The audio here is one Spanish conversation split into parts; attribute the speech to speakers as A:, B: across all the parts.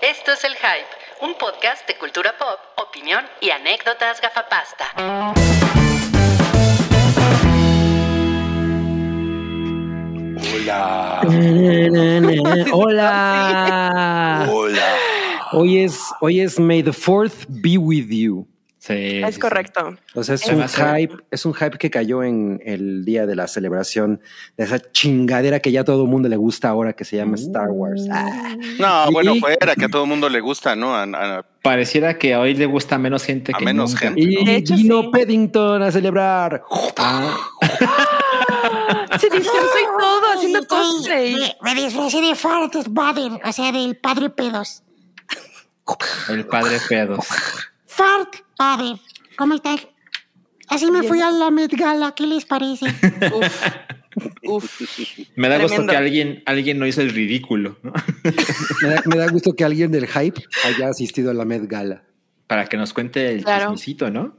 A: Esto es El Hype, un podcast de cultura pop, opinión y anécdotas gafapasta.
B: Hola. Ah.
C: Hola.
B: Hola.
C: Hoy es, hoy es May the Fourth be with you.
B: Sí,
D: Es correcto.
C: O sea, es
B: Se va
C: un
B: a hacer.
C: hype, es un hype que cayó en el día de la celebración de esa chingadera que ya a todo el mundo le gusta ahora que se llama Star Wars. Ah,
D: Mm.
E: No,
C: Y-
E: bueno, fuera, que a todo el mundo le gusta, ¿no? A, a-
B: Pareciera que hoy le gusta menos gente
E: a
B: que
E: menos
B: nunca.
E: gente.
C: y
D: De hecho,
C: vino
D: sí.
C: Peddington a celebrar.
B: Ah,
D: Se disfrazó y todo, haciendo cosplay.
F: Me, me disfrazé de Fartes Baden, o sea, del padre pedos.
B: el padre pedos.
F: Fart Baden, ¿cómo estás? Así me fui a la Met Gala, ¿qué les parece?
D: Uf. Uf.
B: Me da gusto
D: Tremendo.
B: que alguien, alguien no hizo el ridículo, ¿no?
C: Me da, me da gusto que alguien del hype haya asistido a la Met Gala.
B: Para que nos cuente el
D: Claro.
B: chismecito, ¿no?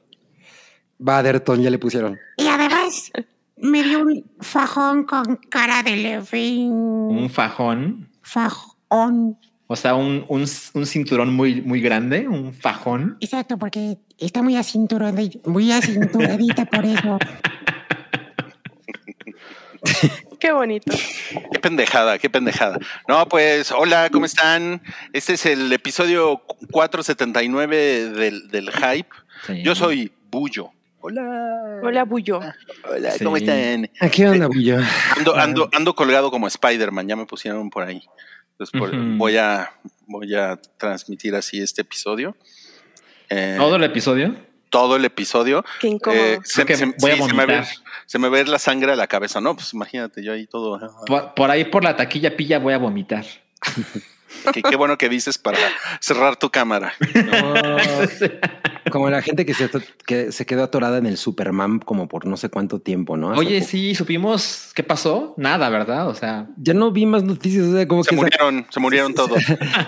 C: Baderton ya le pusieron.
F: Y además me dio un fajón con cara de Levin.
B: Un fajón.
F: Fajón.
B: O sea, un, un, un cinturón muy, muy grande, un fajón.
F: Exacto, porque está muy acinturadita, muy acinturadita por eso.
D: Qué bonito.
E: Qué pendejada, qué pendejada. No, pues, hola, ¿cómo están? Este es el episodio 479 del, del Hype.
B: Sí.
E: Yo soy Bullo. Hola.
D: Hola, Bullo.
E: Hola,
B: Sí.
E: ¿cómo están?
C: Aquí anda, Bullo.
E: Ando, ando, ando colgado como Spider-Man, ya me pusieron por ahí. Entonces, por-
B: Ujú.
E: voy, a, voy a transmitir así este episodio. Eh,
B: Todo el episodio.
E: todo el episodio.
D: Qué incómodo.
E: Eh, se,
B: Creo que
E: se-
B: voy a
E: sí, se me ve,
B: vomitar.
E: se me ve la sangre a la cabeza, ¿no? Pues imagínate, yo ahí todo.
B: Por, por ahí, por la taquilla pilla, voy a vomitar.
E: Qué, qué bueno que dices para cerrar tu cámara.
B: Pues,
C: Como la gente que se, ato- que se quedó atorada en el Superman como por no sé cuánto tiempo, ¿no? Hace
B: Oye,
C: poco.
B: sí, supimos qué pasó. Nada, ¿verdad? O sea,
C: Ya no vi más noticias, o sea, como
E: Se
C: que se,
E: murieron, se murieron todos.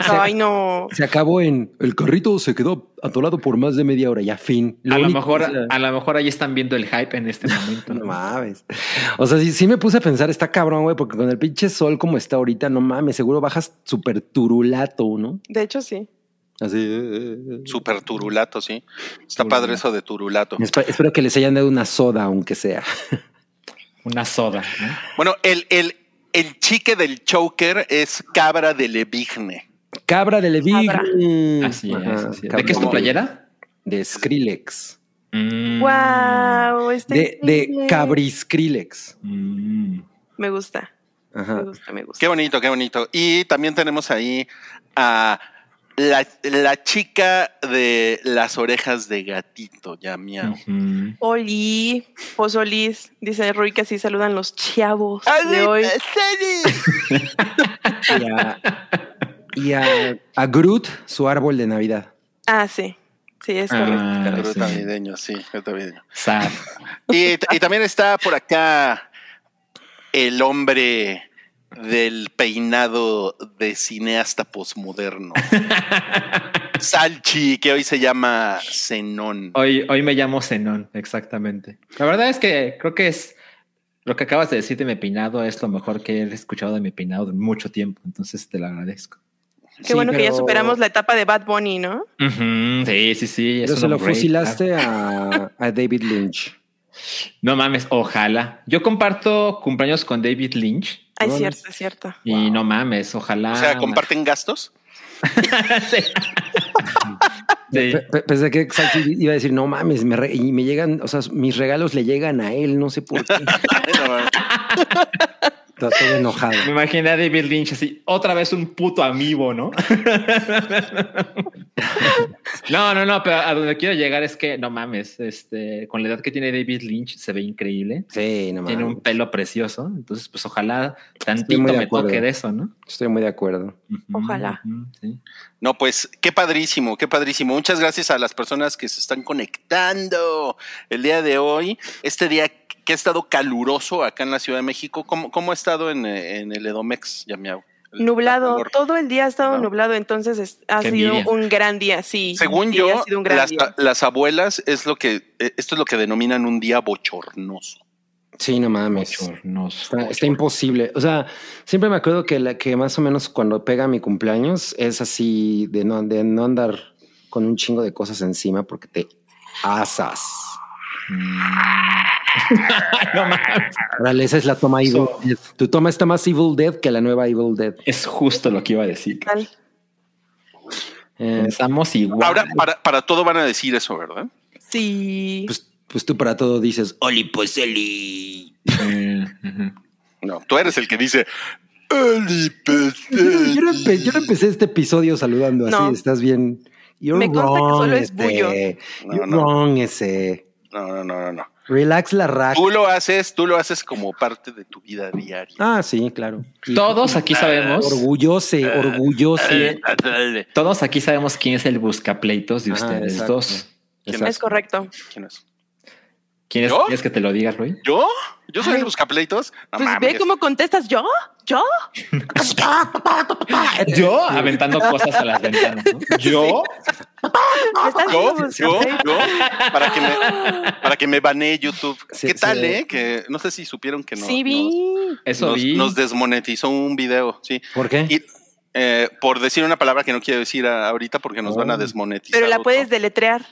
D: Ay, no.
C: se acabó en el carrito se quedó atorado por más de media hora, ya fin.
B: a lo
C: único-
B: mejor,
C: o sea,
B: a lo mejor ahí están viendo el hype en este momento.
C: no mames. O sea, sí, sí me puse a pensar, está cabrón, güey, porque con el pinche sol como está ahorita, no mames, seguro bajas súper turulato, ¿no?
D: De hecho, sí.
C: Así. eh, eh, eh.
E: Súper turulato, sí. Está padre eso de turulato.
C: Espe- Espero que les hayan dado una soda, aunque sea.
B: Una soda. ¿no?
E: Bueno, el, el, el chique del choker es cabra de Levigne.
C: Cabra de Levi.
D: Cabra.
B: Así es,
C: Ajá,
B: así es.
C: cabra
B: ¿De qué es tu
E: Como-
B: playera?
C: De Skrillex.
B: Mm.
D: Wow, está
C: de, de
D: increíble.
C: Cabriskrillex.
B: Mm.
D: Me gusta, me
C: Ajá.
D: gusta, me gusta.
E: Qué bonito, qué bonito. Y también tenemos ahí a la, la chica de las orejas de gatito, ya miau.
B: Ujú.
D: Oli, Pozolís, dice Rui que así saludan los chavos
B: Mm.
D: de hoy.
C: Y a, y a- a Groot, su árbol de Navidad.
D: Ah, sí, sí, es correcto.
B: Ah,
E: Gatito
B: sí.
E: navideño, sí, gatito navideño.
B: Sad.
E: Y, t- y también está por acá el hombre del peinado de cineasta posmoderno. Salchi, que hoy se llama Zenón.
B: Hoy, hoy me llamo Zenón, exactamente. La verdad es que creo que es lo que acabas de decir de mi peinado es lo mejor que he escuchado de mi peinado de mucho tiempo. Entonces te lo agradezco.
D: Qué bueno que ya superamos la etapa de Bad Bunny, ¿no?
B: Ujú, Sí, sí, sí. es
C: Pero
B: un
C: se lo
B: upgrade. Ah,
C: fusilaste a, a David Lynch.
B: No mames, ojalá. Yo comparto cumpleaños con David Lynch
D: Ay,
C: Bueno.
D: cierto, es cierto.
B: y no mames, ojalá.
E: O sea, ¿comparten gastos?
B: Sí. Sí.
C: Pe- pe- Pensé que Salchi iba a decir, no mames, me re- y me llegan, o sea, mis regalos le llegan a él, no sé por qué.
E: Ay, no, mames.
C: Está todo enojado.
B: Me imaginé a David Lynch así, otra vez un puto amigo, ¿no? no, no, no, pero a donde quiero llegar es que, no mames, este, con la edad que tiene David Lynch se ve increíble.
C: Sí, no
B: Tiene
C: mames.
B: un pelo precioso, entonces pues ojalá tantito
C: muy de
B: me
C: acuerdo.
B: toque de eso, ¿no?
C: Estoy muy de acuerdo.
B: Ujú,
D: Ojalá.
B: ujú, sí.
E: No, pues qué padrísimo, qué padrísimo. Muchas gracias a las personas que se están conectando el día de hoy. Este día que ha estado caluroso acá en la Ciudad de México, ¿cómo, cómo ha estado en, eh, en el Edomex, ya miau? El- el
D: Nublado,
E: calor.
D: todo el día ha estado
E: ¿No?
D: nublado, entonces es- ha
B: Qué
D: sido
B: envidia.
D: un gran día, sí.
E: Según
D: sí,
E: yo,
D: ha sido un gran
E: las,
D: día.
E: las abuelas es lo que eh, esto es lo que denominan un día bochornoso.
C: Sí, no mames.
B: Bochornoso.
C: Está, está imposible. O sea, siempre me acuerdo que la que más o menos cuando pega mi cumpleaños es así de no, de no andar con un chingo de cosas encima porque te asas.
B: No mames.
C: Órale, esa es la toma Evil
B: So-
C: Dead. Tu toma está más Evil Dead que la nueva Evil Dead.
B: Es justo lo que iba a decir.
D: Tal.
C: Eh,
B: Pensamos igual.
E: Ahora, para, para todo van a decir eso, ¿verdad?
D: Sí.
C: pues, pues tú para todo dices, Oli Pozoli.
B: Eh, ajá.
E: No, tú eres el que dice. "Eli Peseli".
C: Yo no, empe- yo no empecé este episodio saludando así,
D: No.
C: estás bien. You're
D: Me consta que
C: wrong,
D: solo es
C: este.
D: bullo.
E: No,
C: You're
E: no.
C: wrong, ese.
E: No, no, no, no, no.
C: Relax la raca.
E: Tú lo haces, tú lo haces como parte de tu vida diaria.
C: Ah, sí, claro. Y-
B: Todos aquí sabemos.
C: Orgullose,
D: Eh,
C: orgullose.
E: ¿Quién
B: Todos aquí sabemos quién es el buscapleitos de
C: Ajá,
B: ustedes
C: exacto.
B: dos.
D: Es
C: Exacto.
D: correcto.
E: es?
B: ¿Quién es,
E: ¿Yo?
B: ¿Quieres que te lo diga, Rui?
E: ¿Yo? ¿Yo soy
D: Ay.
E: de los capleitos? No
D: Pues
E: mames.
D: ve cómo contestas yo, yo.
B: Yo aventando cosas a las ventanas. ¿no? Yo,
D: Me estás
E: Yo,
D: diciendo,
E: yo,
D: ¿sí?
E: yo, para que me, para que me banee YouTube.
C: Sí,
E: ¿Qué tal,
C: sí.
E: eh? Que no sé si supieron que no.
D: sí, vi.
E: Nos,
B: eso
E: nos-
B: vi.
E: nos desmonetizó un video, sí.
C: ¿Por qué?
E: Y, eh, por decir una palabra que no quiero decir a- ahorita porque nos
C: Oh.
B: Ah.
E: van a desmonetizar.
D: Pero la
E: otro.
D: puedes deletrear.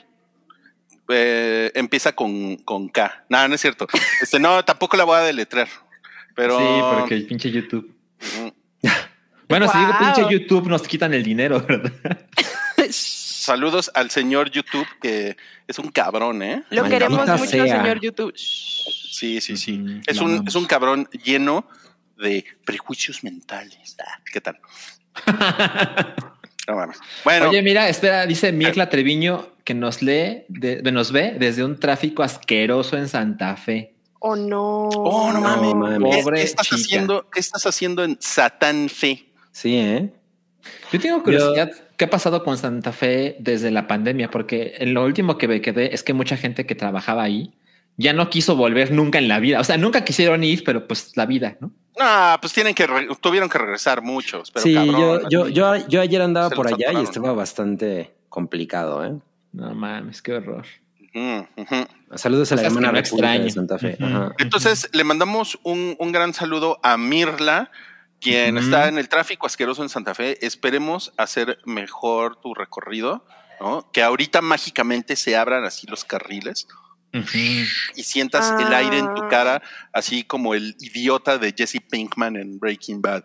E: Eh, empieza con, con K. No, no es cierto. Este, no, tampoco la voy a deletrear. Pero.
B: Sí, porque el pinche YouTube.
E: Ujú.
B: Bueno, si digo
D: Guau.
B: pinche YouTube, nos quitan el dinero, ¿verdad?
E: Saludos al señor YouTube, que es un cabrón, ¿eh?
D: Lo
C: Maldita
D: queremos mucho,
C: sea.
D: señor YouTube. Shh.
E: Sí, sí, sí.
B: Ujú,
E: Es
B: lo
E: un,
B: amamos.
E: es un cabrón lleno de prejuicios mentales. Ah, ¿Qué tal? No mames. Bueno, Ah.
B: Oye, mira, espera, dice Mirla Treviño que nos lee, de- nos ve desde un tráfico asqueroso en Santa Fe.
D: Oh, no.
E: Oh, no mames. ¿qué,
B: mames. pobre
E: qué estás
B: chica.
E: haciendo? ¿Qué estás haciendo en Satán Fe?
C: Sí, ¿eh?
B: Yo tengo curiosidad, ¿qué ha pasado con Santa Fe desde la pandemia? Porque en lo último que me quedé es que mucha gente que trabajaba ahí ya no quiso volver nunca en la vida. O sea, nunca quisieron ir, pero pues la vida, ¿no?
E: Ah, pues tienen que re- tuvieron que regresar muchos, pero
C: sí,
E: cabrón.
C: yo, yo, yo, yo ayer andaba
E: Se
C: por
E: los
C: allá y
E: atoraron.
C: estaba bastante complicado, ¿eh?
B: No mames, qué horror.
E: Ujú, ujú.
C: Saludos a la
B: Cosas Pues que
C: hermana República
B: no
C: de
B: extraño.
C: Santa Fe.
B: Ujú.
C: Ajá.
E: Entonces le mandamos un, un gran saludo a Mirla, quien
B: Ujú.
E: está en el tráfico asqueroso en Santa Fe. Esperemos hacer mejor tu recorrido, ¿no? Que ahorita mágicamente se abran así los carriles y sientas el aire en tu
D: Ah.
E: cara, así como el idiota de Jesse Pinkman en Breaking Bad.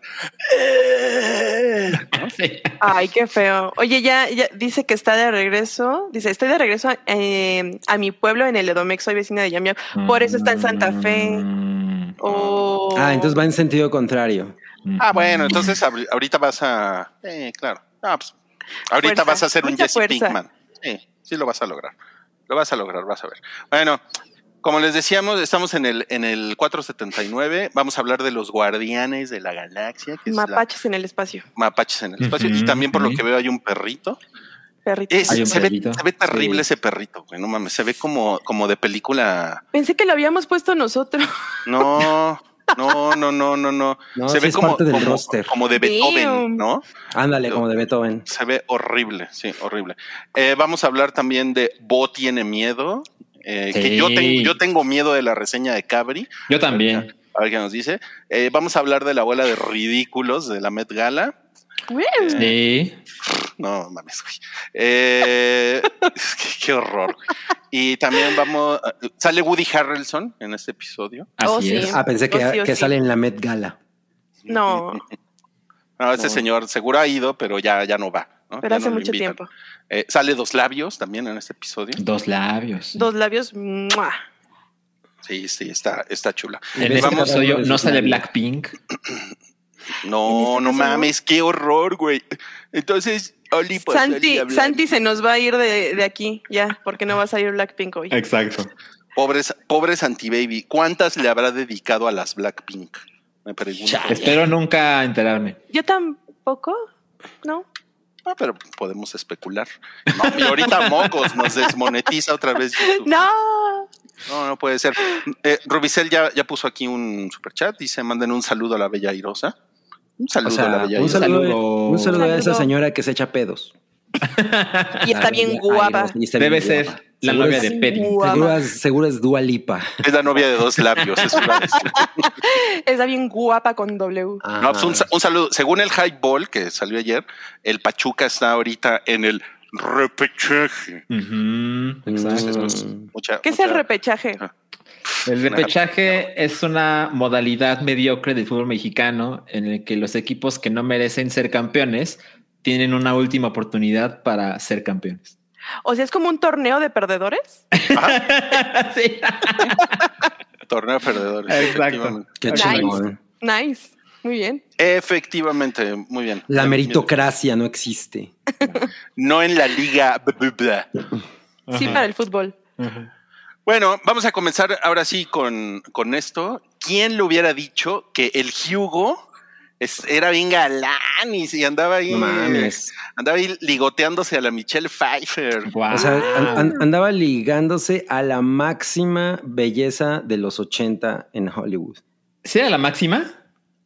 E: Eh.
B: Sí.
D: Ay, qué feo. Oye, ya, ya dice que está de regreso. Dice, estoy de regreso eh, a mi pueblo en el Edomex. Soy vecina de Yamiau.
E: Ah.
D: Por eso está en Santa Fe.
B: Mm,
D: Oh.
C: Ah, entonces va en sentido contrario.
E: Ah, bueno, entonces abri- ahorita vas a. Eh, claro. Ah, pues, ahorita
D: Fuerza,
E: vas a ser un
D: mucha
E: Jesse
D: fuerza.
E: Pinkman. Sí, sí lo vas a lograr. Lo vas a lograr, vas a ver. Bueno, como les decíamos, estamos en el, en el 479. Vamos a hablar de los guardianes de la galaxia, que es la-
D: Mapaches en el espacio.
E: mapaches en el espacio.
B: Ujú,
E: Y también, por lo
B: sí.
E: que veo, hay un perrito.
D: Perrito.
E: Es-
B: Hay un
E: se, ve,
B: perrito.
E: se ve terrible
C: Sí.
E: ese perrito, güey. No mames, se ve como, como de película.
D: Pensé que lo habíamos puesto nosotros.
E: Ah, No, no, no, no, no, no.
C: No,
E: se
C: sí
E: ve
C: es
E: como,
C: parte del
E: como,
C: roster.
E: como de Beethoven,
D: Damn.
E: ¿no?
C: Ándale, como de Beethoven.
E: Se ve horrible, sí, horrible. Eh, vamos a hablar también de Bo tiene miedo. eh, Que
B: Sí.
E: yo tengo, yo tengo miedo de la reseña de Cabri.
B: Yo también.
E: A ver qué nos dice. Eh, vamos a hablar de la abuela de ridículos de la Met Gala. Eh,
B: Sí.
E: No mames, güey. Eh, qué, qué horror. güey. Y también vamos. Sale Woody Harrelson en este episodio.
B: Así
D: Oh, sí.
B: es.
C: Ah, pensé que,
D: Oh, sí, oh,
C: que
D: sí.
C: sale en la Met Gala.
D: No,
E: No, este
C: No.
E: señor seguro ha ido, pero ya, ya no va. ¿no?
D: pero
E: Ya
D: hace
E: no lo
D: mucho
E: invitan.
D: tiempo.
E: Eh, sale Dos Labios también en este episodio.
B: Dos labios.
D: Dos labios. ¡mua!
E: Sí, sí, está, está chula.
B: En
C: Ves
B: este
E: vamos-
B: episodio
C: vamos-
B: no sale Blackpink.
E: No,
D: ¿En este
E: no
D: caso no?
E: mames, qué horror, güey. Entonces, Oli, pues,
D: Santi,
E: Oli, habla.
D: Santi se nos va a ir de, de aquí ya, porque no va a salir Blackpink hoy.
B: Exacto.
E: Pobres, pobres anti-baby, ¿cuántas le habrá dedicado a las Blackpink? Me pregunto.
B: Espero nunca enterarme.
D: Yo tampoco, ¿no?
E: Ah, pero podemos especular. No, y ahorita mocos nos desmonetiza otra vez. YouTube.
D: ¡No!
E: No, no puede ser. Eh, Rubicel ya, ya puso aquí un superchat. Dice, manden un saludo a la Bella Irosa. Un
C: O
E: saludo a la
C: sea,
E: Bella
C: un
E: Irosa.
C: saludo,
B: Saludo.
C: un saludo a esa
D: Saludo.
C: señora que se echa pedos.
D: Y está bien guapa.
B: Debe ser la novia de Petty.
D: guapa.
C: Seguro es, seguro es Dua Lipa.
E: Es la novia de dos labios. es una de esas.
D: Está bien guapa con W.
E: No, pues un, sa- un saludo. Según el highball que salió ayer, el Pachuca está ahorita en el repechaje.
B: Ujú,
E: Entonces,
B: exacto.
E: pues,
C: Mm.
E: mucha-
D: ¿Qué es el
E: mucha-
D: repechaje?
B: El repechaje es una modalidad mediocre del fútbol mexicano en el que los equipos que no merecen ser campeones tienen una última oportunidad para ser campeones.
D: O sea, es como un torneo de perdedores.
B: Sí.
E: Torneo de perdedores.
B: Exacto.
E: Efectivamente.
C: Qué
D: Nice.
C: chingón.
D: Nice. Muy bien.
E: Efectivamente, muy bien. Em,
C: La meritocracia no existe.
E: No en la liga. bla, bla, bla.
D: Sí, para el fútbol.
E: Bueno, vamos a comenzar ahora sí con, con esto. ¿Quién le hubiera dicho que el Hugo es- era bien galán y, y andaba ahí
C: No mames.
E: andaba ahí ligoteándose a la Michelle Pfeiffer?
B: Guau.
C: O sea, an-
E: Ah.
C: an- andaba ligándose a la máxima belleza de los 80 en Hollywood.
B: ¿Sí era la máxima?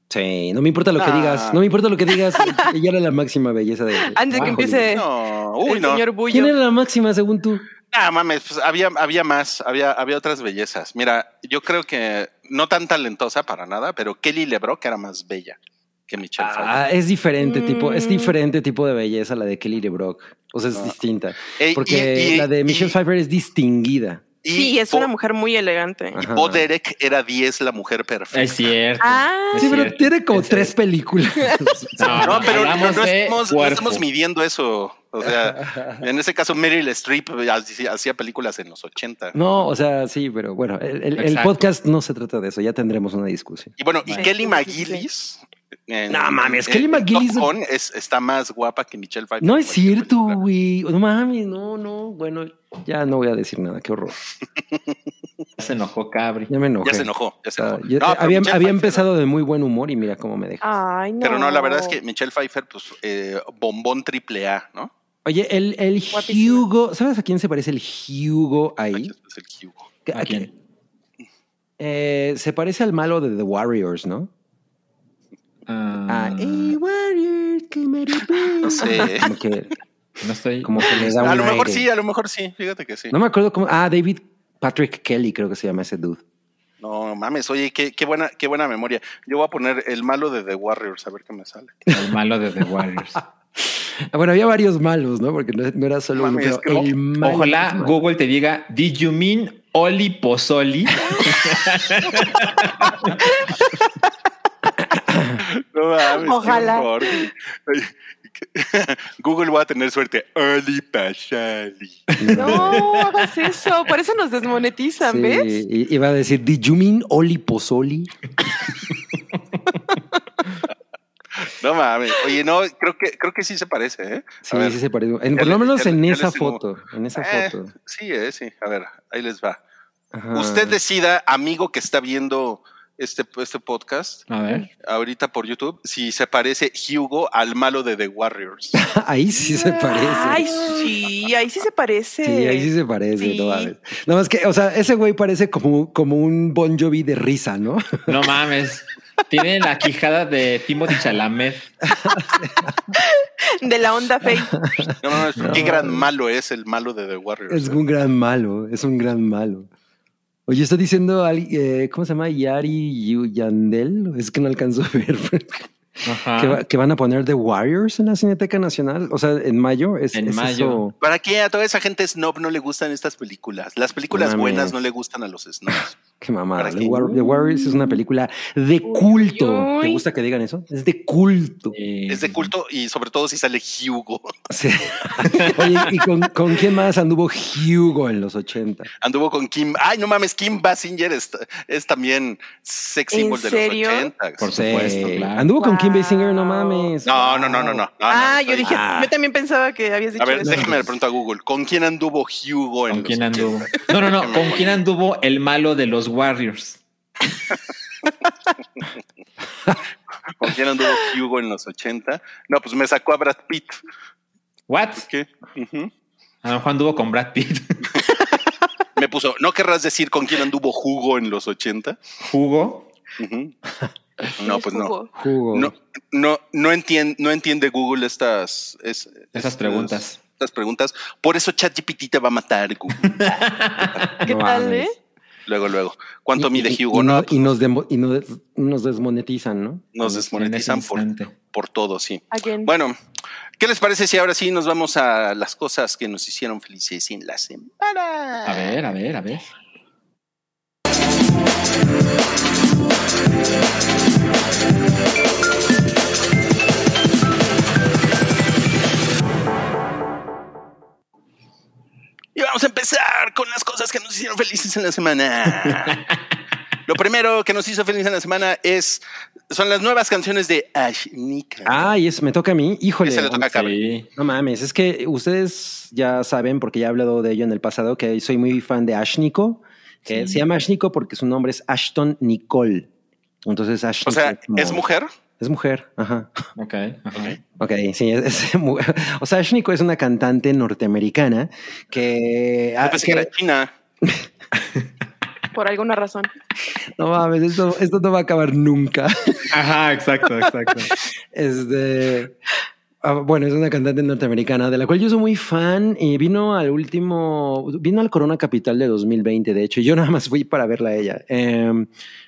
C: Sí, no me importa lo que
E: Ah.
C: digas, no me importa lo que digas. Ella era la máxima belleza de.
D: Antes de que
C: Hollywood.
D: empiece
E: No, uy,
D: Eh, el
E: no.
D: señor
C: ¿Quién
D: Bullo.
C: era la máxima según tú?
E: Ah, mames, pues había, había más, había, había otras bellezas. Mira, yo creo que no tan talentosa para nada, pero Kelly LeBrock era más bella que Michelle Pfeiffer.
C: Ah, es diferente tipo, es
D: Mm.
C: diferente tipo de belleza la de Kelly LeBrock. O sea, es
E: Ah.
C: distinta.
E: Ey,
C: Porque
E: y- y-
C: la de Michelle
E: y-
C: Pfeiffer es distinguida.
E: y
D: Sí, es
E: Bo-
D: una mujer muy elegante.
C: Ajá.
E: Y Bo Derek era 10 la mujer perfecta.
B: Es cierto.
D: Ah.
B: Es
C: Sí, pero
B: cierto.
C: tiene como
B: Es
C: tres películas.
B: No,
E: No, pero no,
B: hablamos
E: no
B: de
E: estamos, no
B: cuerpo.
E: estamos midiendo eso. O sea, en ese caso, Meryl Streep hacía hacía películas en los 80.
C: No, o sea, sí, pero bueno, el, el- el
B: Exacto.
C: podcast no se trata de eso, ya tendremos una discusión.
E: Y bueno, y
D: Sí.
E: Kelly
D: Sí, sí, sí.
E: McGillis. en-
C: No mames,
E: en-
C: Kelly
E: en
C: McGillis-
E: Top Gun es- está más guapa que Michelle Pfeiffer.
C: No es cierto,
E: Película.
C: güey. No mames, no, no. Bueno, ya no voy a decir nada, qué horror.
B: Se enojó Cabri.
C: Ya me enojé.
E: Ya se enojó, ya se
C: Ah,
E: enojó.
C: yo-
E: No, pero
C: había
E: Michelle
C: había
E: Pfeiffer-
C: empezado de muy buen humor y mira cómo me deja.
D: Ay, no.
E: Pero no, la verdad es que Michelle Pfeiffer, pues, eh, bombón triple A, ¿no?
C: Oye, el, el
D: Guapísima.
C: Hugo, ¿sabes a quién se parece el Hugo ahí?
E: Es el Hugo.
B: ¿A quién?
C: Eh, se parece al malo de The Warriors, ¿no?
B: Ah,
C: Ah, hey, Warriors, que me
E: No sé.
C: Como que,
B: no estoy.
C: como que le da un
E: A lo mejor
C: aire.
E: sí, a lo mejor sí. Fíjate que sí.
C: No me acuerdo cómo. Ah, David Patrick Kelly, creo que se llama ese dude.
E: No mames, oye, qué, qué buena, qué buena memoria. Yo voy a poner el malo de The Warriors, a ver qué me sale.
B: El malo de The Warriors.
C: Ah, Bueno, había varios malos, ¿no? Porque no, no era solo uno,
E: Mames,
C: pero
E: no.
C: el malo.
B: Ojalá Google te diga, ¿Did you mean Oli Pozoli?
E: No mames, qué
D: Ojalá.
E: horror. Google va a tener suerte. Ali Pashali.
D: No hagas eso. Por eso nos desmonetizan,
C: Sí,
D: ¿ves?
C: i- iba a decir, ¿Did you mean Oli Pozoli?
E: No mames. Oye, no, creo que, creo que sí se parece, ¿eh? A
C: Sí,
E: ver.
C: sí se parece. En- por
E: Ya
C: lo
E: le-
C: menos
E: ya le-
C: en
E: ya
C: esa
E: les digo.
C: foto. En esa
E: Eh,
C: foto.
E: sí, eh, sí. A ver, ahí les va.
C: Ajá.
B: Ah.
E: Usted decida, amigo que está viendo este, este podcast,
B: A ver.
E: ahorita por YouTube, si se parece Hugo al malo de The Warriors.
C: Ahí sí se parece.
D: Ay, sí. Ahí sí se parece.
C: Sí, ahí sí se parece,
D: Sí.
C: no mames. Nada más que, o sea, ese güey parece como, como un Bon Jovi de risa, ¿no?
B: No mames. Tiene la quijada de Timothy Chalamet.
D: De la onda fake.
E: Ah, No mames,
B: No.
E: qué gran malo es el malo de The Warriors. ¿eh?
C: Es un gran malo, es un gran malo. Oye, está diciendo, al- eh, ¿cómo se llama? Yari Yu- Yandel. Es que no alcanzo a ver.
B: Ajá.
C: Que, va- que van a poner The Warriors en la Cineteca Nacional. O sea, en mayo. Es,
B: En
C: es
B: mayo.
C: eso.
E: ¿Para qué a toda esa gente snob no le gustan estas películas? Las películas
C: Mames.
E: buenas no le gustan a los snobs.
C: Qué mamada.
E: ¿Para
C: The,
E: qué?
C: War- The Warriors es una película de culto.
D: uy.
C: ¿Te gusta que digan eso? Es de culto.
B: Eh,
E: es de culto y sobre todo si sale Hugo.
C: Sí. Oye, ¿y con, con quién más anduvo Hugo en los 80?
E: Anduvo con Kim. Ay, no mames, Kim Basinger es, es también sex
D: ¿En
E: symbol de
D: serio?
E: los 80.
B: Por supuesto, claro.
C: Anduvo con Kim
D: Wow.
C: Basinger, no mames.
E: No, no, no, no, no. no,
D: Ah,
E: no,
D: yo
E: estoy-
D: dije,
C: Ah.
D: yo también pensaba que habías dicho
E: A ver,
D: eso.
E: déjame le pregunto a Google. ¿Con quién anduvo Hugo en
B: ¿Con
E: los
B: quién
E: 80?
B: anduvo? No, no, no. ¿Con quién anduvo el malo de los Warriors?
E: ¿Con quién anduvo Hugo en los 80? No, pues me sacó a Brad Pitt.
B: ¿What?
E: ¿Qué? Ujú.
B: A lo mejor anduvo con Brad Pitt.
E: Me puso, ¿no querrás decir con quién anduvo Hugo en los 80?
B: Hugo.
E: Ujú. No, pues no.
D: Jugo.
C: Jugo.
E: No, no, no, entien- no entiende Google estas, es-
B: Esas preguntas.
E: Estas preguntas. Por eso ChatGPT te va a matar, Google.
D: ¿Qué
C: No
D: tal,
C: mames.
D: eh?
E: luego, luego. ¿Cuánto
C: Y-
E: mide
C: y-
E: Hugo?
C: Y,
E: No, pues.
C: no- y nos, demo- y nos, nos desmonetizan, ¿no?
E: nos desmonetizan por,
B: pues, instante.
E: por todo, sí.
D: Again.
E: Bueno, ¿qué les parece si ahora sí nos vamos a las cosas que nos hicieron felices en la semana?
B: A ver, a ver, a ver.
E: Y vamos a empezar con las cosas que nos hicieron felices en la semana. Lo primero que nos hizo feliz en la semana es son las nuevas canciones de Ashnika.
B: Ah,
C: Ay, es, me toca a mí. Híjole.
E: Ese le toca a Carmen.
B: Sí.
C: No mames, es que ustedes ya saben, porque ya he hablado de ello en el pasado, que soy muy fan de Ashniko. que
B: Sí.
C: Se llama Ashniko porque su nombre es Ashton Nicole. Entonces Ashniko.
E: O sea,
C: como-
E: ¿es mujer?
C: Es mujer, ajá.
B: Ok. ajá.
C: Ok, sí, es, es mu- O sea, Ashniko es una cantante norteamericana que...
E: Yo
C: ah,
E: pensé
C: que-
E: que era china.
D: Por alguna razón.
C: no mames, esto, esto no va a acabar nunca.
B: Ajá, exacto, exacto.
C: Este. ah, bueno, es una cantante norteamericana de la cual yo soy muy fan y vino al último, vino al Corona Capital de 2020, de hecho, y yo nada más fui para verla a ella. Em,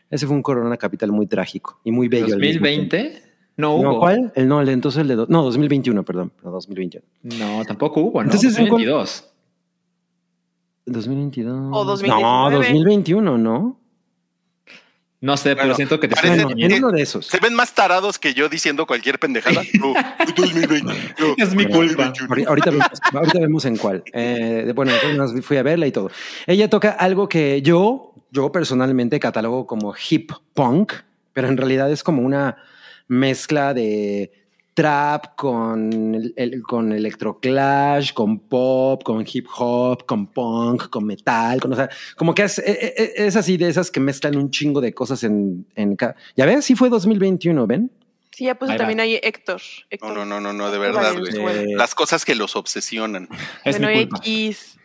C: ese fue un Corona Capital muy trágico y muy bello. al mismo tiempo.
B: ¿2020? No hubo.
C: No,
B: No,
C: ¿cuál? El, no, el, entonces el de... do- no, 2021, perdón. No, 2021.
B: tampoco hubo, ¿no?
C: Entonces,
B: Entonces,
C: ¿en cuál-
B: 2022.
C: 2022. No,
D: O 2019.
C: 2021, ¿no?
B: No sé, pero
E: Bueno,
B: siento que te
E: parece-
B: estoy
C: Bueno, en
B: engañando.
C: uno de esos.
E: Se ven más tarados que yo diciendo cualquier pendejada. No, 2020, no,
B: Es mi culpa.
E: 2021.
C: Ahori- Ahorita vemos, ahorita vemos en cuál. Eh, de- bueno, entonces nos fui a verla y todo. Ella toca algo que yo, yo personalmente catalogo como hip punk, pero en realidad es como una mezcla de trap con, el- el- con electroclash, con pop, con hip hop, con punk, con metal, con, o sea, como que es, e- e- e- es así de esas que mezclan un chingo de cosas en... en ca- ya ves, sí fue 2021, ¿ven?
D: Sí, ya puso
B: Ahí va.
D: también ahí Héctor. Héctor.
E: No, no, no, no, no, de verdad, güey.
C: Eh,
E: Las cosas que los obsesionan.
B: Es
D: Bueno,
B: mi culpa.
D: X.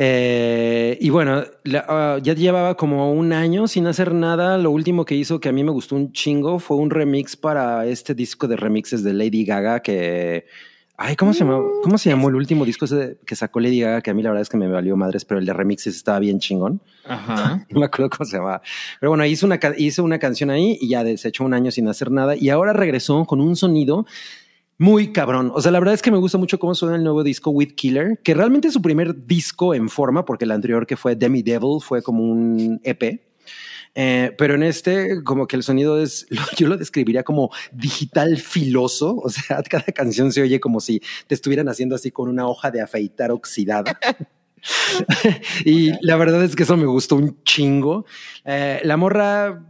C: Eh, y bueno, la- ah, ya llevaba como un año sin hacer nada. Lo último que hizo que a mí me gustó un chingo fue un remix para este disco de remixes de Lady Gaga que... Ay, ¿cómo se, llamó, ¿cómo se llamó el último disco ese de- que sacó Lady Gaga? Que a mí la verdad es que me valió madres, pero el de remixes estaba bien chingón.
B: Ajá.
C: No me acuerdo cómo se llamaba. Pero bueno, hizo una, ca- hizo una canción ahí y ya desechó un año sin hacer nada. Y ahora regresó con un sonido muy cabrón. O sea, la verdad es que me gusta mucho cómo suena el nuevo disco With Killer, que realmente es su primer disco en forma, porque el anterior que fue Demi Devil fue como un EP. Eh, pero en este, como que el sonido es, lo- yo lo describiría como digital filoso. O sea, cada canción se oye como si te estuvieran haciendo así con una hoja de afeitar oxidada. y la verdad es que eso me gustó un chingo. Eh, la morra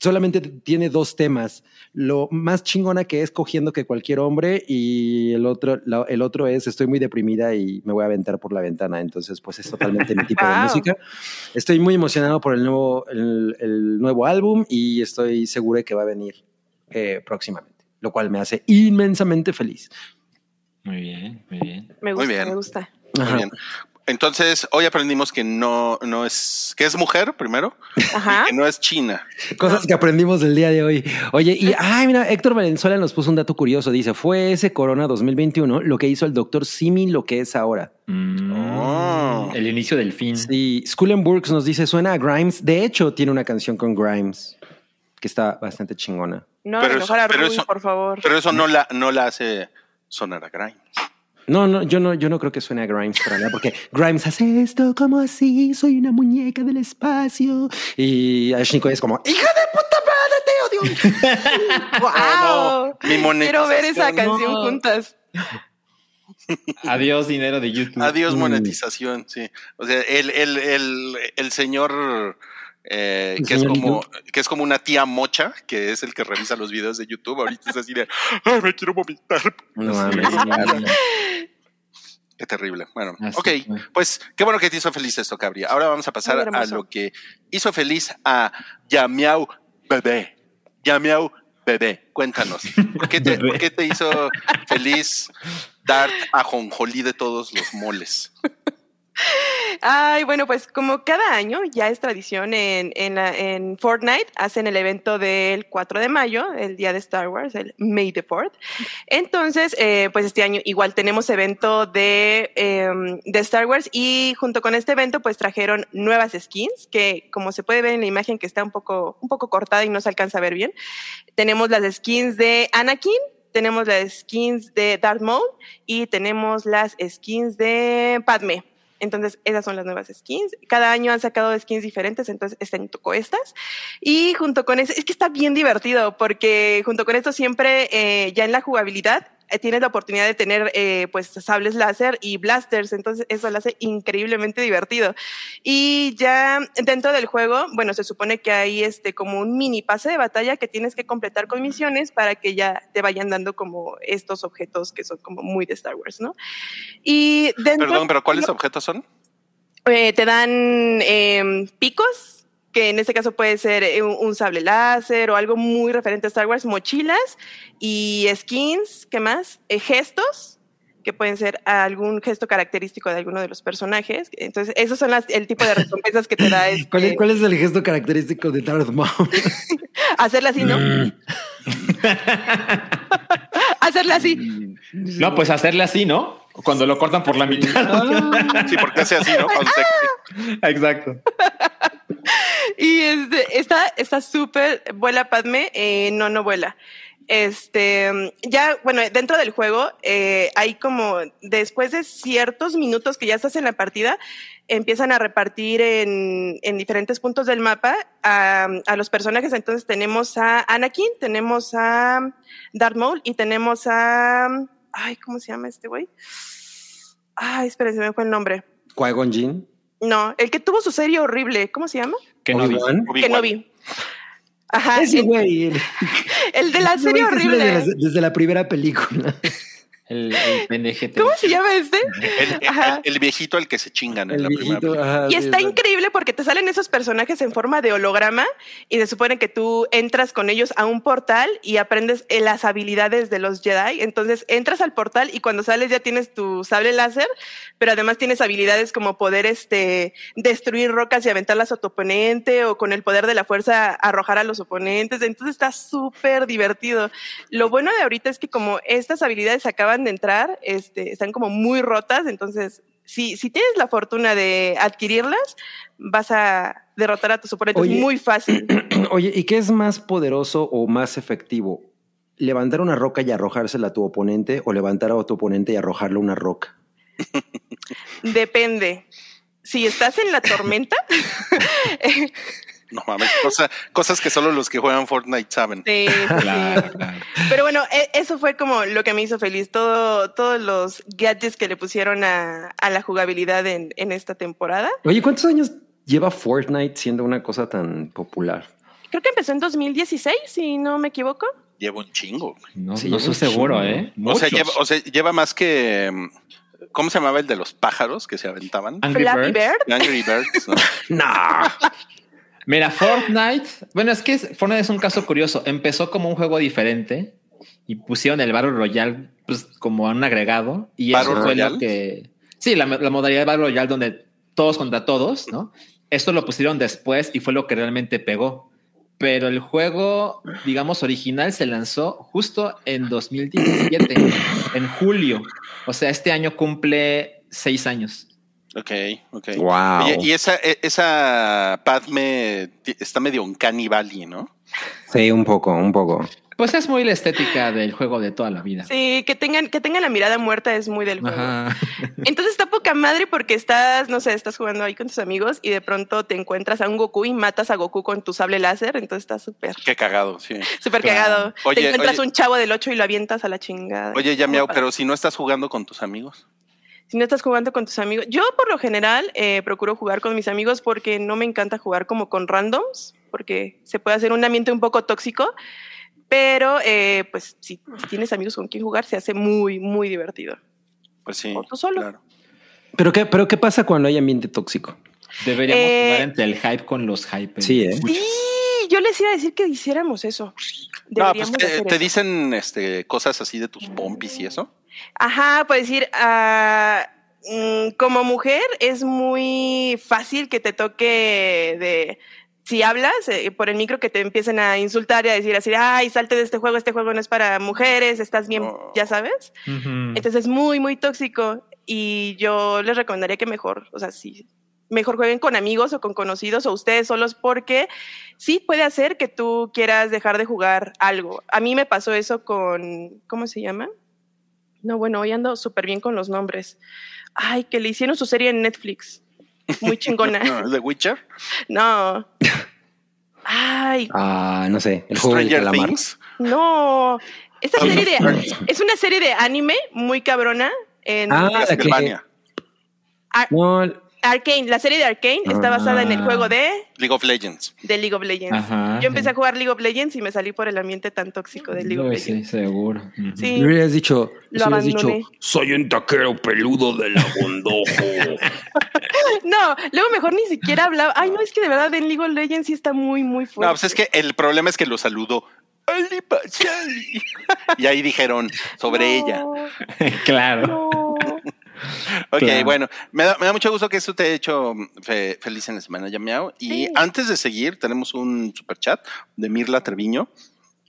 C: solamente tiene dos temas. Lo más chingona que es cogiendo que cualquier hombre y el otro, la- el otro es estoy muy deprimida y me voy a aventar por la ventana. Entonces, pues es totalmente mi tipo de
D: Wow.
C: música. Estoy muy emocionado por el nuevo, el, el nuevo álbum y estoy seguro de que va a venir eh, próximamente, lo cual me hace inmensamente feliz.
B: Muy bien, muy bien.
D: Me
E: Muy
D: gusta,
E: bien.
D: me gusta.
E: Muy
C: Ajá.
E: bien. Entonces, hoy aprendimos que no, no es, que es mujer primero,
D: Ajá.
E: que no es china.
C: Cosas que aprendimos del día de hoy. Oye, y ay, mira, Héctor Valenzuela nos puso un dato curioso. Dice: fue ese Corona 2021 lo que hizo el doctor Simi lo que es ahora.
B: Mm,
E: Oh.
B: El inicio del fin.
C: Sí, School and Burks nos dice: suena a Grimes. De hecho, tiene una canción con Grimes que está bastante chingona.
D: No,
E: Pero
D: enojar a
E: eso- pero
D: Rui,
E: eso-
D: por favor.
E: Pero eso no la, no la hace sonar a Grimes.
C: No, no, yo no, yo no creo que suene a Grimes para nada, porque Grimes hace esto como así, soy una muñeca del espacio. Y Ashniko es como, hija de puta madre, te odio.
D: ¡Wow!
E: mi monetización,
D: Quiero ver esa
E: no.
D: canción juntas.
B: Adiós, dinero de YouTube.
E: Adiós
C: Mm.
E: monetización, sí. O sea, el, el, el, el señor eh,
C: ¿El
E: que es
C: señor
E: como que es como una tía mocha, que es el que revisa los videos de YouTube, ahorita es así de, ay, me quiero vomitar.
C: No
B: Sí,
C: mames.
E: Qué terrible. Bueno,
B: Así
E: ok.
B: fue.
E: Pues qué bueno que te hizo feliz esto, Cabri. Ahora vamos a
D: Muy
E: pasar a
D: hermoso.
E: lo que hizo feliz a Yamiau Bebé. Yamiau Bebé, cuéntanos. ¿Por qué te,
B: Bebé.
E: ¿por qué te hizo feliz dar a Jonjolí de todos los moles?
D: Ay, bueno, pues como cada año ya es tradición en, en, la- en Fortnite, hacen el evento del 4 de mayo, el día de Star Wars, el May the 4th. Entonces, eh, pues este año igual tenemos evento de, em, de Star Wars y junto con este evento pues trajeron nuevas skins que como se puede ver en la imagen que está un poco, un poco cortada y no se alcanza a ver bien, tenemos las skins de Anakin, tenemos las skins de Darth Maul y tenemos las skins de Padme. Entonces, esas son las nuevas skins. Cada año han sacado skins diferentes, entonces este año tocó estas. Y junto con eso, es que está bien divertido, porque junto con esto siempre, eh, ya en la jugabilidad, eh, tienes la oportunidad de tener eh, pues sables láser y blasters, entonces eso lo hace increíblemente divertido. Y ya dentro del juego, bueno, se supone que hay este como un mini pase de batalla que tienes que completar con misiones para que ya te vayan dando como estos objetos que son como muy de Star Wars, ¿no? Y dentro
E: Perdón, pero ¿cuáles
D: No.
E: objetos son?
D: Eh, te dan em, picos, que en este caso puede ser eh, un, un sable láser o algo muy referente a Star Wars, mochilas y skins, ¿qué más? Eh, gestos, que pueden ser algún gesto característico de alguno de los personajes. Entonces, esos son las, el tipo de recompensas que te da este,
C: ¿Cuál, es- cuál es el gesto característico de Darth Maul?
D: hacerla así, ¿no? hacerla así.
B: No, pues hacerle así, ¿no? Cuando lo cortan por la mitad.
E: Sí, porque hace así, ¿no? Cuando se-
B: Exacto.
D: Y este, está está súper, vuela Padme, eh, no, no vuela. Este, ya, bueno, dentro del juego eh, hay como, después de ciertos minutos que ya estás en la partida, empiezan a repartir en, en diferentes puntos del mapa a, a los personajes. Entonces tenemos a Anakin, tenemos a Darth Maul y tenemos a... Ay, ¿cómo se llama este güey? Ay, esperen, se me fue el nombre.
C: Qui-Gon Jinn.
D: No, el que tuvo su serie horrible, ¿cómo se llama?
B: Que no dice.
C: Obi-Wan.
D: que no vi. Ajá,
C: Ese
D: el,
C: güey. el-
D: el de la
C: ese
D: serie
C: güey que sale de las-
D: horrible.
C: desde la primera película.
B: El, el PNGT.
D: ¿Cómo se llama este?
E: El, el-
D: Ajá.
E: el viejito al que se chingan en
C: El
E: la primera.
C: viejito,
E: película.
C: ajá,
D: Y
C: sí,
D: está
C: exacto.
D: increíble porque te salen esos personajes en forma de holograma y se supone que tú entras con ellos a un portal y aprendes eh, las habilidades de los Jedi. Entonces entras al portal y cuando sales ya tienes tu sable láser, pero además tienes habilidades como poder este, destruir rocas y aventarlas a tu oponente o con el poder de la fuerza arrojar a los oponentes. Entonces está súper divertido. Lo bueno de ahorita es que como estas habilidades acaban de entrar, este, están como muy rotas, entonces si, si tienes la fortuna de adquirirlas, vas a derrotar a tus oponentes
C: Oye.
D: muy fácil.
C: Oye, ¿y qué es más poderoso o más efectivo? ¿Levantar una roca y arrojársela a tu oponente o levantar a tu oponente y arrojarle una roca?
D: Depende. Si estás en la tormenta, eh,
E: No mames, cosa- cosas que solo los que juegan Fortnite saben.
D: sí, sí, sí.
B: Claro, claro.
D: Pero bueno, e- eso fue como lo que me hizo feliz, todo, todos los gadgets que le pusieron a, a la jugabilidad en, en esta temporada.
C: Oye, ¿cuántos años lleva Fortnite siendo una cosa tan popular?
D: Creo que empezó en 2016, si no me equivoco.
E: Lleva un chingo. güey.
B: No,
C: Sí,
B: no
C: es un
B: estoy seguro,
C: chingo.
B: ¿eh?
E: O sea,
B: Muchos.
E: lleva, o sea, lleva más que. mm, ¿Cómo se llamaba el de los pájaros que se aventaban?
B: Angry
D: Flappy
B: Birds.
D: Bird.
E: Angry Birds. ¿no?
C: No.
B: Mira, Fortnite. Bueno, es que es- Fortnite es un caso curioso. Empezó como un juego diferente y pusieron el Battle Royale pues, como un agregado. Y eso
E: ¿Battle
B: fue lo
E: Royale?
B: que. Sí, la, la modalidad de Battle Royale donde todos contra todos, ¿no? Esto lo pusieron después y fue lo que realmente pegó. Pero el juego, digamos, original se lanzó justo en 2017, en julio. O sea, este año cumple seis años.
E: Ok, ok.
C: Wow.
E: Oye, y esa, e- esa Padme ti- está medio un canibali, ¿no?
C: Sí, un poco, un poco.
B: Pues es muy la estética del juego de toda la vida.
D: Sí, que tengan, que tengan la mirada muerta es muy del juego.
B: Ajá.
D: Entonces está poca madre porque estás, no sé, estás jugando ahí con tus amigos y de pronto te encuentras a un Goku y matas a Goku con tu sable láser, entonces está súper,
E: Qué cagado, sí.
D: súper
B: Claro.
D: cagado.
E: Oye,
D: te encuentras
E: oye.
D: un chavo del 8 y lo avientas a la chingada.
E: Oye, ya
D: Muy
E: miau,
D: padre.
E: pero si no estás jugando con tus amigos.
D: Si no estás jugando con tus amigos, yo por lo general eh, procuro jugar con mis amigos porque no me encanta jugar como con randoms, porque se puede hacer un ambiente un poco tóxico, pero eh, pues si, si tienes amigos con quien jugar se hace muy, muy divertido.
E: Pues sí.
D: O tú solo.
E: Claro.
C: ¿Pero qué, pero qué pasa cuando hay ambiente tóxico?
B: Deberíamos
D: Eh,
B: jugar entre el hype con los hype.
C: Sí, ¿eh?
D: Sí, yo les iba a decir que hiciéramos eso.
E: No, pues
D: Deberíamos
E: te,
D: hacer
E: te
D: eso.
E: dicen este, cosas así de tus pompis y eso.
D: Ajá, puedes decir, pues ah, mm, como mujer es muy fácil que te toque de... Si hablas eh, por el micro que te empiecen a insultar y a decir así, ay, salte de este juego, este juego no es para mujeres, estás bien,
E: Oh.
D: ya sabes.
B: Ujú.
D: Entonces es muy, muy tóxico y yo les recomendaría que mejor, o sea, sí, mejor jueguen con amigos o con conocidos o ustedes solos porque sí puede hacer que tú quieras dejar de jugar algo. A mí me pasó eso con, ¿cómo se llama? No, bueno, hoy ando súper bien con los nombres. Ay, que le hicieron su serie en Netflix. Muy chingona.
E: ¿The Witcher?
D: no. Ay,
C: Ah, no sé, el juego del
E: ¿Stranger
C: calamar.
E: Things?
D: no. Esta
E: House
D: serie
E: of
D: de,
E: Cards.
D: es una serie de anime muy cabrona. En
C: Ah, la que-
E: Castlevania.
D: Ar-
C: No, el-
D: Arcane, la serie de Arcane está basada en el
B: Ah.
D: juego de,
E: League of Legends.
D: de League of Legends.
B: Ajá,
D: Yo empecé
B: sí.
D: a jugar League of Legends y me salí por el ambiente tan tóxico de League of
B: Uy,
D: Legends.
B: sí, seguro. Ujú.
D: Sí.
C: le hubieras dicho, le
D: Lo
C: hubieras dicho,
D: abandoné.
G: Soy un taquero peludo de la bondojo.
D: No, luego mejor ni siquiera hablaba. Ay, no, es que de verdad en League of Legends sí está muy, muy fuerte.
E: No, pues es que el problema es que lo saludó. "Ali, Pachali". Y ahí dijeron sobre
D: No,
E: ella.
B: claro.
D: no.
E: Ok,
B: Claro.
E: bueno, me da, me da mucho gusto que esto te haya hecho mm, fe- feliz en la semana, Yamiao. Y
D: Sí.
E: antes de seguir, tenemos un super chat de Mirla Treviño,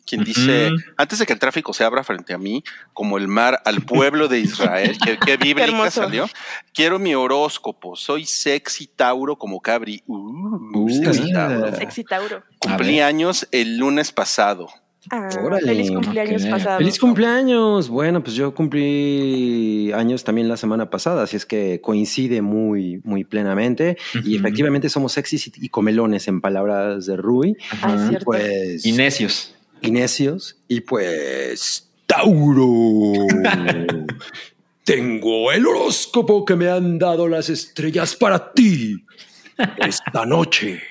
E: quien dice,
B: Ujú.
E: antes de que el tráfico se abra frente a mí, como el mar al pueblo de Israel, que, que bíblica
D: hermoso.
E: salió, quiero mi horóscopo, soy sexy Tauro como Cabri. Uh,
B: Uh,
E: sexy Tauro.
D: Sexy Tauro.
E: Cumplí años el lunes pasado.
D: Ah,
C: Órale.
D: feliz cumpleaños
B: Ok.
D: pasado. Ah,
C: feliz cumpleaños. Bueno, pues yo cumplí años también la semana pasada, así es que coincide muy, muy plenamente. Y
B: Ujú.
C: efectivamente somos sexys y- y comelones en palabras de Rui.
D: Ah, es
B: Ajá.
D: cierto.
C: Pues
B: Y necios.
C: Inecios y pues Tauro. Tengo el horóscopo que me han dado las estrellas para ti esta noche.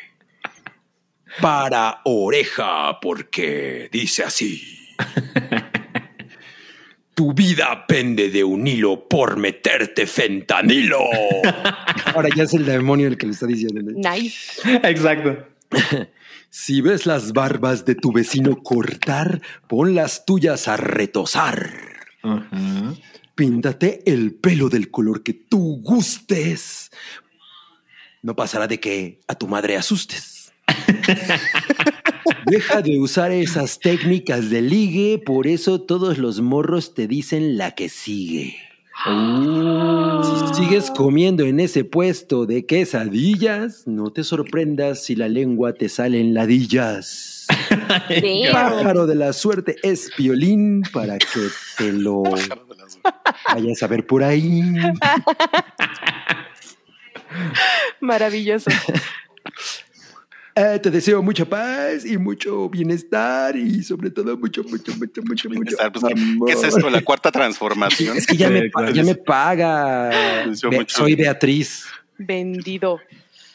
G: Para oreja, porque dice así. Tu vida pende de un hilo por meterte fentanilo.
C: Ahora ya es el demonio el que le está diciendo.
D: Nice.
B: Exacto.
C: Si ves las barbas de tu vecino cortar, pon las tuyas a retosar.
B: Ajá.
C: Píntate el pelo del color que tú gustes. No pasará de que a tu madre asustes. Deja de usar esas técnicas de ligue, por eso todos los morros te dicen la que sigue. Uh, Si sigues comiendo en ese puesto de quesadillas, no te sorprendas si la lengua te salen ladillas. Pájaro de la suerte es piolín para que te lo
B: Oh.
C: vayas a ver por ahí.
D: Maravilloso.
C: Eh, te deseo mucha paz y mucho bienestar y sobre todo mucho, mucho, mucho, mucho, mucho.
E: Bienestar, pues, ¿qué-
C: amor.
E: ¿Qué es esto? ¿La cuarta transformación?
C: Es que ya, me, pa- ya me
E: Te
C: paga.
E: deseo
C: Be-
E: mucho-
C: Soy Beatriz.
D: Vendido.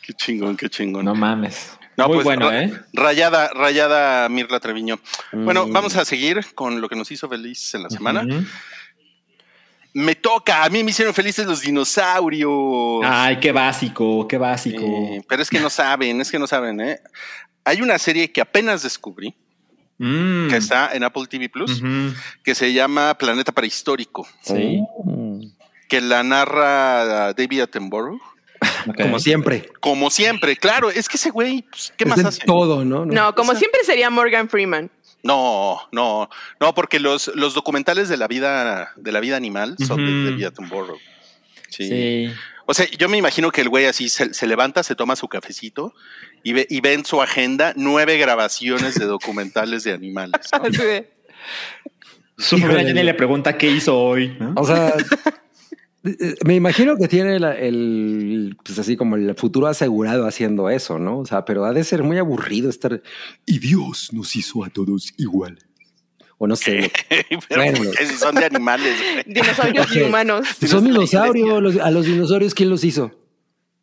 E: Qué chingón, qué chingón.
B: No mames.
E: No,
B: Muy
E: pues,
B: bueno,
E: ra-
B: ¿eh?
E: Rayada, rayada Mirla Treviño. Bueno,
C: Mm.
E: vamos a seguir con lo que nos hizo feliz en la semana.
B: Ujú.
E: Me toca, a mí me hicieron felices los dinosaurios.
B: Ay, qué básico, qué básico.
E: pues, Eh, pero es que no saben, es que no saben, ¿eh? Hay una serie que apenas descubrí,
B: Mm.
E: que está en Apple TV Plus,
B: Ujú.
E: que se llama Planeta Prehistórico,
B: Sí.
C: Mm.
E: que la narra David Attenborough.
B: ok.
C: Como siempre.
E: Como siempre, claro, es que ese güey, pues, ¿qué
C: Es
E: más
C: de
E: hace?
C: Todo, ¿no?
D: No, como siempre sería Morgan Freeman.
E: No, no, no, porque los, los documentales de la vida, de la vida animal son
B: Ujú.
E: de David Attenborough. Sí.
B: Sí.
E: O sea, yo me imagino que el güey así se, se levanta, se toma su cafecito y ve, y ve en su agenda nueve grabaciones de documentales de animales. ¿no?
D: Así de,
B: Su
C: Híjole.
B: familia viene y le pregunta qué hizo hoy. ¿no?
C: O sea, eh, me imagino que tiene la- el, pues así como el futuro asegurado haciendo eso, ¿no? O sea, pero ha de ser muy aburrido estar. Y Dios nos hizo a todos igual. O no sé.
E: Pero,
C: Bueno.
E: ¿por qué si son de animales. güey?
D: Dinosaurios y
C: Ok.
D: humanos.
C: Pues
E: Tienes la
C: Son dinosaurios.
E: iglesia.
C: los- a los dinosaurios, ¿quién los hizo?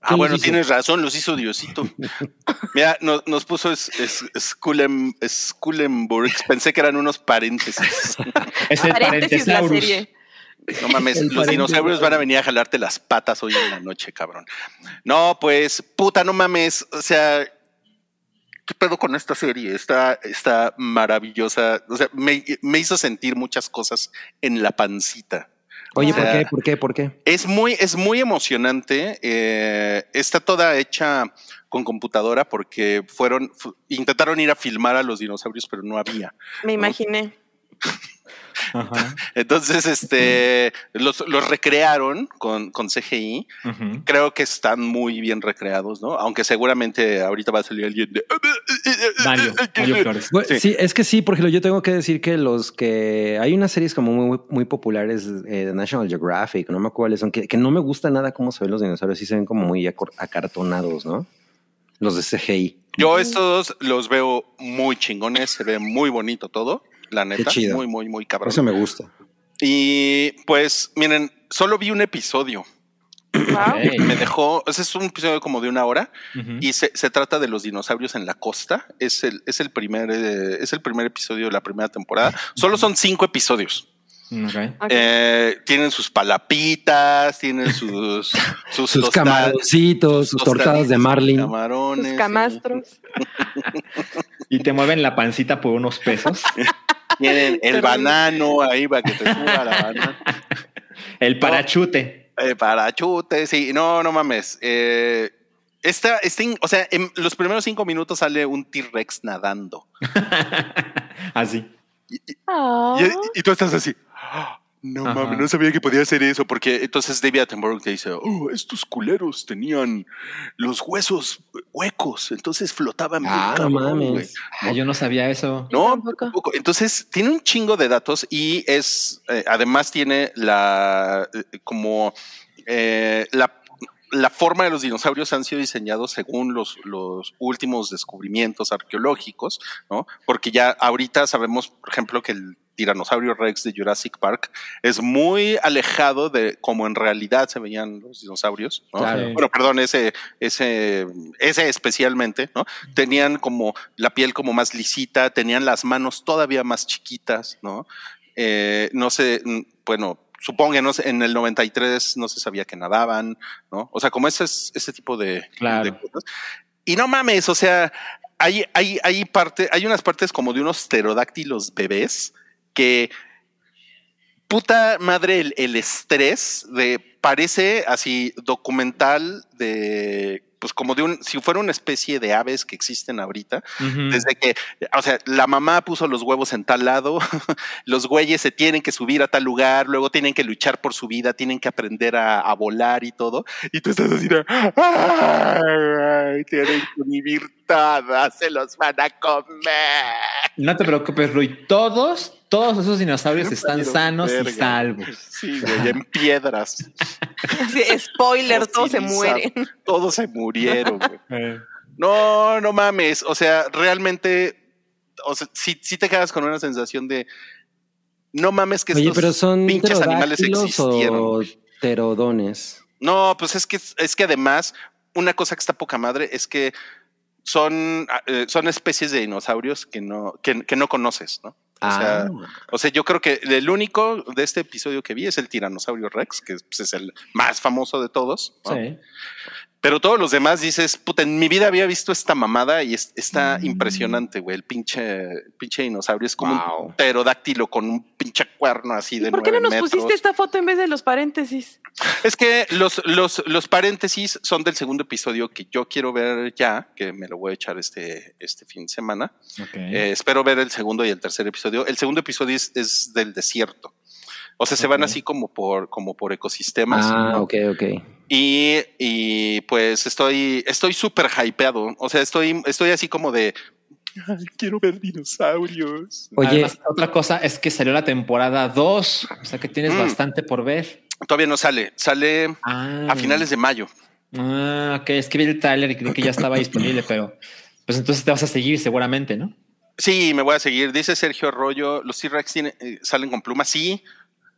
E: Ah, bueno,
C: los hizo?
E: tienes razón, los hizo Diosito. Mira, no- nos, puso es, es- Skulem- Skulenburg. Pensé que eran unos paréntesis.
B: Es
D: Paréntesis Ah,
B: el
D: la
B: parentesaurus.
D: serie.
E: No mames,
C: El
E: los
C: paréntesis.
E: dinosaurios van a venir a jalarte las patas hoy en la noche, cabrón. No, pues, puta, no mames. O sea, ¿qué pedo con esta serie? Está, está maravillosa. O sea, me, me hizo sentir muchas cosas en la pancita.
C: Oye, ¿por
E: O sea,
C: qué? ¿Por qué? ¿Por qué?
E: Es muy, es muy emocionante. eh, está toda hecha con computadora porque fueron, fu- intentaron ir a filmar a los dinosaurios, pero no había.
D: Me imaginé.
B: Ajá.
E: Entonces, este, los, los recrearon con, con CGI.
B: Ujú.
E: Creo que están muy bien recreados, ¿no? Aunque seguramente ahorita va a salir alguien de.
B: Mario, Mario Flores.
C: Bueno,
E: eh, sí.
C: sí. es que sí, por ejemplo, yo tengo que decir que los que hay unas series como muy, muy populares eh, de National Geographic, no me acuerdo cuáles son, que, que no me gusta nada cómo se ven los dinosaurios, sí se ven como muy acor- acartonados, ¿no? Los de CGI.
E: Yo estos dos los veo muy chingones, se ve muy bonito todo. La neta,
C: chido.
E: muy, muy, muy cabrón.
C: Eso me gusta.
E: Y pues, miren, solo vi un episodio.
D: Wow.
B: Ok. Eh,
E: Me dejó, ese es un episodio como de una hora
B: Ujú.
E: y se, se trata de los dinosaurios en la costa. Es el, es el primer, eh, es el primer episodio de la primera temporada. Solo son cinco episodios.
B: Ok.
D: Ok.
E: Eh, tienen sus palapitas, tienen sus, sus,
C: Sus
E: tosta-
C: camaroncitos, sus tortadas de
E: tostaditos,
C: marlin.
E: Camarones. eh,
D: Sus
E: sí.
D: camastros.
B: Y te mueven la pancita por unos pesos.
E: Tienen el banano ahí para que te suba la banana.
B: El parachute.
E: Eh, para chute, sí, no, no mames. Eh, esta, este in- o sea, en los primeros cinco minutos sale un T-Rex nadando.
B: Así.
D: Ah.
E: Y, y tú estás así. "Ah, No
B: Ajá.
E: mames, no sabía que podía hacer eso, porque entonces David Attenborough te dice, oh, estos culeros tenían los huesos huecos, entonces flotaban. bien
C: Ah, no
E: cabrón,
C: mames.
E: güey".
B: Ah, yo no sabía eso.
E: No,
D: tampoco.
E: tampoco. Entonces tiene un chingo de datos y es, eh, además tiene la, eh, como eh, la, la forma de los dinosaurios han sido diseñados según los, los últimos descubrimientos arqueológicos, ¿no? Porque ya ahorita sabemos, por ejemplo, que el tiranosaurio Rex de Jurassic Park es muy alejado de como en realidad se veían los dinosaurios, ¿no?
C: Claro.
E: Bueno, perdón, ese, ese, ese especialmente, ¿no? Tenían como la piel como más lisita, tenían las manos todavía más chiquitas, ¿no? Eh, no sé, mm, bueno, supongo que no sé, en el 93 no se sabía que nadaban, ¿no? O sea, como ese, es- ese tipo de,
B: Claro.
E: de cosas. Y no mames, o sea, hay, hay, hay, parte, hay unas partes como de unos pterodáctilos bebés que puta madre el, el estrés de parece así documental de pues como de un si fuera una especie de aves que existen ahorita
B: Ujú.
E: desde que o sea la mamá puso los huevos en tal lado los güeyes se tienen que subir a tal lugar luego tienen que luchar por su vida tienen que aprender a, a volar y todo y tú estás así de, "Ay, tienen que vivir todo se los van a comer
B: No te preocupes, Rui. Todos, todos esos dinosaurios están
E: Pero,
B: sanos
E: verga.
B: y salvos.
E: sí güey en piedras
D: Sí, spoiler, todos se
E: Fosiliza-
D: mueren.
E: Todos se murieron, güey.
B: Eh,
E: No, no mames. O sea, realmente, o sea, sí, sí te quedas con una sensación de no mames que
C: Oye,
E: estos
C: pero son
E: pinches animales
C: pterodáctilos
E: existieron.
C: o
E: güey.
C: pterodones.
E: No, pues es que es que además, una cosa que está poca madre es que son, eh, son especies de dinosaurios que no, que, que no conoces, ¿no? O
D: Ah.
C: Ah,
E: sea, O sea, yo creo que el único de este episodio que vi es el tiranosaurio Rex, que pues, es el más famoso de todos. ¿no?
B: Sí.
E: Pero todos los demás dices, puta, en mi vida había visto esta mamada y es- está
D: Mm.
E: impresionante, güey. El pinche, el pinche dinosaurio es como un pterodáctilo con un pinche cuerno así de
D: ¿Por qué no
E: nueve
D: nos
E: metros.
D: pusiste esta foto en vez de los paréntesis?
E: Es que los, los, los paréntesis son del segundo episodio que yo quiero ver ya, que me lo voy a echar este, este fin de semana.
B: Ok.
E: Eh, espero ver el segundo y el tercer episodio. El segundo episodio es, es del desierto. O sea, se van
B: Ok.
E: así como por, como por ecosistemas.
C: ah, ok, ok.
E: Y, y, pues estoy estoy súper hypeado. O sea, estoy, estoy así como de "Ay, quiero ver dinosaurios.
C: Oye,
B: Además, otra cosa es que salió la temporada 2, o sea que tienes
E: Mm.
B: bastante por ver.
E: Todavía no sale. Sale
B: Ah,
C: Mm.
E: a finales de mayo.
B: Ah, ok. Es que vi el trailer y creí que ya estaba disponible, pero pues entonces te vas a seguir seguramente, ¿no?
E: Sí, me voy a seguir. Dice Sergio Arroyo, los T-Rex tienen- eh, salen con plumas. Sí,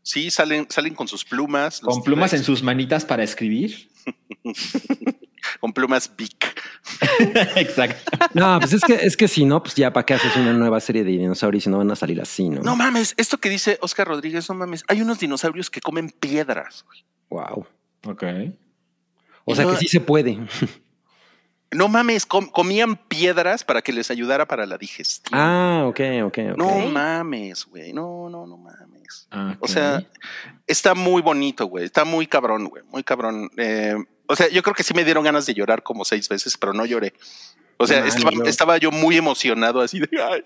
E: sí, salen, salen con sus plumas. los
B: Con plumas en
E: T-Rex,
B: sus manitas para escribir.
E: Con plumas big.
B: Exacto.
C: no, pues es que, es que si no, pues ya para qué haces una nueva serie de dinosaurios si no van a salir así, ¿no?
E: No mames, esto que dice Oscar Rodríguez, no mames. Hay unos dinosaurios que comen piedras.
C: Wow.
B: Ok.
C: O sea
E: No.
C: que sí se puede.
E: No mames, com- comían piedras para que les ayudara para la digestión.
C: Ah, ok, ok, ok.
E: No mames, güey. No, no, no mames.
B: Ah,
E: O sea, está muy bonito, güey. Está muy cabrón, güey. Muy cabrón. Eh, o sea, yo creo que sí me dieron ganas de llorar como seis veces, pero no lloré. O sea,
C: Ay,
E: estaba,
C: no.
E: estaba yo muy emocionado así de... "Ah, "Ay".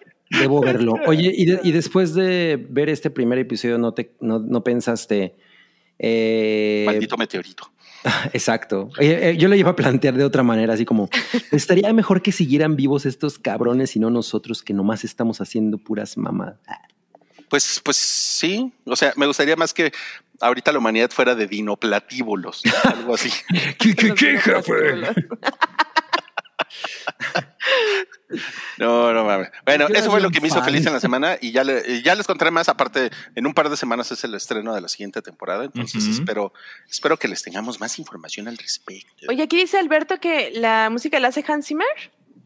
C: Debo verlo. Oye, y, de- y después de ver este primer episodio, ¿no, te, no, no pensaste... eh,
E: Maldito meteorito.
C: Exacto. Oye, eh, yo lo iba a plantear de otra manera, así como, estaría mejor que siguieran vivos estos cabrones y no nosotros que nomás estamos haciendo puras mamadas.
E: Pues, pues sí. O sea, me gustaría más que ahorita la humanidad fuera de dinoplatíbulos. algo así.
G: ¿Qué, qué, qué, jefe?
E: No, no mames. Bueno,
C: Yo
E: eso fue
C: soy
E: lo
C: un
E: que me hizo
C: fan.
E: feliz en la semana y ya, le- eh, ya les contaré más. Aparte, en un par de semanas es el estreno de la siguiente temporada, entonces
B: Ujú.
E: espero, espero que les tengamos más información al respecto.
D: Oye, aquí dice Alberto que la música la hace Hans Zimmer.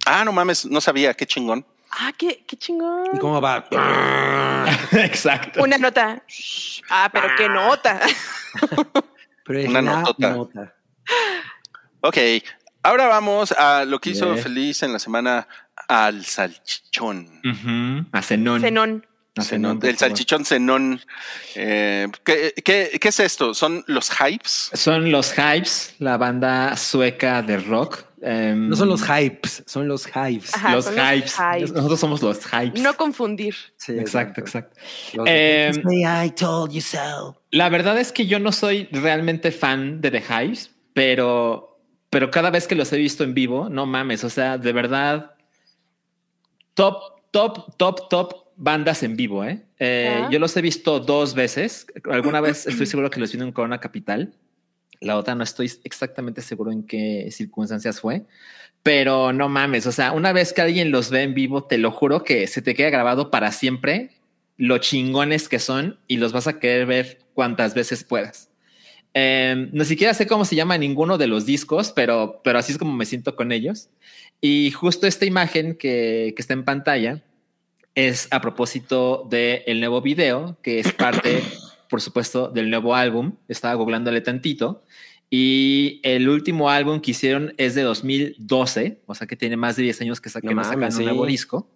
E: Ah, no mames, no sabía, qué chingón.
D: Ah, qué, qué chingón.
C: ¿Y cómo va?
B: Exacto.
D: Una nota. Ah, pero qué nota.
C: Pero es
E: Una
C: la
E: notota.
C: nota.
E: Ok, ahora vamos a lo que hizo
B: Yeah.
E: feliz en la semana al salchichón.
B: Ujú. A Zenón.
D: Zenón.
B: A
E: Zenón,
B: Zenón, por
E: el
B: favor.
E: Mm, salchichón Zenón. Eh, ¿qué, qué, qué es esto? ¿Son los hypes?
B: Son los Hypes, la banda sueca de rock. Em,
C: No son los hypes, son los hives.
D: Ajá,
B: los
D: son los
B: Hypes.
D: Hypes.
B: Nosotros somos los Hypes.
D: No confundir.
C: Sí,
B: exacto, exacto.
C: Los
B: Eh,
C: de- Say I told you so.
B: La verdad es que yo no soy realmente fan de The Hives, pero, pero cada vez que los he visto en vivo, no mames, o sea, de verdad, top, top, top, top bandas en vivo, ¿eh? Eh,
D: Ah.
B: Yo los he visto dos veces, alguna vez estoy seguro que los vi en Corona Capital, la otra no estoy exactamente seguro en qué circunstancias fue, pero no mames, o sea, una vez que alguien los ve en vivo, te lo juro que se te queda grabado para siempre lo chingones que son y los vas a querer ver cuantas veces puedas. Em, ni siquiera sé cómo se llama ninguno de los discos, pero, pero así es como me siento con ellos. Y justo esta imagen que, que está en pantalla es a propósito del el nuevo video, que es parte, por supuesto, del nuevo álbum. Estaba googlándole tantito. Y el último álbum que hicieron es de 2012, o sea que tiene más de 10 años que, sa- que
C: No
B: no sacan
C: mames,
B: un
C: sí.
B: nuevo disco.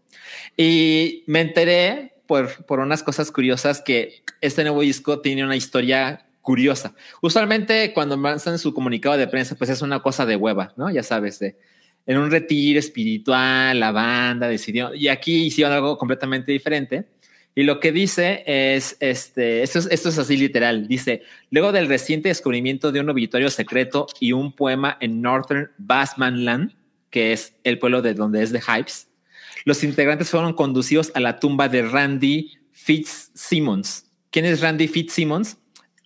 B: Y me enteré por, por unas cosas curiosas que este nuevo disco tiene una historia curiosa. Usualmente cuando lanzan su comunicado de prensa, pues es una cosa de hueva, ¿no? Ya sabes, de, en un retiro espiritual, la banda decidió, y aquí hicieron algo completamente diferente. Y lo que dice es, este, esto es, esto es así literal, dice, luego del reciente descubrimiento de un obituario secreto y un poema en Northern Basmanland, que es el pueblo de donde es de Hypes, los integrantes fueron conducidos a la tumba de Randy Fitzsimmons. ¿Quién es Randy Fitzsimmons?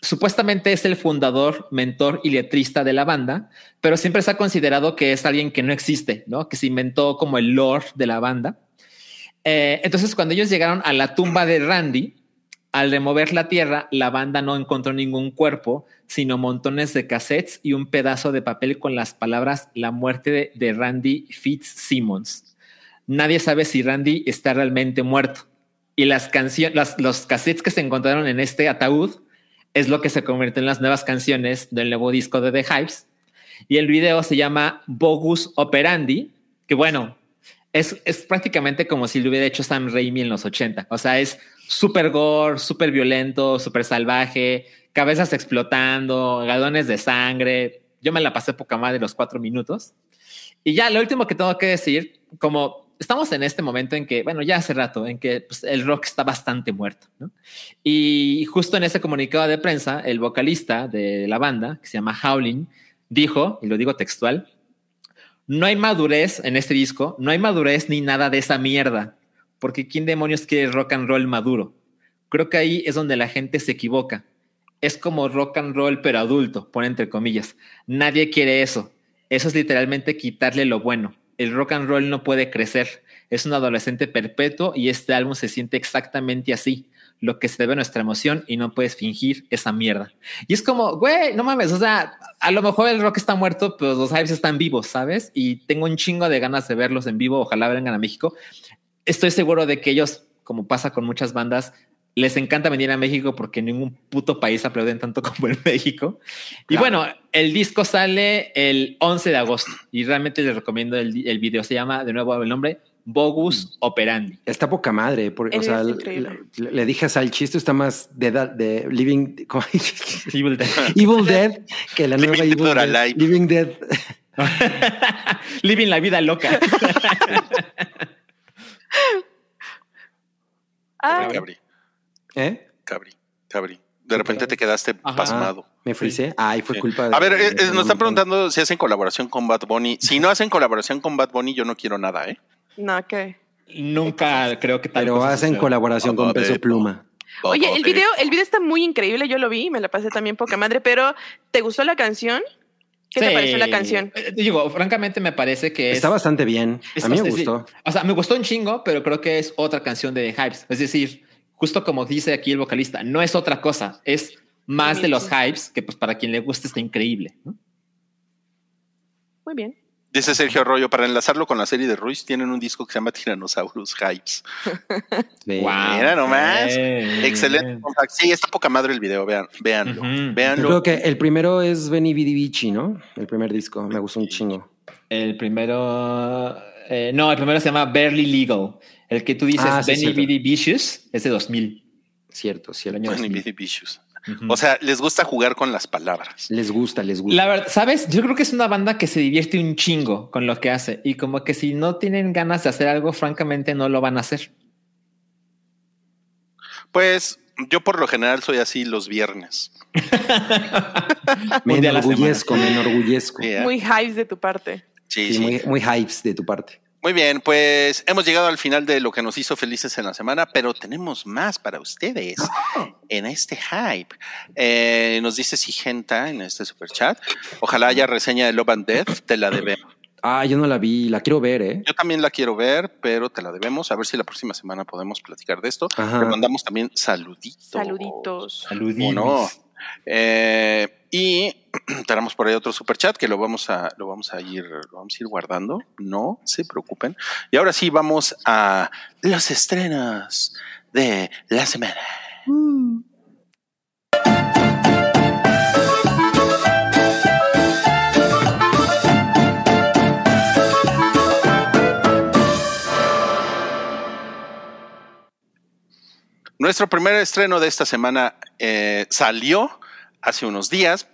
B: Supuestamente es el fundador, mentor y letrista de la banda, pero siempre se ha considerado que es alguien que no existe, ¿no? Que se inventó como el lore de la banda. Eh, entonces, cuando ellos llegaron a la tumba de Randy, al remover la tierra, la banda no encontró ningún cuerpo, sino montones de cassettes y un pedazo de papel con las palabras La muerte de, de Randy Fitzsimmons. Nadie sabe si Randy está realmente muerto. Y las canciones, los cassettes que se encontraron en este ataúd es lo que se convirtió en las nuevas canciones del nuevo disco de The Hives. Y el video se llama Bogus Operandi, que bueno, es, es prácticamente como si lo hubiera hecho Sam Raimi en los 80. O sea, es súper gore, súper violento, súper salvaje, cabezas explotando, galones de sangre. Yo me la pasé poca más de los cuatro minutos. Y ya lo último que tengo que decir, como estamos en este momento en que, bueno, ya hace rato, en que pues, el rock está bastante muerto, ¿no? Y justo en ese comunicado de prensa, el vocalista de la banda, que se llama Howlin, dijo, y lo digo textual, no hay madurez en este disco, no hay madurez ni nada de esa mierda, porque ¿quién demonios quiere rock and roll maduro? Creo que ahí es donde la gente se equivoca. Es como rock and roll pero adulto, pone entre comillas. Nadie quiere eso. Eso es literalmente quitarle lo bueno. El rock and roll no puede crecer. Es un adolescente perpetuo y este álbum se siente exactamente así. Lo que se debe a nuestra emoción y no puedes fingir esa mierda. Y es como, güey, no mames, o sea, a lo mejor el rock está muerto, pero los hypes están vivos, ¿sabes? Y tengo un chingo de ganas de verlos en vivo, ojalá vengan a México. Estoy seguro de que ellos, como pasa con muchas bandas, les encanta venir a México porque en ningún puto país aplauden tanto como en México. Y bueno, el disco sale el 11 de agosto y realmente les recomiendo el, el video. Se llama, de nuevo el nombre,
C: Mm.
B: Bogus Operandi.
C: Está poca madre. por- o
D: Eres
C: sea,
D: increíble.
C: le, le dije a Salchi, esto está más de, edad- de Living ¿cómo?
B: Evil Dead.
C: Evil Dead que la nueva
E: Living
C: Evil
E: Dead or
C: Dead.
E: Alive.
C: Living Dead.
B: Living la vida loca.
D: Ah,
E: Cabri,
C: ¿Eh?
E: cabri, cabri. De repente te quedaste
B: Ajá.
E: pasmado.
C: Ah, me frisé. Ay, fue
E: Sí.
C: culpa
E: A ver,
C: de-
E: eh, eh, nos están preguntando si hacen colaboración con Bad Bunny. Si no hacen colaboración con Bad Bunny, yo no quiero nada, ¿eh?
D: no, que.
B: Nunca creo que tal
C: Pero
B: cosa
C: hacen
B: suceda.
C: colaboración con
E: Ah, de-
C: Peso Pluma.
D: Oye,
E: Bad
D: el
E: Bunny.
D: video, el video está muy increíble, yo lo vi, me la pasé también poca madre, pero ¿te gustó la canción? ¿Qué te
B: Sí.
D: pareció la canción?
B: Eh, Digo, francamente me parece que es-
C: Está bastante bien.
B: es-
C: A mí me
B: es-
C: gustó.
B: O sea, me gustó un chingo, pero creo que es otra canción de The Hypes. Es decir, justo como dice aquí el vocalista, no es otra cosa, es más de los Hypes, que pues para quien le guste está increíble. ¿no?
D: Muy bien.
E: Dice Sergio Arroyo, para enlazarlo con la serie de Ruiz, tienen un disco que se llama Tyrannosaurus Hypes.
C: Sí.
E: mira nomás.
B: Eh.
E: Excelente. compact. Sí, está poca madre el video, vean, véanlo.
B: Ujú.
C: Yo
E: Véanlo.
C: creo que el primero es Benny Bidi Bici, ¿no? El primer disco. Me gustó un chingo.
B: El primero. eh, no, el primero se llama Barely Legal. El que tú dices,
C: Ah, sí,
B: Benny
C: cierto.
B: Bitty Vicious, es de 2000.
C: Cierto,
B: El
C: cierto.
B: año
E: Tony
B: 2000.
E: Bitty Vicious.
B: Ujú.
E: O sea, les gusta jugar con las palabras.
C: Les gusta, les gusta.
B: La verdad, ¿sabes? Yo creo que es una banda que se divierte un chingo con lo que hace y como que si no tienen ganas de hacer algo, francamente no lo van a hacer.
E: Pues yo por lo general soy así los viernes.
C: me
B: Un día a la
C: enorgullezco, me enorgullezco.
E: Sí, ¿eh?
D: Muy hypes de tu parte.
E: Sí,
C: Sí,
E: sí. Muy,
C: Muy, muy hypes de tu parte.
E: bien, pues hemos llegado al final de lo que nos hizo felices en la semana, pero tenemos más para ustedes en este hype. Eh, nos dice Sigenta en este super chat. Ojalá haya reseña de Love and Death, te la debemos.
C: Ah, yo no la vi, la quiero ver, ¿eh?
E: Yo también la quiero ver, pero te la debemos. A ver si la próxima semana podemos platicar de esto.
C: Ajá.
E: Le mandamos también saluditos.
D: Saluditos.
E: ¿O
B: Saludines.
E: no? Eh, y tenemos por ahí otro super chat que lo vamos a lo vamos a ir lo vamos a ir guardando, no se preocupen. Y ahora sí vamos a los estrenos de la semana. Nuestro primer estreno de esta semana eh, salió hace unos días.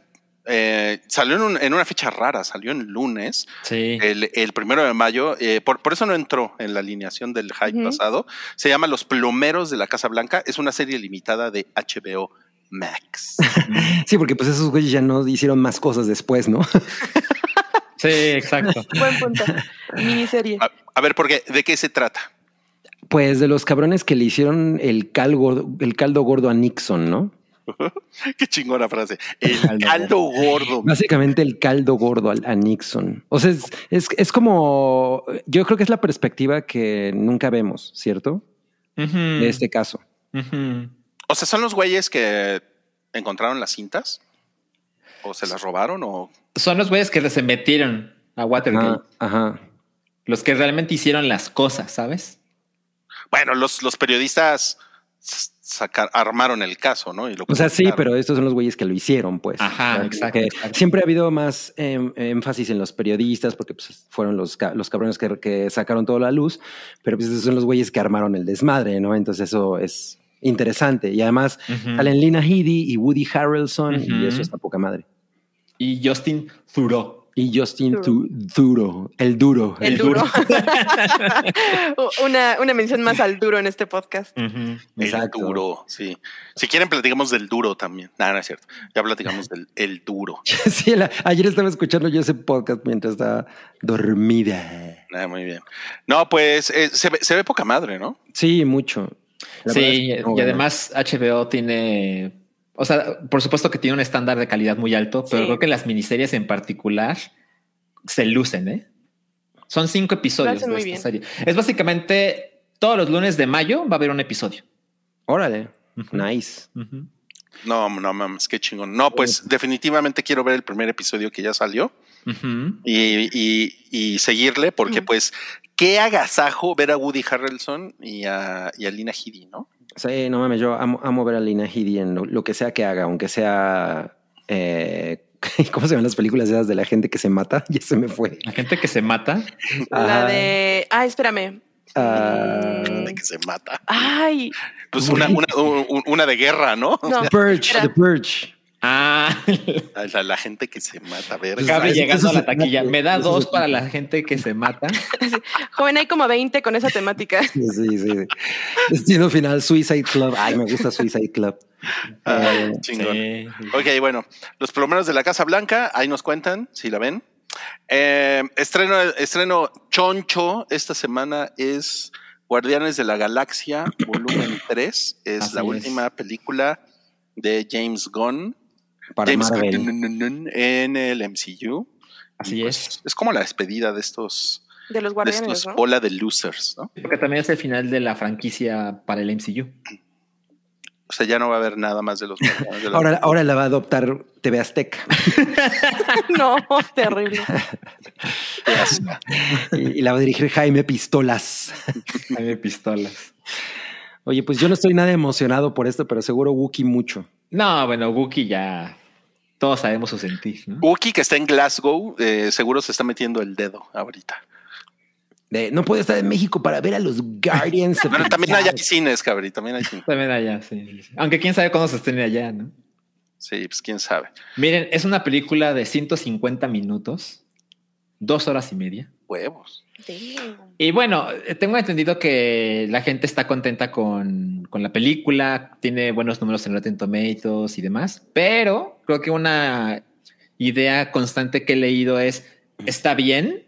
E: eh, salió en, un- en una fecha rara, salió en lunes,
B: Sí.
E: el, el primero de mayo. eh, por, por eso no entró en la alineación del hype
D: Ujú.
E: pasado. Se llama Los Plomeros de la Casa Blanca. Es una serie limitada de HBO Max.
C: Sí, porque pues esos güeyes ya no hicieron más cosas después, ¿no?
B: Sí, exacto.
D: Buen punto. Miniserie.
E: A, a ver, porque ¿de qué se trata?
C: Pues de los cabrones que le hicieron el, cal gordo- el caldo gordo a Nixon, ¿no?
E: Qué chingona frase. El
B: Caldo
E: caldo gordo.
C: Básicamente el caldo gordo al- a, Nixon. O sea, es, es, es como, yo creo que es la perspectiva que nunca vemos, ¿cierto?
B: Ujú.
C: De este caso.
B: Ujú.
E: O sea, son los güeyes que encontraron las cintas o se las robaron o
B: Son los güeyes que se metieron a Watergate.
C: Ajá, ajá.
B: Los que realmente hicieron las cosas, ¿sabes?
E: bueno, los, los periodistas s- sacar, armaron el caso, ¿no? Y lo
C: O sea, sí,
E: publicaron.
C: pero estos son los güeyes que lo hicieron, pues.
B: Ajá,
C: O sea,
B: exacto,
C: que
B: exacto.
C: Siempre ha habido más em, énfasis en los periodistas, porque pues, fueron los, ca- los cabrones que, que sacaron toda la luz, pero pues estos son los güeyes que armaron el desmadre, ¿no? Entonces eso es interesante. Y además
B: Ujú.
C: salen Lina Headey y Woody Harrelson,
B: Mm. Ujú.
C: y eso está poca madre.
B: Y Justin Zuró.
C: Y Justin
D: Duro.
C: Du- Duro, el duro.
D: El duro. una, una mención más al duro en este podcast.
B: Ujú.
E: El
C: Exacto.
E: duro, sí. Si quieren, platicamos del duro también. No, no es cierto. Ya platicamos del el duro.
C: sí, la- ayer estaba escuchando yo ese podcast mientras estaba dormida.
E: Ah, muy bien. No, pues eh, se, ve, se ve poca madre, ¿no?
C: Sí, mucho. La verdad es
B: Sí,
C: que
B: y
C: no, bueno.
B: además HBO tiene, o sea, por supuesto que tiene un estándar de calidad muy alto, pero
D: Sí.
B: creo que las miniseries en particular se lucen, ¿eh? Son cinco episodios
D: hacen
B: de
D: muy
B: esta
D: bien.
B: serie. Es básicamente todos los lunes de mayo va a haber un episodio.
C: Órale,
B: Ujú.
C: nice.
B: Ujú.
E: No, no mames, qué chingón. No, pues definitivamente quiero ver el primer episodio que ya salió
B: Ujú.
E: y, y- y seguirle, porque
D: Ujú.
E: pues qué agasajo ver a Woody Harrelson y a, y a Lina Headey, ¿no?
C: Sí, no mames, yo amo, amo ver a Lina Headey en lo, lo que sea que haga, aunque sea. eh, ¿Cómo se llaman las películas esas de la gente que se mata? Ya se me fue.
B: La gente que se mata.
D: La
C: Ajá.
D: de. Ah, espérame. Mm,
C: Ah,
E: De que se mata.
D: Ay,
E: Pues una, una, un- una de guerra, ¿no?
D: no.
C: Purge,
D: espera.
C: The Purge.
B: Ah,
E: La, la gente que se mata, verga.
B: Gaby
C: eso- eso
B: llegando a la
C: se-
B: taquilla. Me da
C: eso se-
B: dos para la gente que se mata.
D: Joven, hay como 20 con esa temática.
C: Sí, sí, sí. Destino final, Suicide Club. Ay, me gusta Suicide Club.
E: Ah,
B: Sí.
E: chingón. Ok, bueno, los plomeros de la Casa Blanca, ahí nos cuentan, si la ven. Eh, estreno, estreno choncho esta semana es Guardianes de la Galaxia, volumen 3. Es
B: Así
E: la
B: es.
E: última película de James Gunn.
C: Para
E: James
C: Marvel.
E: Gunn en el MCU.
B: Así
E: Y, pues,
B: es.
E: Es como la despedida de estos,
D: De los
E: de
D: guardianes,
E: estos
D: ¿no?
E: bola de losers, ¿no?
B: Porque también es el final de la franquicia para el MCU.
E: O sea, ya no va a haber nada más de los. Guardianes de la-
C: Ahora, ahora la va a adoptar TV Azteca.
D: No, terrible.
C: y, y la va a dirigir Jaime Pistolas.
B: Hay de pistolas.
C: Oye, pues yo no estoy nada emocionado por esto, pero seguro Wookie mucho.
B: No, bueno, Buki ya. Todos sabemos su sentir, ¿no?
E: Wookie, que está en Glasgow, eh, seguro se está metiendo el dedo ahorita.
C: De, no puedo estar en México para ver a los Guardians. of
E: Bueno,
C: the
E: también hay, hay
C: Galaxy".
E: cines, cabrón, también hay cines.
B: También allá, sí, sí, sí. Aunque quién sabe cuándo se estrene allá, ¿no?
E: Sí, pues quién sabe.
B: Miren, es una película de 150 minutos, dos horas y media.
E: Huevos.
B: Y bueno, eh, tengo entendido que la gente está contenta con, con la película, tiene buenos números en Rotten Tomatoes y demás, pero creo que una idea constante que he leído es, está bien,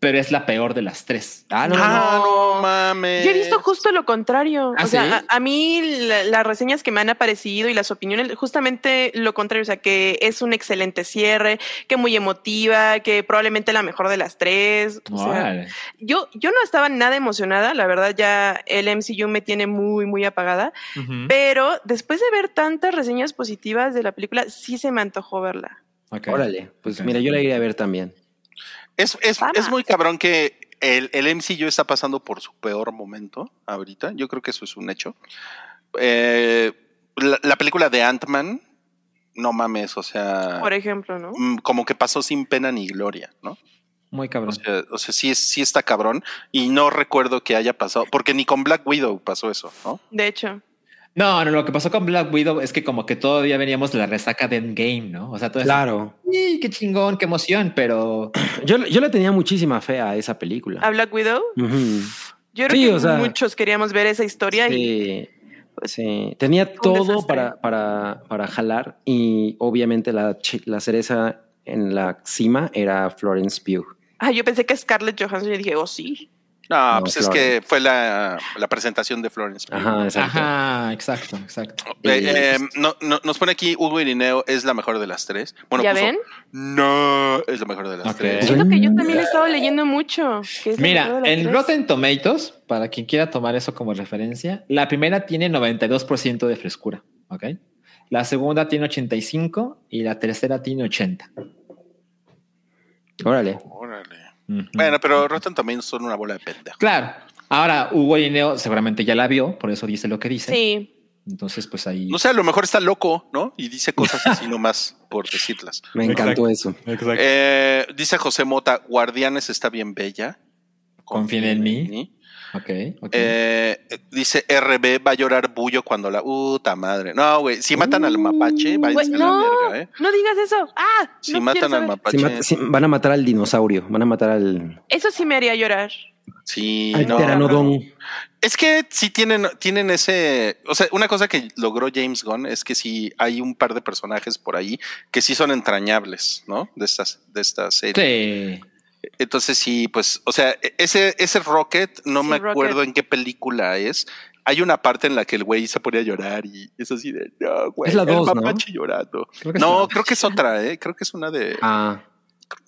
B: pero es la peor de las tres.
C: Ah, no, no, no.
E: ah, no, mames.
D: Yo he visto justo lo contrario.
B: ¿Ah,
D: o sea,
B: sí?
D: a, a mí la- las reseñas que me han aparecido y las opiniones, justamente lo contrario. O sea, que es un excelente cierre, que muy emotiva, que probablemente la mejor de las tres. O sea,
B: Órale.
D: yo, yo no estaba nada emocionada. La verdad, ya el MCU me tiene muy, muy apagada.
B: Ujú.
D: Pero después de ver tantas reseñas positivas de la película, sí se me antojó verla.
B: Ok.
C: Órale, pues
B: Ok.
C: mira, yo la iré a ver también.
E: Es, es,
D: Vamos.
E: es muy cabrón que el, el MCU está pasando por su peor momento ahorita. Yo creo que eso es un hecho. Eh, la, la película de Ant-Man, no mames, o
C: Ah.
E: sea,
D: Por ejemplo, ¿no?
E: mm, como que pasó sin pena ni gloria, ¿no?
B: Muy cabrón.
E: O sea, o sea, sí, es- sí está cabrón y no recuerdo que haya pasado, porque ni con Black Widow pasó eso, ¿no?
D: De hecho.
B: No, no, lo que pasó con Black Widow es que como que todavía veníamos de la resaca de Endgame, ¿no? O sea, todo eso,
C: Claro.
B: "Sí, qué chingón, qué emoción, pero
C: Yo, yo le tenía muchísima fe a esa película.
D: ¿A Black Widow?
C: Ujú.
D: Yo creo
C: Ah. Sí,
D: que
C: o sea,
D: muchos queríamos ver esa historia y
C: Sí, sí. Tenía todo
D: desastre.
C: para, para, para jalar y obviamente la, chi- la cereza en la cima era Florence Pugh.
D: Ah, yo pensé que Scarlett Johansson y dije, oh sí.
E: No,
C: No,
E: pues
C: claro.
E: es que fue la, la presentación de Florence. Pugh.
C: Ajá, exacto.
B: ajá, exacto, exacto. pues,
E: Eh, eh, no- no- nos pone aquí Hugo Irineo es la mejor de las tres. Bueno,
D: ¿Ya
E: puso,
D: ven?
E: No, es la mejor de las
B: Ok.
D: Es
E: tres.
D: lo que yo también he estado leyendo mucho. que es la
B: Mira,
D: mejor de las
B: en
D: tres.
B: Rotten Tomatoes, para quien quiera tomar eso como referencia, la primera tiene 92% de frescura, ¿ok? La segunda tiene 85 y la tercera tiene 80.
C: Órale.
E: Órale.
B: Ujú.
E: Bueno, pero Rotten también son una bola de pendejo.
B: claro. Ahora, Hugo Lineo seguramente ya la vio, por eso dice lo que dice.
D: Sí.
B: Entonces, pues ahí...
E: No sé, a lo mejor está loco, ¿no? Y dice cosas así nomás por decirlas.
C: Me encantó eso.
E: Eh, dice José Mota, Guardianes está bien bella.
B: Confíen en mí. Ok, ok.
E: Eh, dice RB va a llorar bullo cuando la... Puta madre. No, güey, si matan al mapache, váyanse
D: Uh, Güey,
E: a la
D: no.
E: verga, ¿eh?
D: No digas eso. Ah,
E: Si
D: no quiero
E: matan al
D: saber.
E: mapache.
C: Sí, mat- sí, van a matar al dinosaurio, van a matar al,
D: Eso sí me haría llorar.
E: sí,
C: al
E: no.
C: pteranodón.
E: Es que sí tienen, tienen ese. O sea, una cosa que logró James Gunn es que sí hay un par de personajes por ahí que sí son entrañables, ¿no? De estas, de esta serie.
B: Sí.
E: Entonces, sí, pues, o sea, e- ese, ese Rocket, no
D: Sí,
E: me
D: Rocket.
E: acuerdo en qué película es. Hay una parte en la que el güey se pone a llorar y es así de no, güey.
C: Es la
E: el
C: dos, ¿no?
E: mapache llorando.
B: Creo que
E: No,
B: sí.
E: creo que es otra, eh. Creo que es una de.
C: Ah,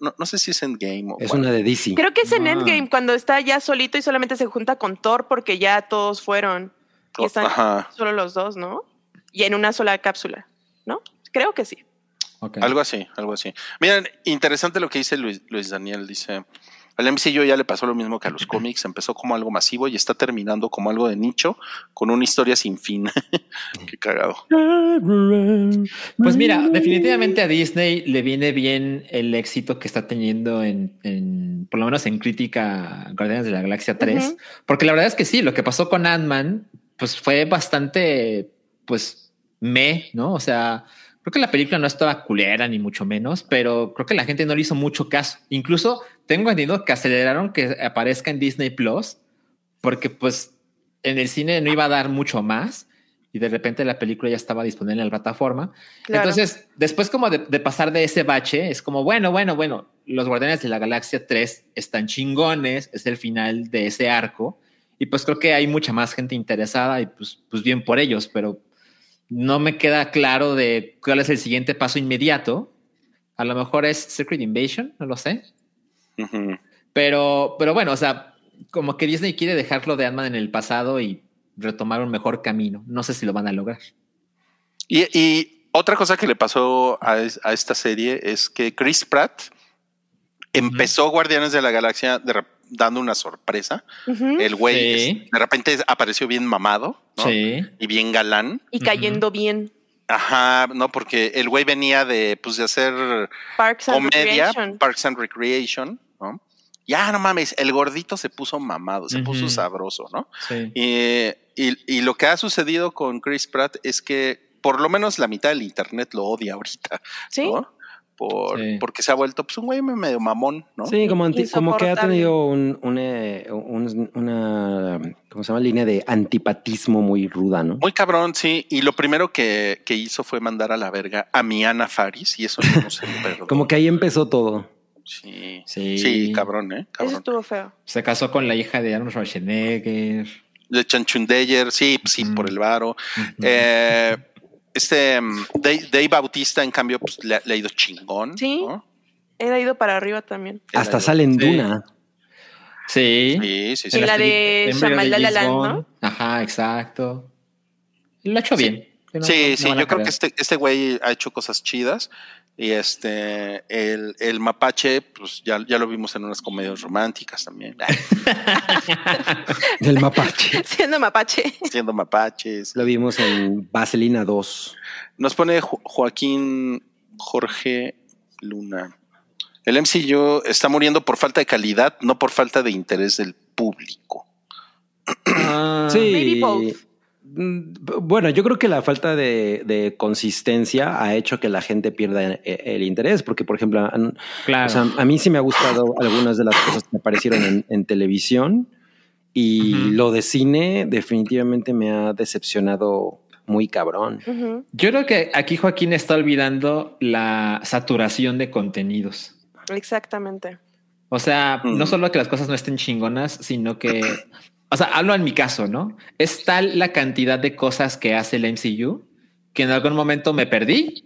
E: No, no sé si es Endgame o
C: es
E: cuál.
C: una de DC.
D: Creo que es en
B: Ah.
D: Endgame cuando está ya solito y solamente se junta con Thor porque ya todos fueron. Y están
E: Oh, Ajá.
D: solo los dos, ¿no? Y en una sola cápsula, ¿no? Creo que sí.
B: Ok.
E: Algo así, algo así. Miren, interesante lo que dice Luis, Luis Daniel. Dice, Al MCU ya le pasó lo mismo que a los cómics, empezó como algo masivo y está terminando como algo de nicho, con una historia sin fin. Qué cagado.
B: Pues mira, definitivamente a Disney le viene bien el éxito que está teniendo en, en por lo menos en crítica Guardianes de la Galaxia 3,
D: Ujú.
B: porque la verdad es que sí, lo que pasó con Ant-Man, pues fue bastante, pues, me, ¿no? O sea, creo que la película no estaba culera ni mucho menos, pero creo que la gente no le hizo mucho caso. Incluso tengo entendido que aceleraron que aparezca en Disney Plus, porque pues en el cine no iba a dar mucho más y de repente la película ya estaba disponible en la plataforma.
D: Claro.
B: Entonces, después como de, de pasar de ese bache, es como, bueno, bueno, bueno, los Guardianes de la Galaxia 3 están chingones, es el final de ese arco, y pues creo que hay mucha más gente interesada y pues, pues bien por ellos, pero no me queda claro de cuál es el siguiente paso inmediato. A lo mejor es Secret Invasion, no lo sé.
E: Ujú.
B: Pero, pero bueno, o sea, como que Disney quiere dejarlo de Ant-Man en el pasado y retomar un mejor camino. No sé si lo van a lograr.
E: Y, y otra cosa que le pasó a, es- a esta serie es que Chris Pratt empezó Guardianes de la Galaxia de rep- dando una sorpresa.
D: Ujú.
E: El güey
B: Sí.
E: es- de repente apareció bien mamado ¿no?
B: Sí.
E: y bien galán.
D: Y cayendo bien.
E: Ajá, no, porque el güey venía de, pues, de hacer
D: Parks and
E: comedia,
D: Recreation.
E: Parks and Recreation, ¿no? Ya, no mames, el gordito se puso mamado, se puso
B: Ujú.
E: sabroso, ¿no?
B: Sí.
E: Eh, y, y lo que ha sucedido con Chris Pratt es que por lo menos la mitad del internet lo odia ahorita,
D: Sí.
E: ¿no? Por,
B: Sí.
E: porque se ha vuelto pues un güey medio mamón, ¿no?
C: Sí, como, anti- como que ha
D: Insoportable.
C: tenido un- un, eh, un- una, ¿cómo se llama? Línea de antipatismo muy ruda, ¿no?
E: Muy cabrón, sí. Y lo primero que, que hizo fue mandar a la verga a mi Ana Faris y eso no se le perdona.
C: Como que ahí empezó todo.
E: Sí.
B: Sí.
E: Sí, cabrón, ¿eh?
D: Eso
E: Cabrón.
D: estuvo feo.
B: Se casó con la hija de Arnold Schwarzenegger.
E: De Chanchundeyer, sí, pues, sí,
B: Mm.
E: por el varo. Eh, este mm, Dave, Dave Bautista, en cambio, pues le, ha- le ha ido chingón.
D: Sí.
E: ¿no?
D: Era ido para arriba también.
E: Le ha
C: Hasta
E: ido-
C: sale en
B: Sí.
C: Duna.
B: sí.
E: Sí, sí, sí.
D: En la de
B: película- en la de
D: Shyamalan,
B: James
D: ¿no?
B: Bond. Ajá, exacto. Lo ha hecho
E: Sí.
B: bien. No-
E: Sí,
B: no
E: sí,
B: van a
E: yo creo
B: cargar.
E: que este, este güey ha hecho cosas chidas. Y este, el, el mapache, pues ya, ya lo vimos en unas comedias románticas también, ah, Ay,
C: Del mapache.
D: Siendo mapache.
E: siendo mapaches.
C: Lo vimos en Vaselina 2.
E: Nos pone Jo- Joaquín Jorge Luna. El MCU está muriendo por falta de calidad, no por falta de interés del público.
B: Ah,
D: Maybe both.
C: Mm, b- Bueno, yo creo que la falta de, de consistencia ha hecho que la gente pierda e- el interés, porque por ejemplo, an-
B: Claro.
C: o sea, a mí sí me ha gustado algunas de las cosas que me aparecieron en, en televisión y
B: Ujú.
C: lo de cine definitivamente me ha decepcionado muy cabrón.
D: Ujú.
B: yo creo que aquí Joaquín está olvidando la saturación de contenidos.
D: Exactamente.
B: O sea, no
E: Mm.
B: solo que las cosas no estén chingonas, sino que, o sea, hablo en mi caso, ¿no? Es tal la cantidad de cosas que hace el MCU que en algún momento me perdí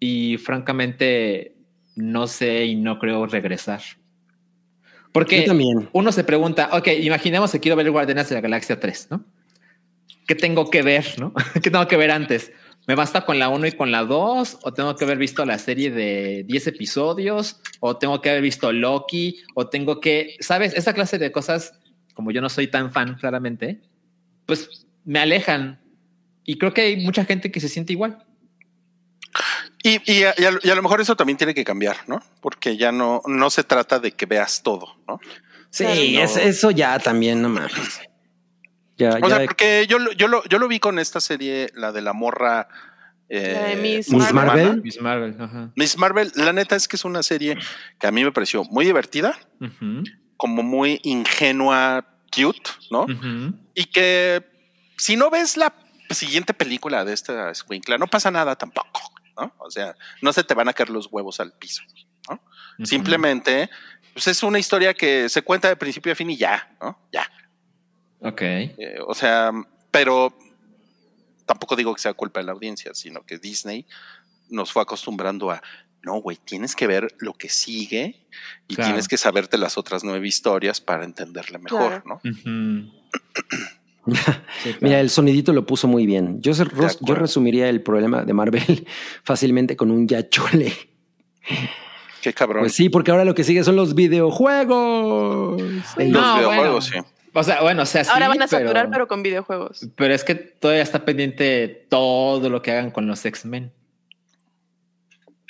B: y francamente no sé y no creo regresar. Porque
C: Yo también.
B: uno se pregunta, ok, imaginemos que quiero ver Guardianes de la Galaxia 3, ¿no? ¿Qué tengo que ver, no? ¿Qué tengo que ver antes? ¿Me basta con la 1 y con la 2? ¿O tengo que haber visto la serie de 10 episodios? ¿O tengo que haber visto Loki? ¿O tengo que, sabes, esa clase de cosas, como yo no soy tan fan claramente, pues me alejan. Y creo que hay mucha gente que se siente igual.
E: Y, y a, y a lo- y a lo mejor eso también tiene que cambiar, ¿no? Porque ya no, no se trata de que veas todo, ¿no?
C: Sí,
D: Claro.
C: es- eso ya también, no mames. Ya,
E: Oh. O
C: Ah, ya-
E: sea, porque yo, lo- yo, lo, yo lo vi con esta serie, la de la morra. eh,
D: La de Miss
C: Miss
E: musulmana.
C: Marvel.
B: Miss Marvel, ajá.
E: Miss Marvel, la neta es que es una serie que a mí me pareció muy divertida,
B: Ujú,
E: como muy ingenua, cute, ¿no?
C: Mm.
B: ujú.
E: Y que si no ves la siguiente película de esta escuincla, no pasa nada tampoco, ¿no? O sea, no se te van a caer los huevos al piso.
B: Ujú.
E: Simplemente, pues es una historia que se cuenta de principio a fin y ya, ¿no? Ya.
B: Ok.
E: Eh, o sea, pero tampoco digo que sea culpa de la audiencia, sino que Disney nos fue acostumbrando a, no, güey, tienes que ver lo que sigue y
B: Claro.
E: tienes que saberte las otras nueve historias para entenderle mejor,
D: Claro.
E: ¿no?
B: Ujú. Sí, claro.
C: Mira, el sonidito lo puso muy bien. Yo, se- yo
E: acuerdo.
C: resumiría el problema de Marvel fácilmente con un ya chole.
E: Qué cabrón.
C: Pues sí, porque ahora lo que sigue son los videojuegos.
E: Los
B: No,
E: videojuegos,
B: bueno.
E: sí.
B: O sea, bueno, o sea, sí,
D: Ahora van a saturar,
B: pero,
D: pero con videojuegos.
B: pero es que todavía está pendiente todo lo que hagan con los X-Men.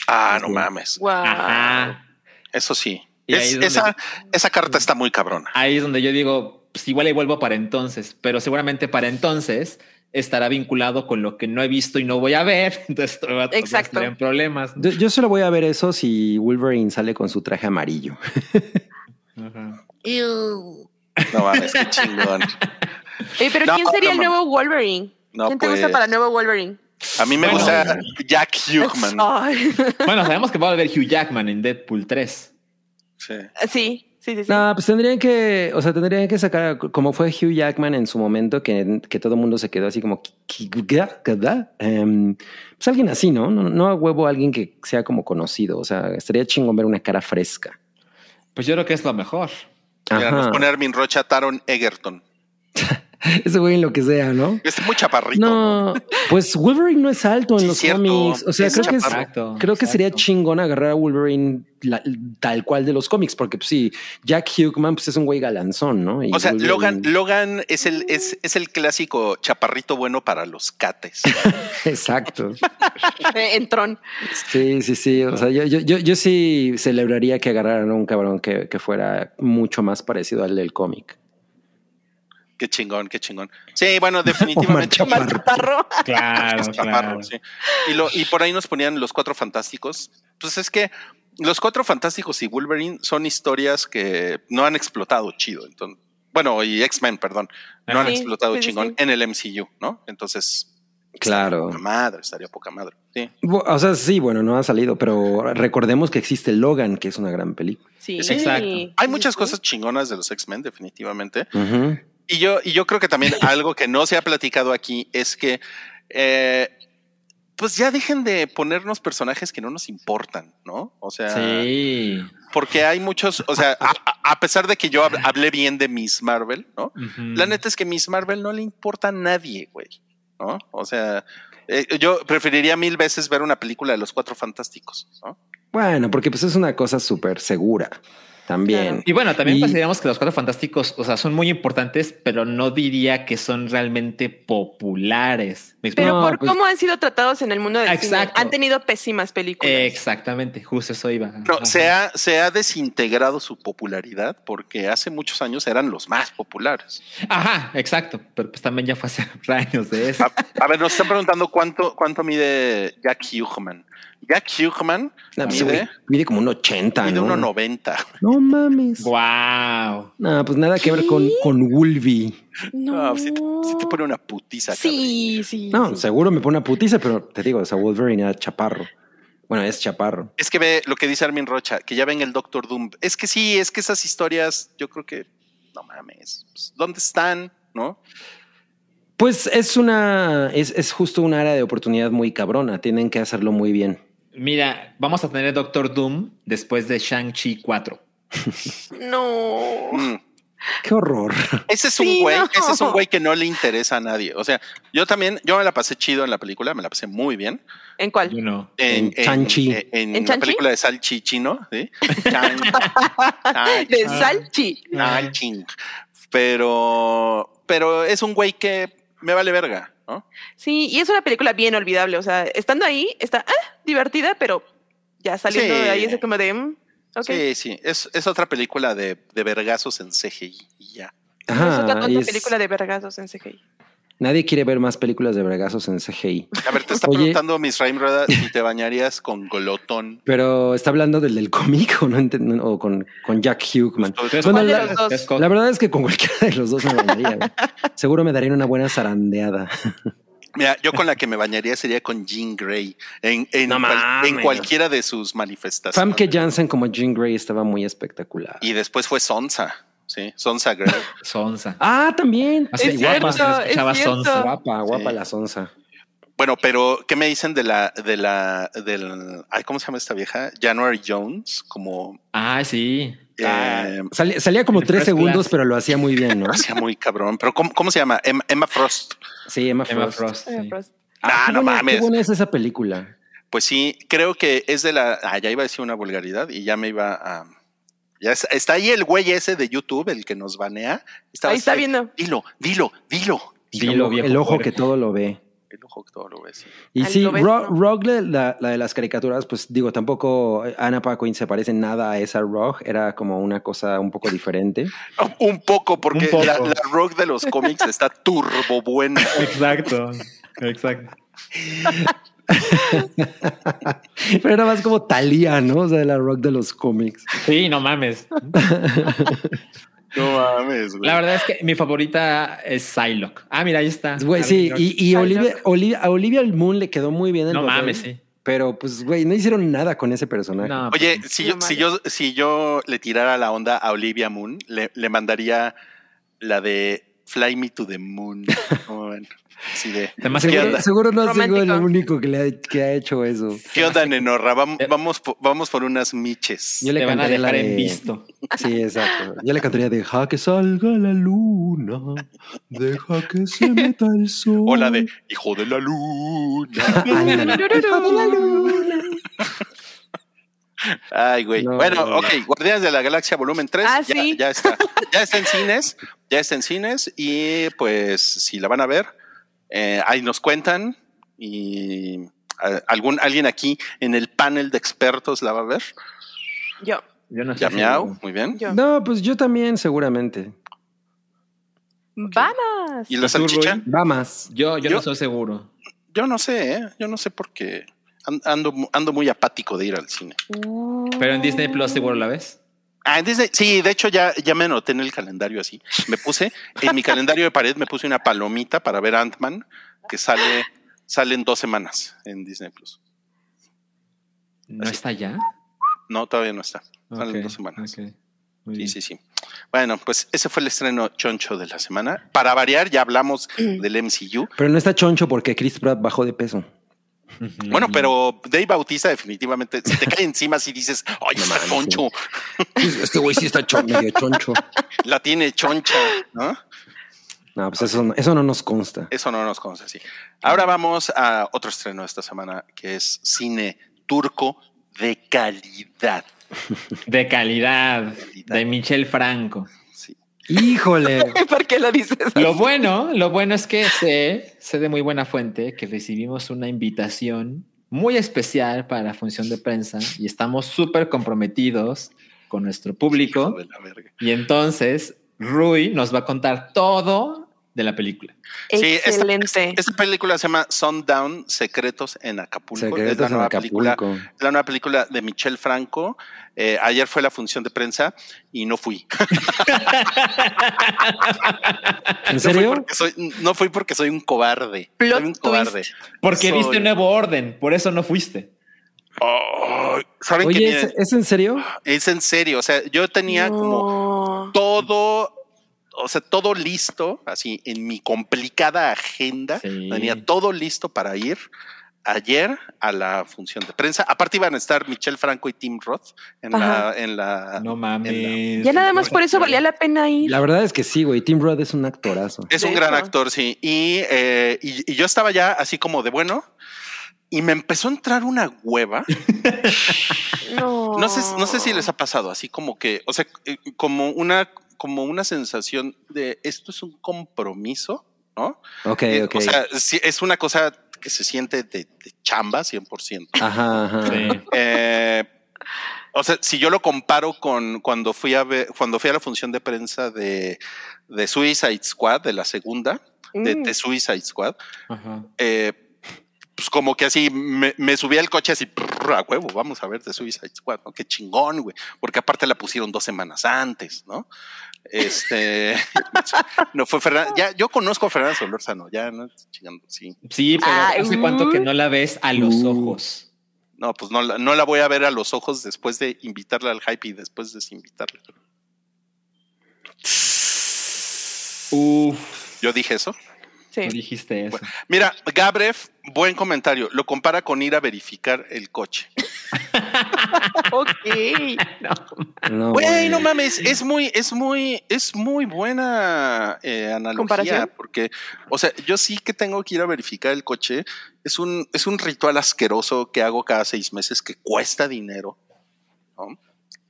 E: Ah, no mames.
D: Wow.
B: Ajá.
E: Eso sí.
B: Pues Y ahí
E: Es-
B: es donde-
E: esa, esa carta está muy cabrona.
B: Ahí es donde yo digo, pues igual y vuelvo para entonces, pero seguramente para entonces estará vinculado con lo que no he visto y no voy a ver. Entonces,
D: Exacto.
B: Exacto. en problemas.
C: Yo, yo solo voy a ver eso si Wolverine sale con su traje amarillo.
B: Ajá.
F: Ew.
E: No mames, qué chingón.
D: Oye, pero
E: No,
D: ¿quién sería el
E: no,
D: nuevo Wolverine?
E: No,
D: ¿Quién te gusta
E: pues.
D: para el nuevo Wolverine?
E: A mí me
B: Bueno.
E: gusta Jack Hughman.
D: Ay,
B: Bueno, sabemos que va a haber Hugh Jackman en Deadpool 3.
E: Sí.
D: sí, sí, sí. sí.
C: No, pues tendrían que, o sea, tendrían que sacar, a- como fue Hugh Jackman en su momento, que, que todo el mundo se quedó así como, "¿Qué- qué- qué- qué da?" Em, pues alguien así, ¿no? ¿no? No a huevo alguien que sea como conocido. O sea, estaría chingón ver una cara fresca.
B: Pues yo creo que es lo mejor.
E: Mira, nos
C: Ajá.
E: pone Armin Rocha Taron Egerton.
C: Ese güey en lo que sea, ¿no?
E: Es muy chaparrito.
C: No, pues Wolverine no es alto en
E: Sí,
C: los
E: cierto.
C: cómics. O sea,
E: Es
C: creo que, es-
B: chaparro.
C: creo que sería
B: Exacto.
C: chingón agarrar a Wolverine la- tal cual de los cómics, porque pues, sí, Jack Hughman pues, es un güey galanzón, ¿no? Y
E: O sea,
C: Wolverine-
E: Logan, Logan es el, es, es el clásico chaparrito bueno para los cates.
C: Exacto.
D: Eh, En Tron.
C: Sí, sí, sí. O sea, yo, yo, yo, yo sí celebraría que agarraran a un cabrón que, que fuera mucho más parecido al del cómic.
E: Qué chingón, qué chingón. Sí, bueno,
C: Omar
E: definitivamente.
C: Chaparro.
D: Más chaparro.
B: Claro,
E: Los Chaparro, sí. y, lo- y por ahí nos ponían los cuatro fantásticos. Pues es que los cuatro fantásticos y Wolverine son historias que no han explotado chido. Entonces, bueno, y X-Men, perdón, no han
D: Ah, Sí,
E: explotado
D: sí, sí,
E: chingón
D: sí.
E: en el MCU, ¿no? Entonces,
C: Claro.
E: poca madre, estaría poca madre. Sí.
C: Bu- O sea, sí, bueno, no ha salido, pero recordemos que existe Logan, que es una gran película.
D: Sí,
E: Sí,
B: exacto.
E: Hay
D: Sí,
E: muchas
D: sí.
E: cosas chingonas de los X-Men, definitivamente.
C: Ujú.
E: Y yo, y yo creo que también algo que no se ha platicado aquí es que, eh, pues ya dejen de ponernos personajes que no nos importan, ¿no? O sea,
B: Sí.
E: porque hay muchos, o sea, a, a- a pesar de que yo hab- hablé bien de Miss Marvel, ¿no?
B: Ujú.
E: La neta es que Miss Marvel no le importa a nadie, güey, ¿no? O sea, eh, yo preferiría mil veces ver una película de los Cuatro Fantásticos, ¿no?
C: Bueno, porque pues es una cosa súper segura también.
B: Y bueno, también
C: Y-
B: consideramos que los cuatro fantásticos, o sea, son muy importantes, pero no diría que son realmente populares. ¿Me
D: Pero
B: explico?
C: No,
D: por
C: pues-
D: cómo han sido tratados en el mundo del cine,
B: Exacto.
D: han tenido pésimas películas.
B: Exactamente, justo eso iba.
E: No,
B: Ajá.
E: se ha, se ha desintegrado su popularidad porque hace muchos años eran los más populares.
B: Ajá, exacto. Pero pues también ya fue hace años de eso.
E: A, a ver, nos están preguntando cuánto, cuánto mide Jack Hughman. Jack Hughman
C: No,
B: Ah,
C: pues,
E: mide-
C: güey, mide como un 80,
E: mide
C: ¿no?
E: 1,90.
C: No mames.
B: wow.
C: No, pues nada que ver con, con Wolvie.
D: No,
E: No, Ah, sí te, sí te pone una putiza.
D: Sí, sí.
C: No,
D: sí.
C: seguro me pone una putiza, pero te digo, o sea, Wolverine era chaparro. Bueno, es chaparro.
E: Es que ve lo que dice Armin Rocha, que ya ven el Doctor Doom. Es que sí, es que esas historias, yo creo que, no mames, pues, ¿dónde están? ¿No?
C: Pues es una, es, es justo un área de oportunidad muy cabrona. Tienen que hacerlo muy bien.
B: Mira, vamos a tener Doctor Doom después de Shang-Chi 4.
D: No.
E: Mm.
C: Qué horror.
E: Ese es un
D: Sí,
E: güey,
D: no.
E: ese es un güey que no le interesa a nadie. O sea, yo también, yo me la pasé chido en la película, me la pasé muy bien.
D: ¿En cuál?
B: You know.
E: En,
C: En Chanchi.
E: En, en
D: ¿En
E: la
D: Chanchi?
E: película de Salchi Chino, ¿sí? Chan-
C: Ah.
E: Chan-
D: De Salchi.
E: Chan- Ching. Pero, pero es un güey que me vale verga, ¿no?
D: Sí, y es una película bien olvidable. O sea, estando ahí, está ah, divertida, pero ya saliendo
E: Sí.
D: de ahí es como de. mm, ok.
E: Sí, sí. Es, es otra película de, de vergazos en CGI y ya.
D: es otra
C: Ajá,
D: tonta
C: es-
D: película de vergazos en CGI.
C: Nadie quiere ver más películas de bregazos en CGI.
E: A ver, te está
C: Oye.
E: preguntando Miss Raim Rueda si te bañarías con glotón.
C: Pero está hablando del del cómic o no entiendo, o con, con Jack Hughman.
E: Entonces,
C: Bueno,
D: ¿Cuál de
C: la-
D: los dos?
C: La verdad es que con cualquiera de los dos me daría. Seguro me darían una buena zarandeada.
E: mira, yo con la que me bañaría sería con Jean Grey en, en,
C: No
E: cual-
C: mames.
E: en cualquiera de sus manifestaciones.
C: Famke Janssen como Jean Grey estaba muy espectacular.
E: Y después fue Sonsa, sí, Sonsa Grey.
B: Sonsa.
C: Ah, también.
B: Así
D: Es
B: guapa,
D: cierto,
B: se escuchaba
D: es cierto.
B: Sonsa.
C: Guapa, guapa
E: Sí.
C: la sonza.
E: Bueno, pero ¿qué me dicen de la, de la, del, ay, ¿cómo se llama esta vieja? January Jones, como
B: Ah, sí.
E: eh,
C: Salía, salía como
B: El
C: tres
B: first
C: segundos,
B: class.
C: pero lo hacía muy bien, ¿no?
E: hacía muy cabrón. Pero ¿cómo, cómo se llama? Em- Emma Frost.
C: Sí, Emma Frost.
B: Emma Frost.
D: Eh,
B: sí.
D: pues,
E: Ah,
C: qué
E: no
C: buena-
E: mames.
C: Qué buena es esa película.
E: pues sí, creo que es de la. Ah, ya iba a decir una vulgaridad y ya me iba a. Ya es- está ahí el güey ese de YouTube, el que nos banea. Estaba
D: Ahí está
E: así,
D: viendo.
E: Dilo, dilo, dilo.
B: Dilo, viejo
C: el ojo
B: puerco.
C: que todo lo ve.
E: El ojo que todo lo ve, sí.
C: Y
D: Al
C: sí,
D: lo ves,
C: Ro-
D: ¿no?
C: Rogue, la, la de las caricaturas, pues digo, tampoco Ana Paquin se parece en nada a esa Rogue, era como una cosa un poco diferente.
E: Ah, Un poco, porque
B: Un poco.
E: La, la rock de los cómics está turbo buena.
B: Exacto, exacto.
C: Pero era más como Talía, ¿no? O sea, la Rogue de los cómics.
B: Sí, no mames.
E: No mames, güey.
B: La verdad es que mi favorita es Psylocke. Ah, mira, ahí está.
C: Güey, sí,
B: Harvey
C: y, y
D: Psylocke.
C: Olivia, Olivia, a Olivia Moon le quedó muy bien el
B: No
C: papel,
B: mames, sí.
C: Pero pues, güey, no hicieron nada con ese personaje.
B: No,
E: Oye, si yo,
D: No
E: si yo, si yo le tirara la onda a Olivia Moon, le, le mandaría la de Fly Me to the Moon. ¿Cómo ven? Así de.
B: te más
E: ¿qué
B: que
E: onda?
C: Seguro, seguro no ha sido
D: Romántico.
C: el único que, le ha, que ha hecho eso.
E: ¿Qué onda, Nenorra? Vam- Vamos, po- vamos por unas miches.
C: Yo le
B: te van a
C: cantaría la
B: dejar
C: de-
B: en visto.
C: Sí, exacto. Yo le cantaría Deja que salga la luna, deja que se meta el sol.
E: O la de Hijo de la Luna. Ay, güey.
C: No,
E: bueno,
C: no, no.
E: ok, Guardianes de la Galaxia Volumen 3.
D: Ah,
E: ya,
D: sí.
E: ya está. Ya está en cines. Ya está en cines. Y pues, si la van a ver, eh, ahí nos cuentan. Y a- algún, alguien aquí en el panel de expertos la va a ver.
D: Yo,
B: Yo no sé
E: Ya
B: si-
E: miau, muy bien.
D: yo.
C: No, pues yo también, seguramente.
D: Vanas.
E: ¿Y la salchicha?
C: Va más.
B: Yo, yo
E: Yo-
B: no estoy seguro.
E: Yo no sé, ¿eh? Yo no sé por qué. An- Ando, mu- ando muy apático de ir al cine.
B: Pero en Disney Plus seguro la ves.
E: Ah, en Disney- sí, de hecho ya, ya me anoté en el calendario así. Me puse, en mi calendario de pared me puse una palomita para ver Ant-Man, que sale, sale en dos semanas en Disney Plus.
B: ¿No
E: Así.
B: está ya?
E: No, todavía no está. Sale en
B: Ok,
E: dos semanas.
B: ok. Muy
E: Sí,
B: bien.
E: sí, sí. Bueno, pues ese fue el estreno choncho de la semana. Para variar, ya hablamos del MCU.
C: Pero no está choncho porque Chris Pratt bajó de peso.
B: Ujú.
E: Bueno, pero Dave Bautista definitivamente se te cae encima si dices, ay, está choncho,
C: Este güey sí está choncho, medio choncho.
E: la tiene choncha, ¿no?
C: No, pues eso, no- eso no nos consta.
E: Eso no nos conoce así. Ahora vamos a otro estreno de esta semana que es cine turco de calidad.
B: De calidad.
E: Calidad.
B: De Michel Franco.
E: Sí.
C: Híjole.
D: ¿Por qué lo dices?
B: Lo bueno, lo bueno es que sé, sé de muy buena fuente que recibimos una invitación muy especial para la función de prensa y estamos súper comprometidos con nuestro
E: Hijo
B: público.
E: de la verga.
B: Y entonces Rui nos va a contar todo de la película.
E: Sí, esta-
D: Excelente.
E: Esta película se llama Sundown, Secretos en Acapulco. es la
C: Secretos en
E: nueva película.
C: Acapulco.
E: La nueva película de Michel Franco. Eh, ayer fue la función de prensa y no fui.
C: ¿En
E: No fui,
C: serio?
E: porque soy, no fui porque soy un cobarde.
D: Plot
E: soy un
D: twist.
E: cobarde.
B: Porque
E: Soy-
B: viste un nuevo orden, por eso no fuiste.
E: Ay, ¿Saben qué?
C: Oye,
E: Miren,
C: ¿es, es en serio?
E: es en serio. O sea, yo tenía como
D: No.
E: todo, o sea, todo listo, así en mi complicada agenda,
B: Sí.
E: tenía todo listo para ir ayer a la función de prensa. Aparte iban a estar Michelle Franco y Tim Roth en la, en la
B: No mames.
D: Ya nada más por eso valía la pena ir.
C: La verdad es que sí, güey. Tim Roth es un actorazo.
E: Es un
D: De
E: gran
D: hecho.
E: actor, sí. Y, eh, y- y yo estaba ya así como de bueno. Y me empezó a entrar una hueva.
D: No.
E: No sé, no sé si les ha pasado, así como que, o sea, eh, como una, como una sensación de esto es un compromiso, ¿no?
C: Ok,
E: Eh,
C: ok.
E: O sea, sí, es una cosa que se siente de, de chamba 100%.
C: ajá, ajá.
E: Eh, o sea, si yo lo comparo con cuando fui a ver- cuando fui a la función de prensa de, de Suicide Squad, de la segunda, de,
D: Mm.
E: de Suicide Squad, eh, pues como que así me, me subí al coche así, prr, a huevo, vamos a ver de Suicide Squad, ¿no? Qué chingón, güey. Porque aparte la pusieron dos semanas antes, ¿no? Este, no fue Fernández, ya, yo conozco a Fernando Solórzano, ya, no, chingando, sí.
B: Sí, pero
D: Ay,
B: hace
D: uh.
B: cuánto que no la ves a los
C: Uh.
B: ojos.
E: No, pues no, la- no la voy a ver a los ojos después de invitarla al hype y después desinvitarla.
B: Uf,
E: Yo dije eso.
B: no
D: Sí.
B: dijiste eso.
E: Mira, Gabrev, buen comentario, lo compara con ir a verificar el coche.
D: ok.
C: No,
E: Güey,
C: güey.
E: no mames, es muy, es muy, es muy buena eh, analogía.
D: ¿Comparación?
E: Porque, o sea, yo sí que tengo que ir a verificar el coche. Es un, es un ritual asqueroso que hago cada seis meses que cuesta dinero. ¿no?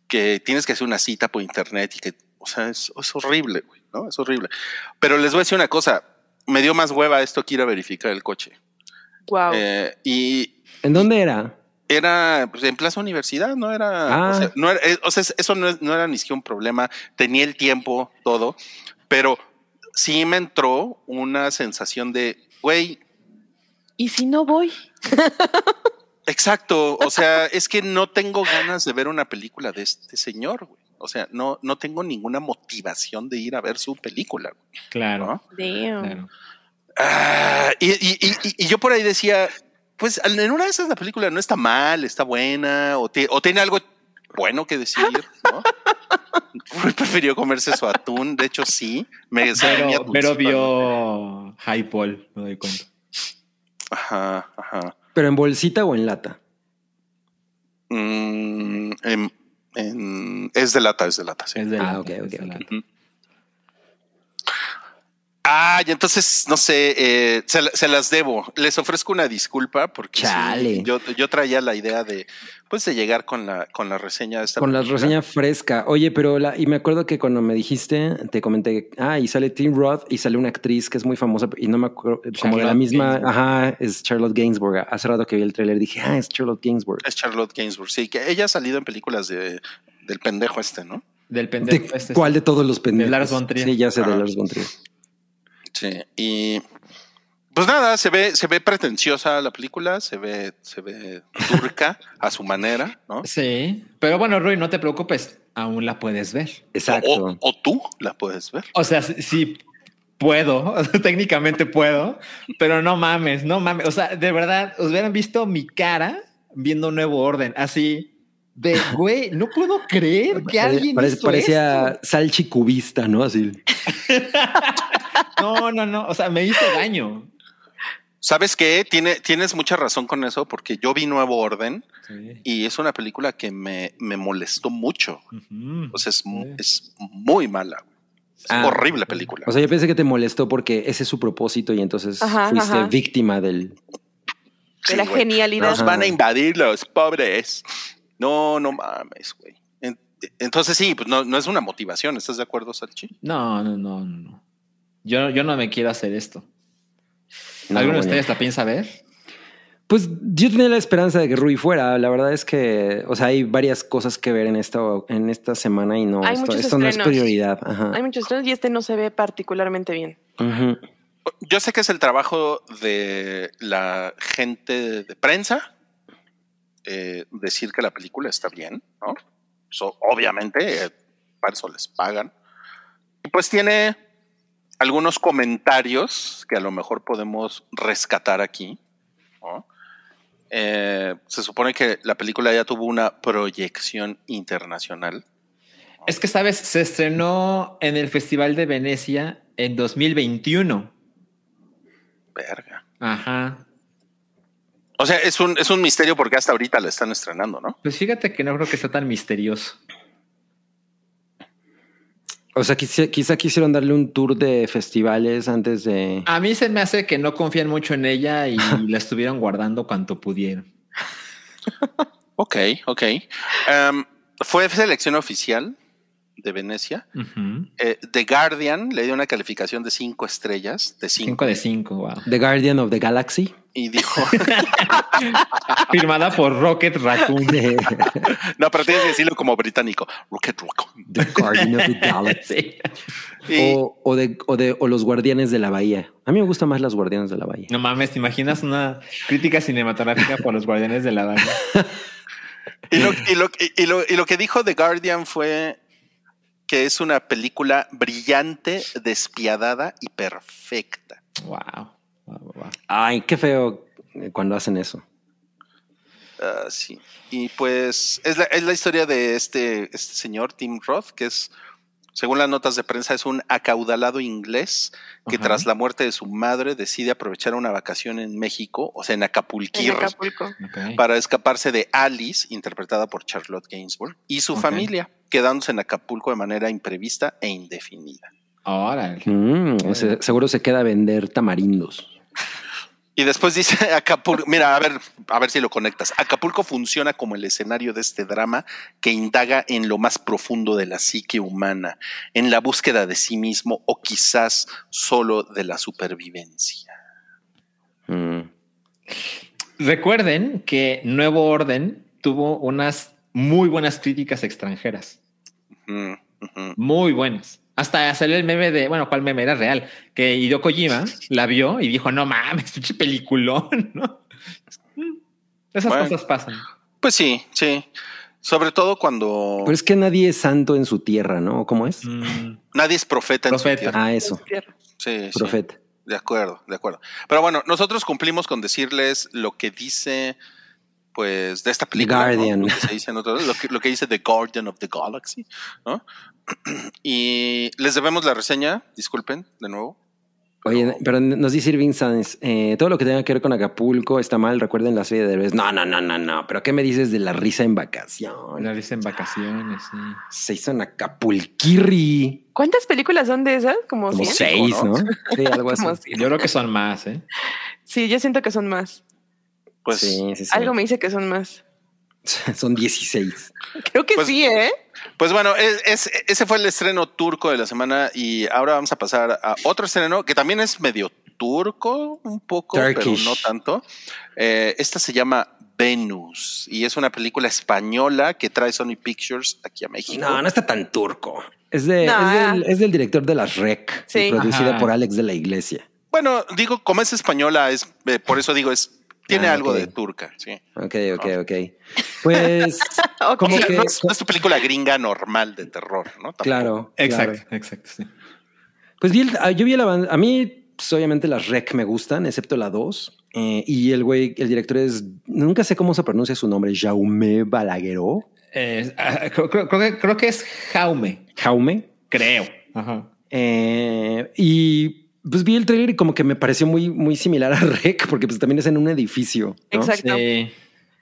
E: Que tienes que hacer una cita por internet y que, o sea, es, es horrible, güey, ¿no? Es horrible. Pero les voy a decir una cosa. Me dio más hueva esto que ir a verificar el coche.
D: Wow.
E: Eh, y,
C: ¿En dónde era?
E: era pues, en Plaza Universidad, no era,
C: Ah.
E: o sea, no era- eh, o sea, eso no, es- no era ni siquiera un problema, tenía el tiempo, todo, pero sí me entró una sensación de, güey,
D: ¿Y si no voy?
E: exacto, o sea, es que no tengo ganas de ver una película de este señor, güey. O sea, no, no tengo ninguna motivación de ir a ver su película. güey.
B: Claro,
D: Damn.
B: claro.
E: Ah, y, y- y- y- y yo por ahí decía, pues en una de esas la película no está mal, está buena, o, ti- o tiene algo bueno que decir, ¿no? Rui Prefirió comerse su atún, de hecho sí, me servía
B: Pero, pero
E: dulcito.
B: vio High Paul, me doy cuenta.
E: Ajá, ajá.
C: ¿Pero en bolsita o en lata?
E: Mm, en- en- es de lata, es de lata, sí.
B: Es de
C: Ah,
B: lata,
C: ok,
B: es
C: ok,
B: de
C: ok.
B: lata.
E: Ah, y entonces, no sé, eh, se, la- se las debo. Les ofrezco una disculpa porque sí,
C: Chale.
E: yo, yo traía la idea de, pues, de llegar con la, con la reseña de esta
C: Con la
E: película.
C: reseña fresca. Oye, pero la, y me acuerdo que cuando me dijiste, te comenté, ah, y sale Tim Roth y sale una actriz que es muy famosa y no me acuerdo, como de la
B: Charlotte
C: misma,
B: Gainsbourg.
C: ajá, es Charlotte Gainsbourg. Hace rato que vi el tráiler dije, ah, es Charlotte Gainsbourg.
E: Es Charlotte Gainsbourg, sí, que ella ha salido en películas de, del pendejo este, ¿no?
B: Del
C: ¿De
B: pendejo este.
C: ¿Cuál de todos los pendejos?
B: Lars von Trier.
C: Sí, ya sé,
E: Ah.
C: de Lars von Trier.
E: Sí. Y pues nada, se ve, se ve pretenciosa la película, se ve, se ve turca a su manera, ¿no?
B: Sí, pero bueno, Rui, no te preocupes, aún la puedes ver.
C: Exacto.
E: O, o tú la puedes ver.
B: O sea, sí- sí puedo, o sea, técnicamente puedo, pero no mames, no mames. O sea, de verdad, os hubieran visto mi cara viendo un nuevo orden, así de güey, no puedo creer que alguien
C: Parece-
B: hizo
C: parecía
B: esto.
C: salchicubista, ¿no? Así.
B: No, no, no, o sea, me hizo daño.
E: ¿Sabes qué? Tiene, tienes mucha razón con eso, porque yo vi Nuevo Orden
B: Sí.
E: y es una película que me, me molestó mucho.
B: Ujú.
E: O sea, es, mu-
B: Sí.
E: es muy mala. Es
C: Ah.
E: horrible película.
C: O sea, yo pensé que te molestó porque ese es su propósito y entonces
D: Ajá,
C: fuiste
D: ajá.
C: víctima del.
D: De
E: Sí,
D: la
E: güey.
D: genialidad.
E: Nos van a invadir los pobres. No, no mames, güey. En- Entonces sí, pues no, no es una motivación, ¿estás de acuerdo, Salchi?
B: No, no, no, no, no. Yo, yo no me quiero hacer esto.
C: No,
B: ¿Alguno de
C: bueno.
B: ustedes la piensa ver?
C: Pues yo tenía la esperanza de que Rui fuera. La verdad es que, o sea, hay varias cosas que ver en esta, en esta semana y no,
D: Hay
C: esto,
D: muchos
C: esto no es
D: estrenos.
C: prioridad. Ajá.
D: Hay muchos estrenos y este no se ve particularmente bien.
C: Ujú.
E: Yo sé que es el trabajo de la gente de prensa eh, decir que la película está bien, ¿no? So, obviamente, eh, para eso les pagan. Y pues tiene algunos comentarios que a lo mejor podemos rescatar aquí. ¿no? Eh, se supone que la película ya tuvo una proyección internacional.
B: Es que, ¿sabes? Se estrenó en el Festival de Venecia en 2021.
E: Verga.
B: Ajá.
E: O sea, es un, es un misterio porque hasta ahorita la están estrenando, ¿no?
B: Pues fíjate que no creo que sea tan misterioso.
C: O sea, quizá, quizá quisieron darle un tour de festivales antes de.
B: A mí se me hace que no confían mucho en ella y la estuvieron guardando cuanto pudieron.
E: Ok, ok. Em, fue selección oficial de Venecia.
B: Ujú.
E: Eh, The Guardian le dio una calificación de cinco estrellas, de cinco,
B: Cinco de cinco, wow.
C: The Guardian of the Galaxy.
E: y dijo,
B: Firmada por Rocket Raccoon.
C: The,
E: no, pero tienes que decirlo como británico, Rocket Rock.
C: the Guardian of the Galaxy.
B: Sí.
E: Y
C: O, o de, o, de, o los Guardianes de la Bahía. A mí me gustan más los Guardianes de la Bahía.
B: No mames, ¿te imaginas una crítica cinematográfica por los Guardianes de la Bahía?
E: Y lo, y lo- y- y lo- y lo que dijo The Guardian fue que es una película brillante, despiadada y perfecta.
B: Wow. Wow, wow.
C: Ay, qué feo eh, cuando hacen eso.
E: Ah, sí. Y pues es la, es la historia de este, este señor, Tim Roth, que es Según las notas de prensa, es un acaudalado inglés que
B: Ajá.
E: tras la muerte de su madre decide aprovechar una vacación en México, o sea, en
D: en
E: Acapulquirri,
D: Acapulco.
B: Ok.
E: para escaparse de Alice, interpretada por Charlotte Gainsbourg, y su
B: Ok.
E: familia, quedándose en Acapulco de manera imprevista e indefinida.
B: Órale.
C: Mm, o sea, seguro se queda a vender tamarindos.
E: Y después dice Acapulco, mira, a ver, a ver si lo conectas. Acapulco funciona como el escenario de este drama que indaga en lo más profundo de la psique humana, en la búsqueda de sí mismo o quizás solo de la supervivencia.
C: Mm.
B: Recuerden que Nuevo Orden tuvo unas muy buenas críticas extranjeras.
E: Mm, ujú.
B: Muy buenas. Hasta salió el meme de, bueno, ¿cuál meme era real? Que Hideo Kojima la vio y dijo, no mames, pinche peliculón, ¿no? Esas
E: Bueno.
B: cosas pasan.
E: Pues sí, sí. Sobre todo cuando
C: Pero es que nadie es santo en su tierra, ¿no? ¿Cómo es?
B: Mm,
E: nadie es profeta en
B: Profeta.
E: su tierra.
C: Ah, eso,
E: Sí, sí.
C: profeta.
E: De acuerdo, de acuerdo. Pero bueno, nosotros cumplimos con decirles lo que dice, pues, de esta película. ¿no?
C: Guardian.
E: Lo, que se dice en otro- lo, que, lo que dice The Guardian of the Galaxy, ¿no? Y les debemos la reseña, disculpen, de nuevo.
C: Oye, pero nos dice Irving Sanz, eh, todo lo que tenga que ver con Acapulco está mal, recuerden la serie de Derbez. No, no, no, no, no, pero ¿qué me dices de la risa en vacación?
B: la dicen vacaciones. sí.
C: Se hizo en Acapulquirri.
D: ¿Cuántas películas son de esas? Como,
C: Como
D: 100?
C: seis, ¿no? Sí, algo así.
D: Como 100.
B: Yo creo que son más, ¿eh?
D: Sí, yo siento que son más.
E: Pues,
C: Sí, sí, sí.
D: Algo me dice que son más.
C: Son 16.
D: Creo que
E: Pues-
D: sí, ¿eh?
E: pues bueno, es- es- ese fue el estreno turco de la semana y ahora vamos a pasar a otro estreno que también es medio turco, un poco, pero
C: Turkish.
E: no tanto. Eh, esta se llama Venus y es una película española que trae Sony Pictures aquí a México.
C: No, no está tan turco. Es, de,
D: No.
C: es, del, es del director de las REC, y
D: Sí.
C: producida
B: Ajá.
C: por Alex de la Iglesia.
E: Bueno, digo, como es española, es eh, por eso digo, es tiene
C: Ah,
E: algo
C: ok.
E: de turca, sí.
C: Ok, ok, ok. Pues, como
E: O sea,
C: que.
E: no, es, no es tu película gringa normal de terror, ¿no? Tampoco.
C: Claro.
B: Exacto,
C: claro.
B: exacto. sí.
C: Pues vi el- ah, yo vi el avance. A mí, pues, obviamente, las rec me gustan, excepto la 2. Eh, y el güey, el director es. Nunca sé cómo se pronuncia su nombre. Jaume Balagueró.
B: Eh, ah, creo, creo- creo que, creo que es Jaume,
C: Jaume.
B: creo. Ajá.
C: Eh, y pues vi el trailer y como que me pareció muy, muy similar a rec, porque pues también es en un edificio. ¿no?
D: Exacto.
B: Sí.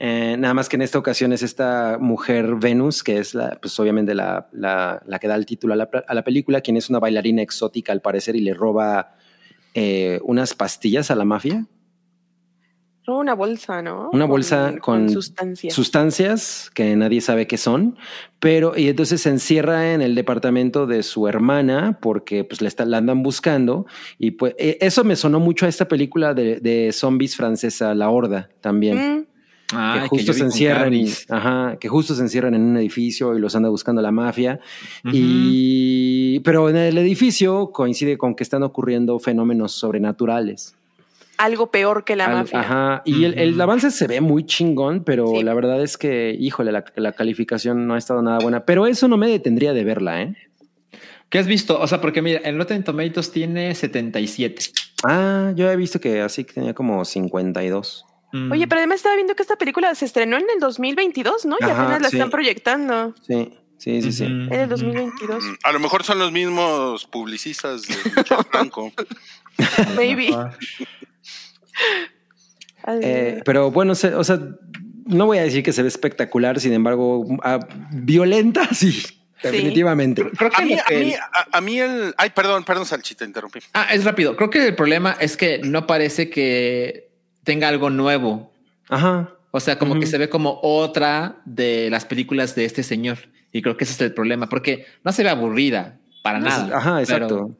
C: Eh, nada más que en esta ocasión es esta mujer Venus, que es la, pues obviamente la, la- la que da el título a la, a la película, quien es una bailarina exótica al parecer y le roba eh, unas pastillas a la mafia,
D: No, una bolsa, ¿no?
C: Una bolsa con-
D: sustancia.
C: sustancias que nadie sabe qué son, pero y entonces se encierra en el departamento de su hermana porque pues la, está- la andan buscando y pues eh, eso me sonó mucho a esta película de, de zombies francesa, La Horda también.
D: Mm,
B: Ah,
C: que
B: que yo
C: justo
B: vi
C: se
B: con
C: encierran, y-
B: Cabris.
C: ajá, que justo se encierran en un edificio y los anda buscando la mafia.
B: Ujú.
C: Y pero en el edificio coincide con que están ocurriendo fenómenos sobrenaturales.
D: algo peor que la
C: Al-
D: mafia.
C: Ajá. Y el, el
B: Ujú.
C: avance se ve muy chingón, pero
D: Sí.
C: la verdad es que, híjole, la, la calificación no ha estado nada buena. Pero eso no me detendría de verla, ¿eh?
B: ¿Qué has visto? O sea, porque mira, el Rotten Tomatoes tiene 77.
C: Ah, yo he visto que así que tenía como 52.
B: Mm.
D: Oye, pero además estaba viendo que esta película se estrenó en el 2022, ¿no? Y
C: Ajá,
D: apenas la
C: sí.
D: están proyectando
C: Sí, sí, sí, sí.
B: Ujú.
D: en el 2022.
E: Mm, A lo mejor son los mismos publicistas de Luchas Blanco.
B: Mm.
D: Maybe. Así
C: Eh,
D: es.
C: pero bueno, se- o sea, no voy a decir que se ve espectacular, sin embargo, ah, violenta, sí, definitivamente.
B: Creo que
E: A mí,
B: lo
E: a
B: que-
E: mí, a- a mí el. Ay, perdón, perdón, Salchita, interrumpí.
B: Ah, es rápido. Creo que el problema es que no parece que tenga algo nuevo.
C: Ajá.
B: O sea, como que
C: Ujú.
B: se ve como otra de las películas de este señor. Y creo que ese es el problema, porque no se ve aburrida para nada.
C: Ajá,
B: Pero-
C: exacto.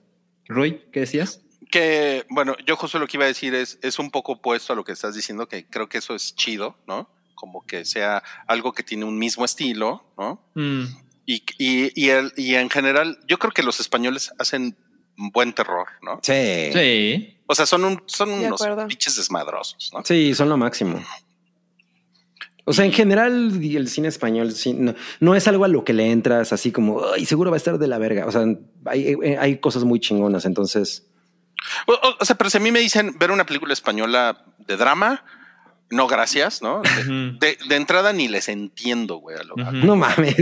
B: Roy, ¿qué decías?
E: Que, bueno, yo justo lo que iba a decir es, es un poco opuesto a lo que estás diciendo, que creo que eso es chido, ¿no? Como que sea algo que tiene un mismo estilo, ¿no?
B: Mm,
E: Y, y, y, el- y en general, yo creo que los españoles hacen buen terror, ¿no?
C: Sí. sí.
B: Sí.
E: O sea, son, un, son
D: De
E: unos
D: acuerdo.
E: pinches desmadrosos, ¿no?
C: son lo máximo. O sea, en general, y el cine español sí, no, no es algo a lo que le entras así como, ay, seguro va a estar de la verga. O sea, hay, eh, hay cosas muy chingonas, entonces.
E: O, o- o sea, pero si a mí me dicen ver una película española de drama, no gracias, ¿no? De,
B: Ujú. Mm.
E: de- de entrada ni les entiendo, güey. a lo- a-
B: Ujú.
C: No mames.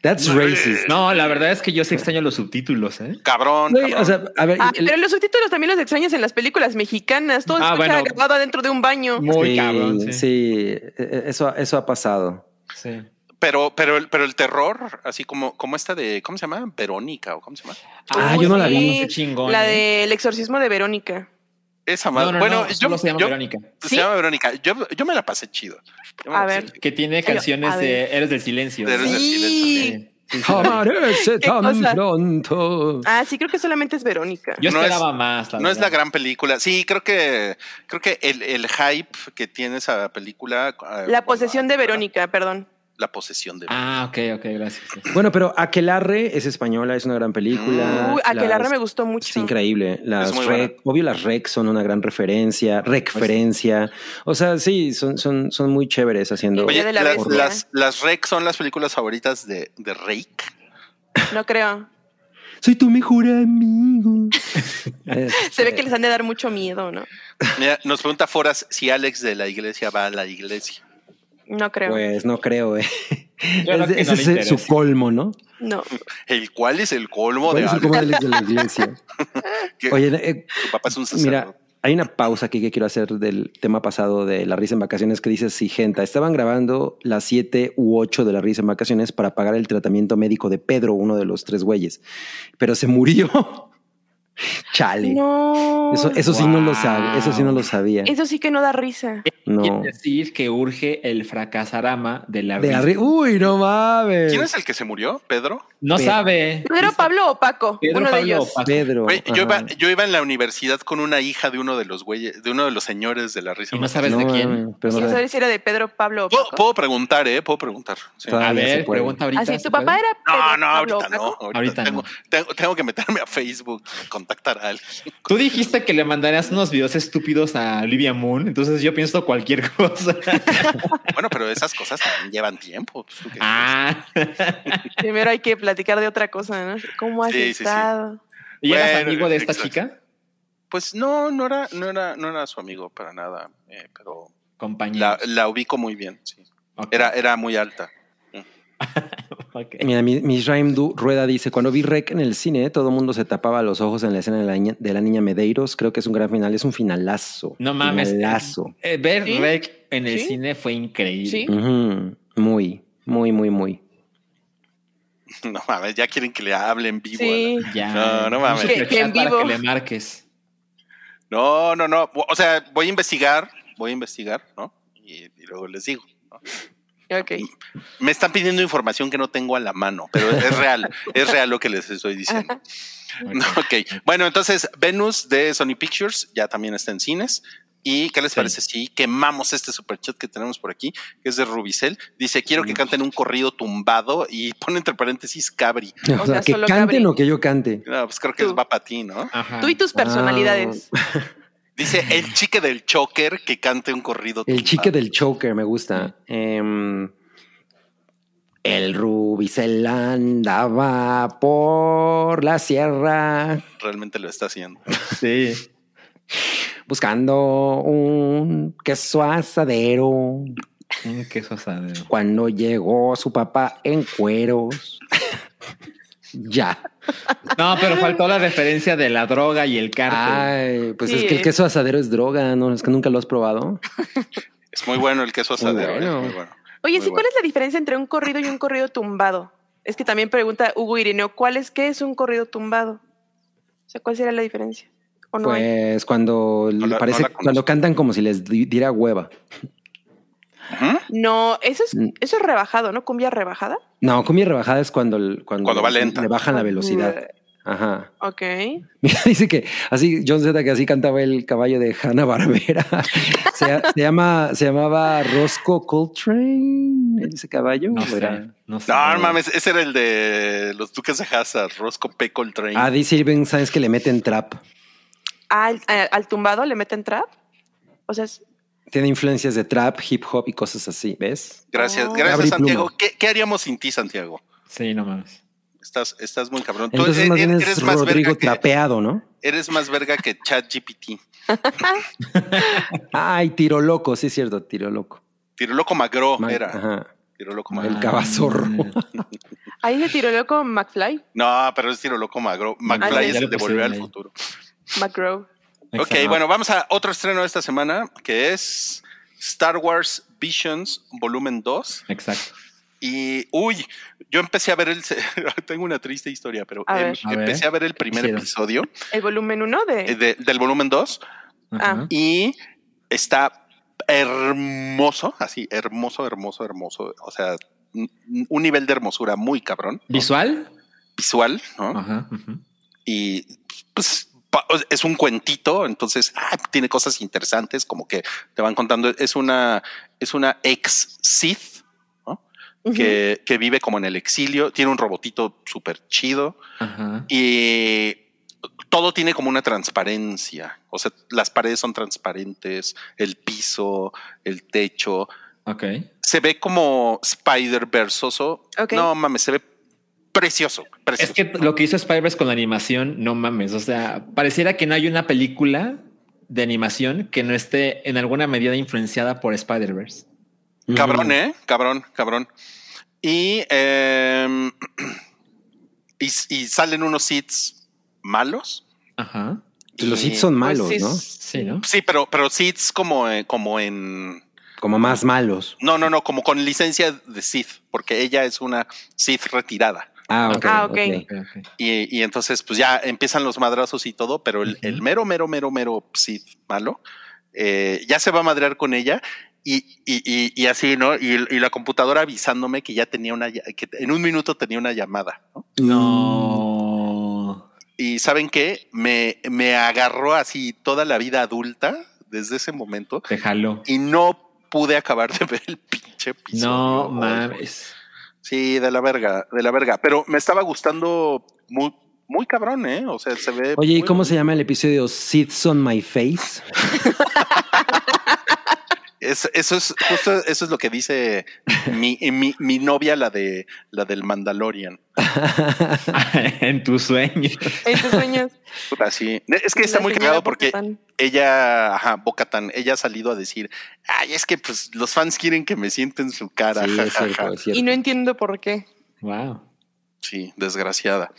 C: That's racist.
B: No, la verdad es que yo sí extraño los subtítulos, ¿eh?
E: Cabrón.
C: Güey,
E: cabrón.
C: o sea, a ver,
D: Ah,
C: el-
D: pero los subtítulos también los extrañas en las películas mexicanas. Todo
B: Ah,
D: está
B: bueno.
D: grabado dentro de un baño.
B: Muy
C: sí,
B: cabrón.
C: Sí,
B: Sí. sí.
C: e- e- eso, eso ha pasado.
E: pero, pero, el- pero el terror, así como, como esta de, ¿cómo se llama? Verónica o cómo se llama.
C: Ah, yo no la vi.
B: qué chingón.
D: La
B: ¿eh?
D: del exorcismo de Verónica.
E: Esa
B: No,
E: madre.
B: no, no,
E: bueno, yo,
B: solo se llama
E: yo-
B: Verónica.
E: se
D: ¿Sí?
E: llama Verónica. Yo, yo me la pasé chido. Yo me la
D: A
E: pasé
D: ver.
E: chido.
B: Que tiene
D: Pero,
B: canciones
D: a ver.
B: de Eres del Silencio.
E: De Héroes del Silencio,
D: Sí.
B: Sí, sí, sí, la vi.
C: Aparece
D: Qué
C: tan
D: cosa.
C: pronto.
D: Ah, sí, creo que solamente es Verónica.
B: Yo
E: No es-
B: esperaba más.
E: no es la
B: verdad.
E: gran película. Sí, creo que creo que el, el hype que tiene esa película. eh,
D: La posesión de Verónica, perdón.
E: La posesión de Verónica.
B: Ah, ok, ok, gracias.
C: Bueno, pero Aquelarre es española, es una gran película.
D: Uy, Aquelarre
C: Ah, Las-
D: me gustó
C: Es
D: mucho.
C: increíble. Las
E: Es muy
C: rec-
E: barato.
C: obvio, las rec son una gran referencia, referencia. O sea, sí, son, son, son muy chéveres haciendo.
D: Oye,
E: Oye,
D: de la
E: la-
D: bestia.
E: las, las Rec son las películas favoritas de, de Rake.
D: No creo.
C: Soy tu mejor amigo. Este,
D: Se ve que les han de dar mucho miedo, ¿no?
E: Mira, nos pregunta Foras si Alex de la iglesia va a la iglesia.
D: No creo.
C: Pues no creo, eh.
B: creo que
C: Ese ese
B: no le
C: es su
B: interesa.
C: colmo, ¿no?
D: No.
E: El cual es el colmo
C: ¿Cuál
E: de
C: es el
E: Alex.
C: colmo de Alex de la iglesia?
E: Que
C: Oye, eh,
E: su papá es un sacerdote.
C: Mira, hay una pausa aquí que quiero hacer del tema pasado de La Risa en Vacaciones que dice Sigenta. Estaban grabando las 7 u 8 de La Risa en Vacaciones para pagar el tratamiento médico de Pedro, uno de los tres güeyes, pero se murió. Chale.
D: No.
C: Eso,
D: Eso,
C: eso sí no lo sabe,
B: Wow.
C: eso sí no lo sabía.
D: sí que no da risa.
C: No.
B: Quiere decir que urge el fracasarama de la,
C: De la
B: risa.
C: ri- Uy, no mames.
E: ¿Quién es el que se murió? ¿Pedro?
B: No
C: Pero-
B: sabe.
D: ¿Pedro Pablo o Paco?
B: Pedro
D: uno
B: Pablo
D: de ellos.
B: Paco.
C: Pedro.
E: Güey, yo,
C: Oh, Ajá.
E: iba, yo iba en la universidad con una hija de uno de los güeyes, de uno de los señores de la risa.
B: Y no sabes
C: No
B: de quién.
C: mames, pero no
D: Quién
C: sabe.
D: sabe si era de Pedro Pablo o
E: ¿Puedo,
D: Paco.
E: puedo preguntar, ¿eh? Puedo preguntar. Sí.
C: Claro.
B: A
C: Todavía se
B: ver,
C: puede.
B: pregunta ahorita.
D: Así,
B: ¿se
D: tu papá
B: puede?
D: era Pedro
E: No, no,
D: Pablo
E: ahorita no.
D: Paco?
E: Ahorita,
B: Ahorita
E: tengo,
B: no.
E: Tengo, tengo que meterme a Facebook y contactar a alguien.
B: Tú dijiste que le mandarías unos videos estúpidos a Olivia Moon, entonces yo pienso cualquier cosa.
E: Bueno, pero esas cosas también llevan tiempo. pues, ¿tú qué
B: ah,
D: Primero hay que platicar de otra cosa, ¿no? ¿Cómo has
E: Sí, sí, sí.
D: estado?
B: ¿y eras
E: Bueno,
B: amigo de esta
E: exacto.
B: chica?
E: crees? Pues no, no era, no era, no era su amigo para nada, eh, pero
B: Compañera.
E: la, la ubico muy bien. sí.
B: Ok,
E: Era, era muy alta.
B: ok.
C: Mira, mi, Misraim Du- Rueda dice, cuando vi Rec en el cine, todo el mundo se tapaba los ojos en la escena de la, niña, de la niña Medeiros. Creo que es un gran final, es un finalazo.
B: No mames.
C: Finalazo.
B: Eh, ver
D: ¿Sí?
B: Rec en el
D: ¿Sí?
B: cine fue increíble.
D: ¿Sí?
C: Ujú. Muy, muy, muy, muy.
E: No mames, ya quieren que le hable en vivo.
D: Sí.
B: Ya.
E: No, no mames.
B: Un
D: Que- que en
B: superchat para
D: vivo.
B: que le marques.
E: No, no, no. O sea, voy a investigar, voy a investigar, ¿no? Y, y luego les digo. ¿no?
D: Ok.
E: Me están pidiendo información que no tengo a la mano, pero es, es real, es real lo que les estoy diciendo. No, ok. Bueno, entonces Venus de Sony Pictures ya también está en cines. ¿Y qué les
B: Sí.
E: parece si quemamos este superchat que tenemos por aquí, que es de Rubicel? Dice, quiero que canten un corrido tumbado y pone entre paréntesis cabri.
C: O, sea,
D: sea,
C: que
D: solo
C: canten
D: Gabriel.
C: o que yo cante.
E: No, pues creo que
D: Tú.
E: es va para ti, ¿no?
B: Ajá.
D: Tú y tus personalidades.
E: Dice el chique del choker que cante un corrido
C: El
E: tumbado.
C: chique del choker me gusta. Em, el Rubicel andaba por la sierra
E: Realmente lo está haciendo.
B: Sí.
C: buscando un queso asadero.
B: Mm, Qué sosadero.
C: cuando llegó su papá en cueros. ya.
B: No, pero faltó la referencia de la droga y el cártel.
C: Ay, pues
D: Sí,
C: es que el
D: eh.
C: queso asadero es droga, ¿no? Es que nunca lo has probado.
E: Es muy bueno el queso
C: Muy
E: asadero. ¿eh?
C: bueno.
E: Muy bueno.
D: Oye,
E: Muy
D: sí, ¿cuál
E: bueno.
D: es la diferencia entre un corrido y un corrido tumbado? Es que también pregunta Hugo Ireneo, ¿cuál es qué es un corrido tumbado? O sea, ¿cuál sería la diferencia? ¿O no hay?
C: Pues cuando
E: No la-
C: parece,
E: no la conozco.
C: cuando cantan como si les di- diera hueva.
E: Ujú.
D: No, eso es,
C: Mm.
D: eso es rebajado, ¿no? Cumbia rebajada.
C: No, comida rebajada es cuando, el- cuando,
E: Cuando va lenta.
C: le bajan la velocidad. Ajá.
D: Mm, Ok.
C: Mira, dice que así, John Z que así cantaba el caballo de Hanna Barbera. se, se llama, se llamaba Roscoe Coltrane, ese caballo.
B: no
C: ¿O
B: sé.
C: era?
B: No sé.
E: No, no mames, ese era el de los Duques de Hazard, Roscoe P. Coltrane.
C: Ah, dice Irving Sáenz que le meten trap.
D: ¿Al, a- al tumbado le meten trap? O sea, es-
C: Tiene influencias de trap, hip hop y cosas así, ¿ves?
E: gracias,
D: Oh.
E: gracias
C: Gabri
E: Santiago.
C: Pluma.
E: ¿Qué, qué haríamos sin ti, Santiago?
B: Sí, no mames.
E: Estás, estás muy cabrón. Tú
C: Entonces
E: eres,
C: más bien
E: eres
C: es
E: más
C: Rodrigo
E: verga que,
C: trapeado, ¿no?
E: eres más verga que ChatGPT.
C: Ay, tiro loco, sí es cierto, tiro loco.
E: Tiro loco Magro
C: Ma-
E: era.
C: Ajá.
E: Tiro loco
C: Como el
E: magro.
C: cabazorro.
B: Ah,
D: Ahí se tiró loco McFly,
E: No, pero es tiro loco magro.
D: Ah,
E: McFly
D: sí,
E: es
B: ya
E: el
B: lo
E: de volver
B: pusieron
E: al
B: ahí.
E: futuro.
D: McGraw.
E: Ok, bueno, vamos a otro estreno de esta semana que es Star Wars Visions Volumen 2.
B: Exacto.
E: Y, uy, yo empecé a ver el. se- Tengo una triste historia, pero
D: A
E: em-
D: ver.
B: A
E: empecé
B: ver.
E: a ver el primer
B: Sí.
E: episodio
D: El volumen 1
E: eh,
D: de...
E: de- del volumen 2
C: Ah.
B: Ajá.
E: y está hermoso, así, hermoso, hermoso, hermoso. O sea, n- n- un nivel de hermosura muy cabrón, ¿no?
B: ¿Visual?
E: visual, ¿no?
B: Ajá. ujú.
E: y pues pa- o sea, es un cuentito, entonces ah, tiene cosas interesantes, como que te van contando, es una, es una ex Sith ¿no? que, que vive como en el exilio, tiene un robotito súper chido
B: Ajá.
E: y todo tiene como una transparencia, o sea, las paredes son transparentes, el piso, el techo,
B: Ok.
E: se ve como Spider versoso,
D: Ok.
E: no mames, se ve precioso,
B: Es
E: precioso.
B: que lo que hizo Spider-Verse con la animación, no mames. O sea, pareciera que no hay una película de animación que no esté en alguna medida influenciada por Spider-Verse.
E: Cabrón, ¿eh? Cabrón, cabrón. Y, em, y, y salen unos seeds malos.
B: Ajá.
C: Los
E: Y-
C: hits son
D: Pues
C: malos,
D: sí,
C: ¿no?
B: Sí, ¿no?
E: Sí, pero, pero seeds como, eh, como en...
C: Como más malos.
E: No, no, no, como con licencia de Sith, porque ella es una Sith retirada.
C: Ah, ok.
D: Ah, ok.
B: Ok, ok.
E: Y, y entonces, pues ya empiezan los madrazos y todo, pero el, el mero, mero, mero, mero Sith malo eh, ya se va a madrear con ella. Y, y, y, y así, ¿no? Y, y la computadora avisándome que ya tenía una, ll- que en un minuto tenía una llamada, ¿no?
B: No.
E: Y saben qué, me, me agarró así toda la vida adulta desde ese momento
B: Te jaló.
E: y no pude acabar de ver el pinche piso.
B: No pues. mames.
E: Sí, de la verga, de la verga. Pero me estaba gustando muy, muy cabrón, ¿eh? O sea, se ve...
C: Oye, ¿y
E: muy-
C: cómo se llama el episodio? Sits on my face.
E: Es- eso es justo eso es lo que dice mi, mi, mi novia, la de la del Mandalorian.
B: en tu sueño.
D: En tus sueños.
E: Puta, sí. Es que está
D: La
E: muy
D: señora
E: cagado porque
D: Bo-Katan.
E: ella, ajá, Bocatan, ella ha salido a decir, ay, es que pues los fans quieren que me sienten su cara.
C: Sí,
E: ja,
C: es
E: ja, ja".
C: cierto, es cierto.
D: Y no entiendo por qué.
B: Wow.
E: Sí, desgraciada.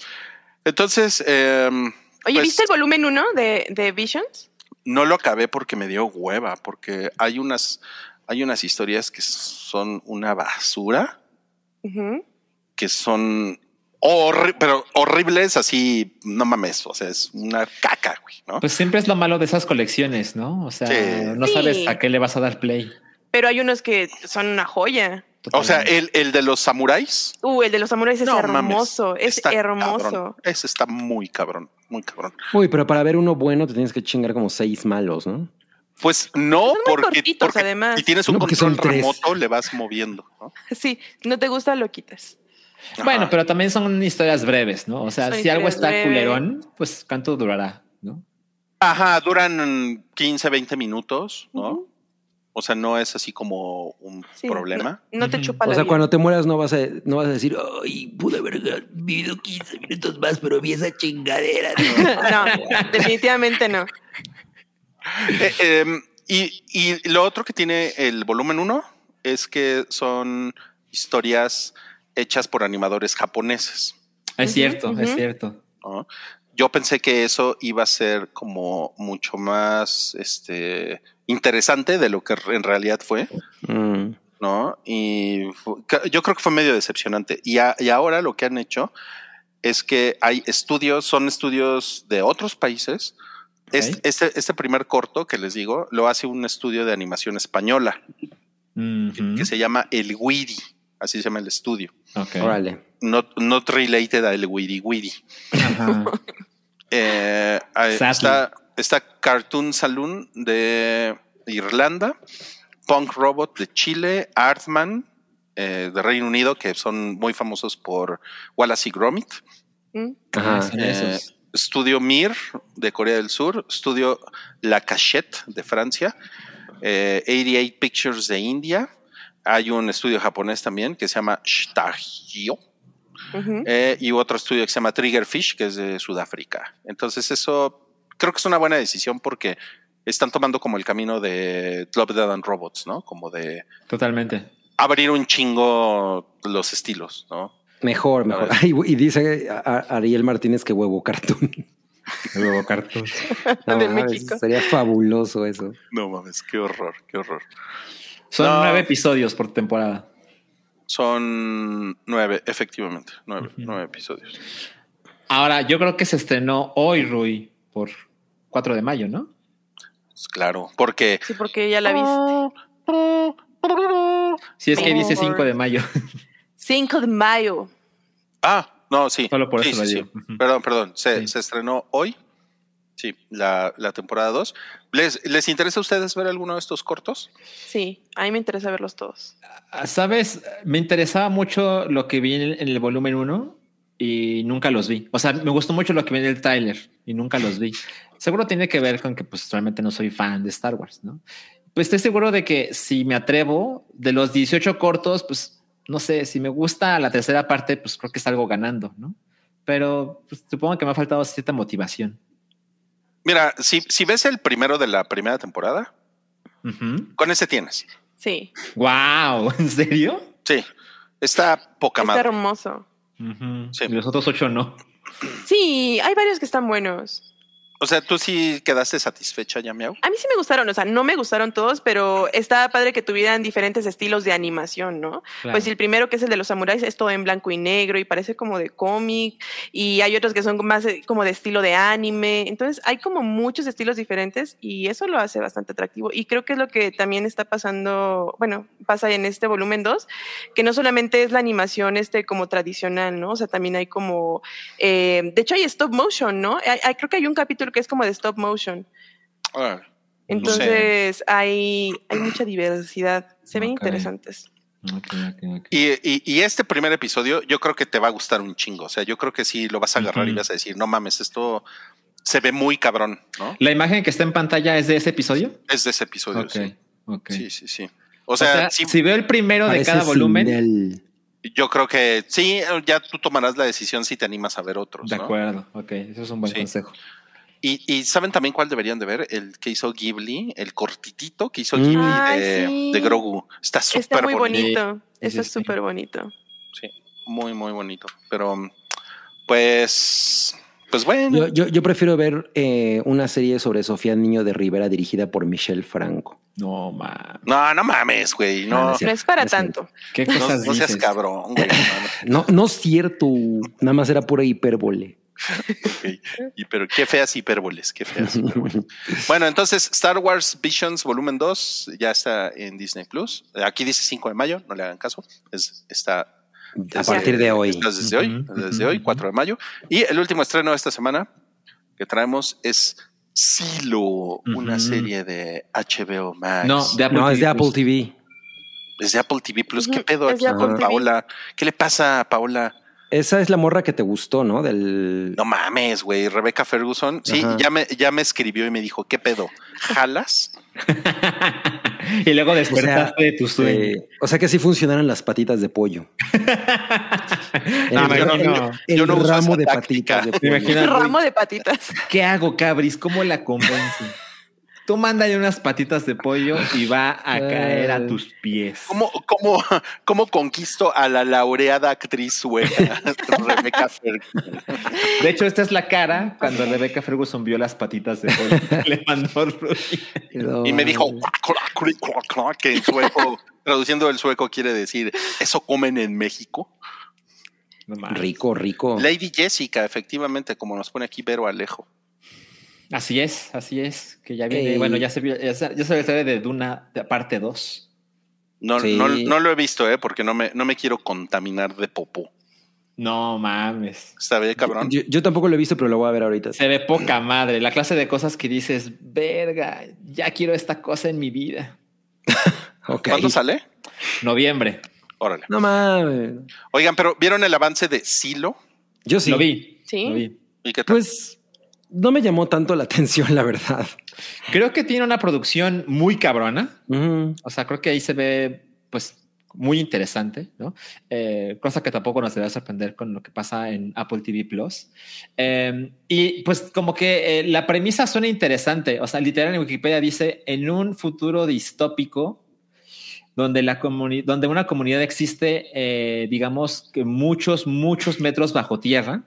E: Entonces, em,
D: Oye,
E: Pues-
D: ¿viste el volumen 1 de, de Visions?
E: no lo acabé porque me dio hueva, porque hay unas, hay unas historias que son una basura,
D: Ujú.
E: que son horri- pero horribles, así, no mames, o sea, es una caca, güey, ¿no?
B: Pues siempre es lo malo de esas colecciones, ¿no? O sea,
E: Sí.
B: no
D: Sí.
B: sabes a qué le vas a dar play.
D: Pero hay unos que son una joya.
E: o sea, el, el de los samuráis.
D: Uh, el de los samuráis es
E: no mames,
D: hermoso. es
E: está
D: hermoso.
E: cabrón. Ese está muy cabrón, muy cabrón.
C: Uy, pero para ver uno bueno te tienes que chingar como seis malos, ¿no?
E: Pues no,
D: Son muy
E: porque,
D: cortitos,
E: porque
D: además.
E: si tienes un
C: No, porque son
E: control
C: tres.
E: remoto, le vas moviendo, ¿no?
D: Sí, no te gusta, lo quitas.
B: Bueno,
E: Ajá.
B: pero también son historias breves, ¿no? O sea,
D: Son
B: si algo
D: historias
B: está
D: breves.
B: culerón, pues cuánto durará, ¿no?
E: Ajá, duran 15, 20 minutos, ¿no?
D: Ujú.
E: O sea, no es así como un
D: Sí,
E: problema.
D: No, no te
B: Ujú.
D: chupa
C: O
D: la
C: sea,
D: vida.
C: cuando te mueras no vas a, no vas a decir, ay, pude haber vivido 15 minutos más, pero vi esa chingadera.
D: no, definitivamente no.
E: Eh, em, y, y lo otro que tiene el volumen 1 es que son historias hechas por animadores japoneses.
B: Es
D: Ujú,
B: cierto, es
D: ujú.
B: cierto.
E: ¿no? Yo pensé que eso iba a ser como mucho más este, interesante de lo que en realidad fue.
C: "Mm,
E: ¿no? Y fu- ca- yo creo que fue medio decepcionante. Y, a- y ahora lo que han hecho es que hay estudios, son estudios de otros países. Es-
B: Ok.
E: Este, este primer corto que les digo lo hace un estudio de animación española
B: Ujú.
E: que se llama El Wiri, así se llama el estudio.
B: Ok.
C: Órale.
E: Not, not related a El Wiri Wiri.
B: Ajá.
E: Eh, ah,
B: Sadly.
E: está, está Cartoon Saloon de Irlanda, Punk Robot de Chile, Artman eh, de Reino Unido, que son muy famosos por Wallace y Gromit,
D: Mm.
B: Ah,
C: Ajá.
B: son
E: Eh,
B: esos.
E: Studio Mir de Corea del Sur, Studio La Cachette de Francia, eh, 88 Pictures de India. Hay un estudio japonés también que se llama Stagio.
D: Ujú.
E: Eh, y otro estudio que se llama Triggerfish, que es de Sudáfrica. Entonces, eso creo que es una buena decisión porque están tomando como el camino de Love, Dead and Robots, ¿no? Como de
B: Totalmente.
E: abrir un chingo los estilos, ¿no?
C: Mejor, mejor. Ay, güey, y dice a- a- Ariel Martínez que huevo cartoon.
H: Luego cartos.
C: No
D: Del
C: mames,
D: México.
C: Sería fabuloso eso.
E: No mames, qué horror, qué horror.
B: Son
E: No.
B: nueve episodios por temporada.
E: Son nueve, efectivamente, nueve, nueve episodios.
B: Ahora, yo creo que se estrenó hoy, Rui, por 4 de mayo, ¿no?
E: Pues claro, porque
D: Sí, porque ya la
E: Ah.
D: viste.
B: Si es que dice
D: Por-
B: 5 de mayo,
D: 5 de mayo.
E: ah, no, sí.
B: solo por
E: sí,
B: eso lo
E: sí, sí.
B: digo. Ujú.
E: Perdón, perdón, se,
B: Sí.
E: se estrenó hoy. Sí, la, la temporada 2. ¿Les, ¿Les interesa a ustedes ver alguno de estos cortos?
D: Sí, a mí me interesa verlos todos.
B: Ah, Sabes, me interesaba mucho lo que vi en el, en el volumen 1 y nunca los vi. O sea, me gustó mucho lo que vi en el tráiler y nunca los vi. Seguro tiene que ver con que pues realmente no soy fan de Star Wars, ¿no? Pues estoy seguro de que si me atrevo, de los 18 cortos, pues no sé, si me gusta la tercera parte, pues creo que salgo ganando, ¿no? Pero pues, supongo que me ha faltado cierta motivación.
E: Mira, si, si ves el primero de la primera temporada, con ese tienes.
D: Sí,
B: Wow, ¿en serio?
E: Sí, está poca
D: está
E: madre.
D: hermoso.
E: Sí.
B: Y los otros ocho no.
D: Sí, hay varios que están buenos.
E: O sea, tú sí quedaste satisfecha ya, Miau.
D: A mí sí me gustaron, o sea, no me gustaron todos, pero está padre que tuvieran diferentes estilos de animación, ¿no? Pues el primero, que es el de los samuráis, es todo en blanco y negro y parece como de cómic. Y hay otros que son más eh, como de estilo de anime. Entonces, hay como muchos estilos diferentes y eso lo hace bastante atractivo. Y creo que es lo que también está pasando, bueno, pasa en este volumen 2, que no solamente es la animación este como tradicional, ¿no? O sea, también hay como. eh, de hecho, hay stop motion, ¿no? Hay- hay- creo que hay un capítulo que es como de stop motion.
E: Ah, No sé.
D: Entonces, hay, hay mucha diversidad. Se ven
H: Ok.
D: interesantes.
H: Ok, ok, ok.
E: Y, y- y este primer episodio yo creo que te va a gustar un chingo. O sea, yo creo que sí lo vas a agarrar y
B: Ujú.
E: vas a decir, no mames, esto se ve muy cabrón, ¿no?
B: ¿La imagen que está en pantalla es de ese episodio?
E: Es de ese episodio.
B: Ok,
E: Sí.
B: ok.
E: sí, sí, sí. O sea, sí,
B: si veo el primero de
C: Parece
B: cada volumen,
C: Sindel.
E: yo creo que sí, ya tú tomarás la decisión si te animas a ver otros.
B: de
E: ¿no?
B: acuerdo, ok, eso es un buen
E: Sí.
B: consejo.
E: Y, y saben también cuál deberían de ver, el que hizo Ghibli, el cortitito que hizo
C: Mm.
E: Ghibli
D: Ay,
E: de,
D: sí.
E: de Grogu. Está
D: Está
E: súper
D: muy
E: bonito.
D: bonito.
B: Sí, sí,
D: Está
B: sí.
D: súper bonito.
E: Muy, muy bonito. Pero, pues, pues bueno.
C: Yo, yo, yo prefiero ver eh, una serie sobre Sofía Niño de Rivera dirigida por Michelle Franco.
B: No, ma,
E: No, no mames, güey.
C: Ah, No, no
E: No,
C: es
D: No es para
C: es cierto.
D: tanto.
B: qué
E: no,
B: cosas
E: no seas
B: dices?
E: cabrón, güey.
C: No, no es cierto. Nada más era pura hipérbole.
E: no, y- pero qué feas hipérboles, qué feas hipérboles. Bueno, entonces, Star Wars Visions Volumen 2 ya está en Disney Plus. Aquí dice 5 de mayo, no le hagan caso. Es, está
C: A
E: Desde-
C: partir de hoy.
E: Estás desde hoy,
B: Ujú,
E: desde
B: ujú,
E: hoy,
B: ujú.
E: 4 de mayo. Y el último estreno de esta semana que traemos es Silo, una
B: Ujú.
E: serie de HBO Max.
B: No, de Apple
C: No, es de
B: TV+.
C: Apple TV.
E: es de Apple TV Plus. ¿Qué
D: Ujú,
E: pedo
D: es
E: aquí
D: de Apple
E: con
D: TV.
E: Paola? ¿Qué le pasa a Paola?
C: Esa es la morra que te gustó, ¿no? Del.
E: No mames, güey. Rebeca Ferguson. Sí,
C: Ajá.
E: ya me, ya me escribió y me dijo, ¿qué pedo? ¿Jalas?
B: y luego despertaste de tu sueño.
C: eh, o sea que sí funcionaran las patitas de pollo.
B: No, me
E: yo no-
B: imagino,
C: El
E: yo no uso
C: ramo
E: esa
C: de
E: táctica.
C: patitas de pollo.
B: Me imagino- Mira,
D: Ramo de patitas.
B: ¿Qué hago, Cabris? ¿Cómo la convenzo? Tú mándale unas patitas de pollo y va a caer a tus pies.
E: ¿Cómo, cómo, cómo conquisto a la laureada actriz sueca Rebeca Ferguson?
B: De hecho, esta es la cara cuando Rebeca Ferguson vio las patitas de pollo. que Le mandó Rui.
E: Y me dijo, "Clac, clac, clac, clac", que en sueco, traduciendo el sueco quiere decir, eso comen en México.
B: No mames.
C: Rico, rico.
E: Lady Jessica, efectivamente, como nos pone aquí Vero Alejo.
B: Así es, así es, que ya viene,
C: Ey.
B: bueno, ya se vio- ya se, ya se sabe de Duna de parte 2.
E: No,
C: Sí.
E: no, no lo he visto, eh, porque no me, no me quiero contaminar de popó.
B: No mames.
E: Está bien, cabrón.
C: Yo, yo tampoco lo he visto, pero lo voy a ver ahorita.
B: Se ve poca madre, la clase de cosas que dices, verga, ya quiero esta cosa en mi vida.
C: Ok.
E: ¿Cuándo sale?
B: Noviembre,
E: Órale.
C: No mames.
E: Oigan, pero ¿vieron el avance de Silo?
C: Yo sí.
B: lo vi.
D: Sí.
B: lo vi.
E: ¿Y qué tal?
C: Pues no me llamó tanto la atención, la verdad.
B: Creo que tiene una producción muy cabrona,
C: Ujú.
B: o sea, creo que ahí se ve, pues, muy interesante, ¿no? Eh, cosa que tampoco nos debe sorprender con lo que pasa en Apple TV Plus. Eh, y pues como que eh, la premisa suena interesante, o sea, literal en Wikipedia dice, en un futuro distópico, donde, la comuni- donde una comunidad existe, eh, digamos, que muchos, muchos metros bajo tierra.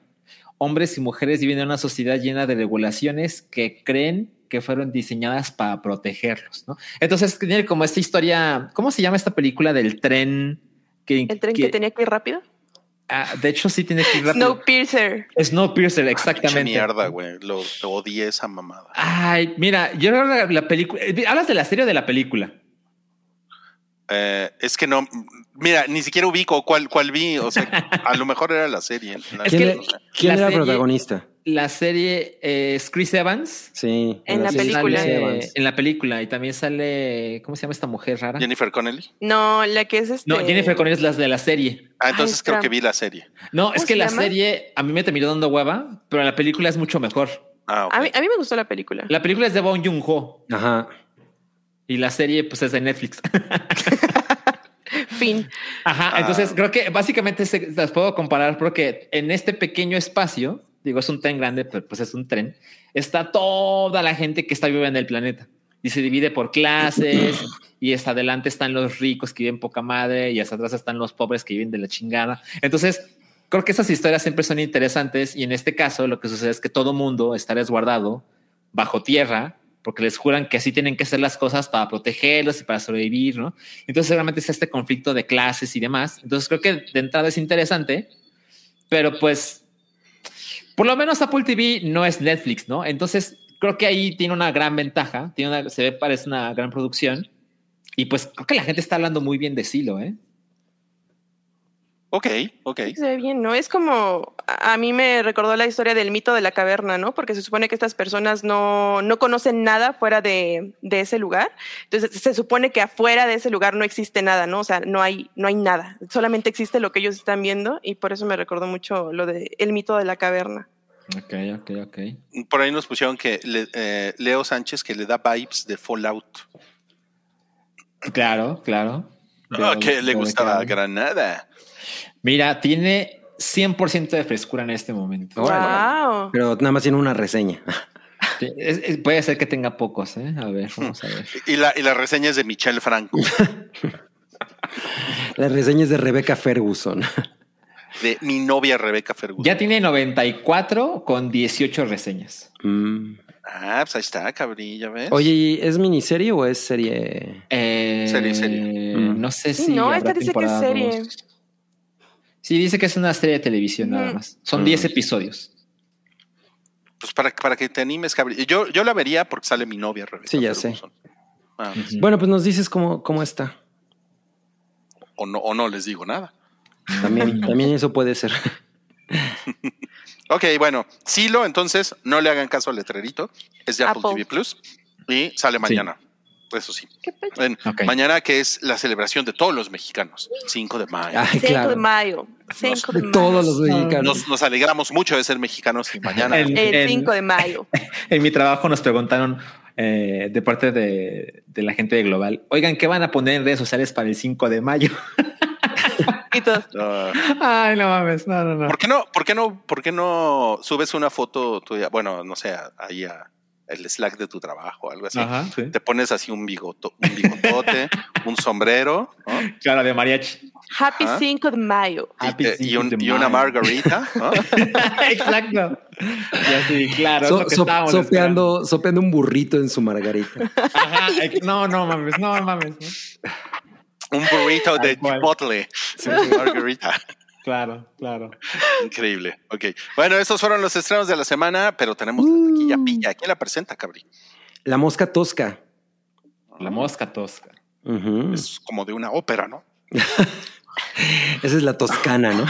B: Hombres y mujeres viven en una sociedad llena de regulaciones que creen que fueron diseñadas para protegerlos, ¿no? Entonces tiene como esta historia, ¿cómo se llama esta película del tren? Que,
D: El tren que, tenía que ir rápido.
B: ah, de hecho sí tiene que ir rápido.
D: Snowpiercer.
B: Snowpiercer,
E: Ah, Pinche
B: exactamente.
E: mierda, güey. Lo, lo odié esa mamada.
B: Ay, mira, yo creo que la película. eh, Hablas de la serie o de la película.
E: Eh, es que no. Mira, ni siquiera ubico cuál, cuál vi. O sea, a lo mejor era la serie. la-
C: ¿Quién,
B: Es que
C: era- quién
B: la
C: era
B: serie-
C: protagonista?
B: La serie eh, es Chris Evans.
C: Sí.
D: En la
C: sí, sí,
D: película.
C: sí,
B: Sale,
C: Evans.
B: en la película. Y también sale. ¿Cómo se llama esta mujer rara?
E: Jennifer Connelly.
D: No, la que es este.
B: no, Jennifer Connelly es la de la serie.
E: Ah, entonces
D: Ay,
E: creo
D: espera.
E: que vi la serie.
B: No, es
D: se
B: que la
D: llama?
B: serie a mí me terminó dando hueva, pero la película es mucho mejor.
E: Ah, ok.
D: A mí, a mí me gustó la película.
B: La película es de Bong Joon-ho
C: Ajá.
B: y la serie pues es de Netflix.
D: Fin.
B: Ajá,
E: Ah.
B: entonces creo que básicamente se, las puedo comparar porque en este pequeño espacio, digo, es un tren grande, pero pues es un tren, está toda la gente que está viva en el planeta y se divide por clases y hasta adelante están los ricos que viven poca madre y hasta atrás están los pobres que viven de la chingada. Entonces, creo que esas historias siempre son interesantes y en este caso lo que sucede es que todo mundo está resguardado bajo tierra porque les juran que así tienen que hacer las cosas para protegerlos y para sobrevivir, ¿no? Entonces realmente es este conflicto de clases y demás. Entonces creo que de entrada es interesante, pero pues por lo menos Apple TV no es Netflix, ¿no? Entonces creo que ahí tiene una gran ventaja, tiene una, se ve parece una gran producción y pues creo que la gente está hablando muy bien de Silo, ¿eh?
E: Ok, ok.
D: Se ve bien, ¿no? Es como, a a mí me recordó la historia del mito de la caverna, ¿no? Porque se supone que estas personas no, no conocen nada fuera de, de ese lugar. Entonces se supone que afuera de ese lugar no existe nada, ¿no? O sea, no hay, no hay nada. Solamente existe lo que ellos están viendo y por eso me recordó mucho lo de el mito de la caverna.
B: Ok, ok, ok.
E: Por ahí nos pusieron que le- eh, Leo Sánchez que le da vibes de Fallout.
B: Claro, claro.
E: Ah,
B: Pero-
E: que le
B: pero
E: gustaba
B: claro.
E: Granada.
B: Mira, tiene 100% de frescura en este momento.
D: Wow.
C: Pero nada más tiene una reseña.
B: Es- es- puede ser que tenga pocos, ¿eh? A ver, vamos a ver.
E: Y la, y la reseña es de Michelle Franco.
C: Las reseñas de Rebeca Ferguson.
E: De mi novia Rebeca Ferguson.
B: Ya tiene 94 con 18 reseñas.
C: Mm.
E: Ah, pues ahí está, cabrilla, ¿ves?
C: Oye, ¿y ¿es miniserie o es serie?
B: Eh,
E: Serie, serie.
C: Mm.
B: No sé
D: Sí,
B: si.
D: no,
B: habrá
D: esta dice que es
B: temporada
D: serie.
B: dos. Sí, dice que es una serie de televisión nada
D: Mm.
B: más. Son
C: Mm.
B: 10 episodios.
E: Pues para, para que te animes, cabrilla. Yo, yo la vería porque sale mi novia Rebeca
C: Sí, ya
E: Ferguson. Ah,
B: Ujú.
C: Bueno, pues nos dices cómo, cómo está.
E: o, no, o no les digo nada.
C: También, también eso puede ser.
E: Ok, bueno, Silo, entonces, no le hagan caso al letrerito. Es de Apple,
D: Apple.
E: TV Plus y sale mañana. Eso sí. En-
B: Ok.
E: Mañana que es la celebración de todos los mexicanos, 5 de mayo.
B: Ah,
C: Ay,
D: Cinco de
C: claro.
D: mayo. Cinco de
C: De
D: mayo.
C: todos los mexicanos.
E: Nos, nos alegramos mucho de ser mexicanos y mañana.
B: En-
D: El
B: en-
D: 5 Eh, de mayo.
B: En mi trabajo nos preguntaron eh, de parte de, de la gente de Global, oigan, ¿qué van a poner en redes sociales para el 5 de mayo?
D: Y todos,
E: Ah,
B: Ay, no mames, no, no, no.
E: ¿Por qué no, por qué no, por qué no subes una foto tuya? Bueno, no sé, ahí a el Slack de tu trabajo, algo así.
B: Ajá, sí.
E: Te pones así un bigoto, un bigotote, un sombrero ¿no? Y
B: Claro, de mariachi.
D: Happy
E: Ajá.
D: 5 de mayo.
B: Happy
E: te- y,
B: Cinco
E: un-
B: Ah, de
E: y una
B: Mayo.
E: margarita. ¿no?
B: Exacto. Ya sí, claro. es
C: So-
B: lo que
C: so-
B: estábamos esperando.
C: sopeando, sopeando un burrito en su margarita.
B: Ajá, ex- no, no mames, no mames. ¿no?
E: Un burrito de
B: Tal cual.
E: chipotle. Margarita.
B: Claro, claro.
E: Increíble. Ok. Bueno, estos fueron los estrenos de la semana, pero tenemos la taquilla
B: Uh.
E: pilla. ¿Quién la presenta, Cabri?
C: La mosca tosca.
B: La mosca tosca.
C: Ujú.
B: Pues,
E: Es como de una ópera, ¿no?
C: Esa es la toscana, ¿no?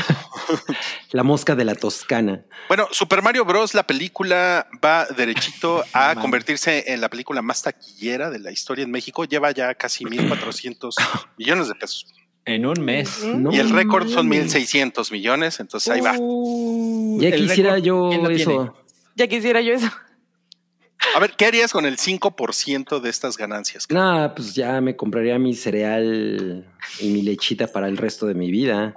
C: la mosca de la toscana.
E: Bueno, Super Mario Bros. la película va derechito a
B: mames.
E: convertirse en la película más taquillera de la historia en México. Lleva ya casi 1.400 millones de pesos.
B: En un mes.
D: Ujú.
C: No
E: y el récord son
C: mames.
E: 1.600 millones, entonces ahí va.
B: Uh,
C: Ya
B: el
C: quisiera
B: récord,
C: yo
B: ¿quién lo tiene?
C: eso.
D: Ya quisiera yo eso.
E: A ver, ¿qué harías con el 5% de estas ganancias? Carlos?
C: Nah, pues ya me compraría mi cereal y mi lechita para el resto de mi vida.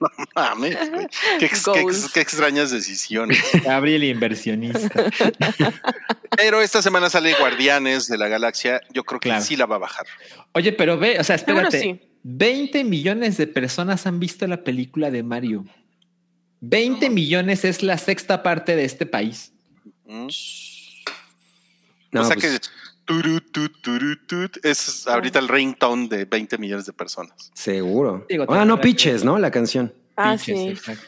E: No mames, güey. Qué, ex- qué ex- qué extrañas decisiones.
B: Gabriel inversionista.
E: Pero esta semana sale Guardianes de la Galaxia. Yo creo que
B: Claro.
E: sí la va a bajar.
B: Oye, pero ve, o sea,
D: Seguro
B: espérate.
D: sí.
B: 20 millones de personas han visto la película de Mario. 20 millones es la sexta parte de este país.
E: Mm.
C: No,
E: o sea
C: pues,
E: que turu, tu, turu, tut, es ahorita el ringtone de 20 millones de personas.
C: Seguro.
B: Digo,
C: ah, no
B: también-
C: piches, ¿no? La canción.
D: Ah,
B: Pinches,
D: sí.
B: exacto.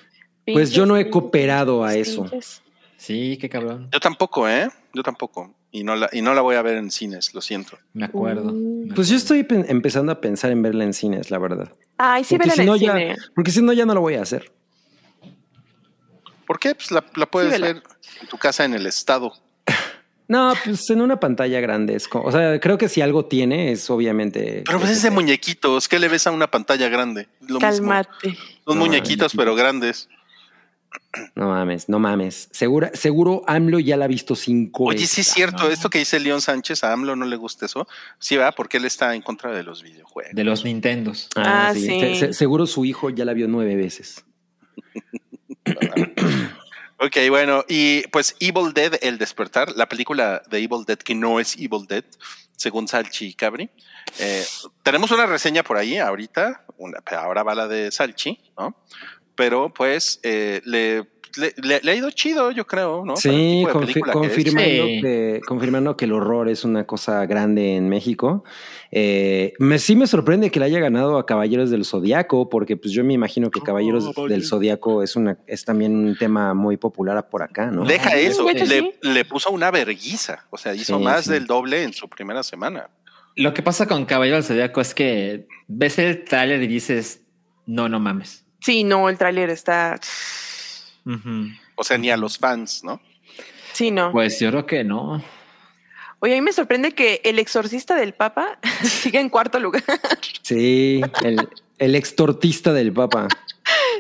C: Pues yo no he
D: Pinches,
C: cooperado a
D: pinches,
C: eso.
D: pinches.
B: Sí, qué cabrón.
E: Yo tampoco, ¿eh? Yo tampoco. Y no la, y no la voy a ver en cines, lo siento.
B: Me acuerdo.
D: Mm.
C: Pues yo estoy pen- empezando a pensar en verla en cines, la verdad.
D: Ay, sí,
C: porque,
D: vela
C: si
D: en
C: no
D: el
C: ya,
D: cine.
C: porque si no, ya no lo voy a hacer.
E: ¿Por qué? Pues la, la puedes
D: vela.
E: ver en tu casa en el estado.
C: No, pues en una pantalla grande. Es co- o sea, creo que si algo tiene es obviamente.
E: Pero pues es de muñequitos. ¿Qué le ves a una pantalla grande? Lo mismo.
D: Calmate.
E: Son
C: No,
E: muñequitos, pero grandes.
C: No mames, no mames. Segura, seguro AMLO ya la ha visto cinco
E: Oye,
C: veces.
E: sí es cierto.
B: no.
E: Esto que dice León Sánchez, a AMLO no le gusta eso. Sí, va, porque él está en contra de los videojuegos.
B: De los Nintendos.
D: Ah, sí.
C: Se- se- seguro su hijo ya la vio nueve veces.
E: Ok, bueno, y pues Evil Dead, El Despertar, la película de Evil Dead que no es Evil Dead, según Salchi y Cabri. Eh, tenemos una reseña por ahí ahorita, una, ahora va la de Salchi, ¿no? Pero pues eh, le, le- le- le ha ido chido, yo creo, ¿no? Para el
C: Sí,
E: tipo de
C: confi-
E: película que es.
C: confirmando,
B: Sí.
C: Que, confirmando que el horror es una cosa grande en México. Eh, me, sí me sorprende que le haya ganado a Caballeros del Zodiaco, porque pues yo me imagino que Caballeros
D: Oh,
C: del Zodiaco es una es también un tema muy popular por acá, ¿no?
E: Deja eso,
D: de hecho,
E: le,
D: sí.
E: le puso una verguiza, o sea, hizo
C: Sí,
E: más
C: sí.
E: del doble en su primera semana.
B: Lo que pasa con Caballero del Zodiaco es que ves el trailer y dices, no, no mames.
D: Sí, no, el tráiler está.
B: Ujú.
E: O sea, ni a los fans, ¿no?
D: Sí, no.
B: Pues yo creo que no.
D: Oye, a mí me sorprende que el exorcista del Papa siga en cuarto lugar.
C: Sí, el, el extortista del Papa.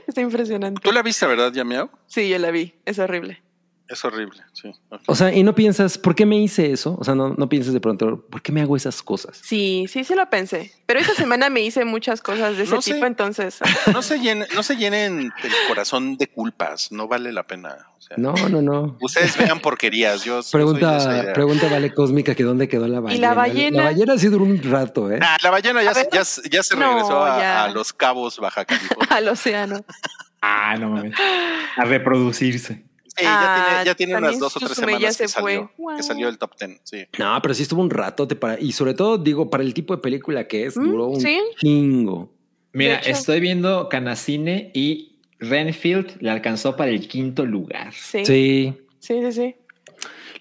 D: está impresionante.
E: Tú la viste, ¿verdad, Yamiao?
D: Sí, yo la vi. Es horrible.
E: Es horrible, sí. ok.
C: O sea, y no piensas, ¿por qué me hice eso? O sea, no, no piensas de pronto, ¿por qué me hago esas cosas?
D: Sí, sí, sí lo pensé. Pero esta semana me hice muchas cosas de ese
E: No sé.
D: tipo, entonces.
E: No se, llenen, no se llenen el corazón de culpas, no vale la pena. o sea,
C: No, no, no.
E: Ustedes vean porquerías, yo yo soy de esa
C: Pregunta,
E: idea.
C: pregunta Vale Cósmica que dónde quedó la ballena.
D: ¿Y la ballena?
C: La ballena sí duró un rato, ¿eh?
E: Nah, Ah, la ballena ya,
D: A
E: se-
D: ver.
E: ya se- ya se
D: No,
E: regresó a,
D: ya.
E: a los cabos Baja California.
D: Al océano.
B: Ah, no mames. A reproducirse.
E: Sí, ya
D: Ah,
E: tiene, ya tiene unas
D: también
E: dos o tres
D: Suzume ya
E: semanas que
D: se fue.
E: salió,
D: Wow.
E: que salió del top ten. Sí.
C: No, pero sí estuvo un ratote para. Y sobre todo, digo, para el tipo de película que es,
D: Mm,
C: duró un
D: sí.
C: chingo.
B: Mira,
D: De hecho-
B: estoy viendo Canacine y Renfield le alcanzó para el quinto lugar.
D: Sí. Sí,
C: Sí.
D: sí, sí.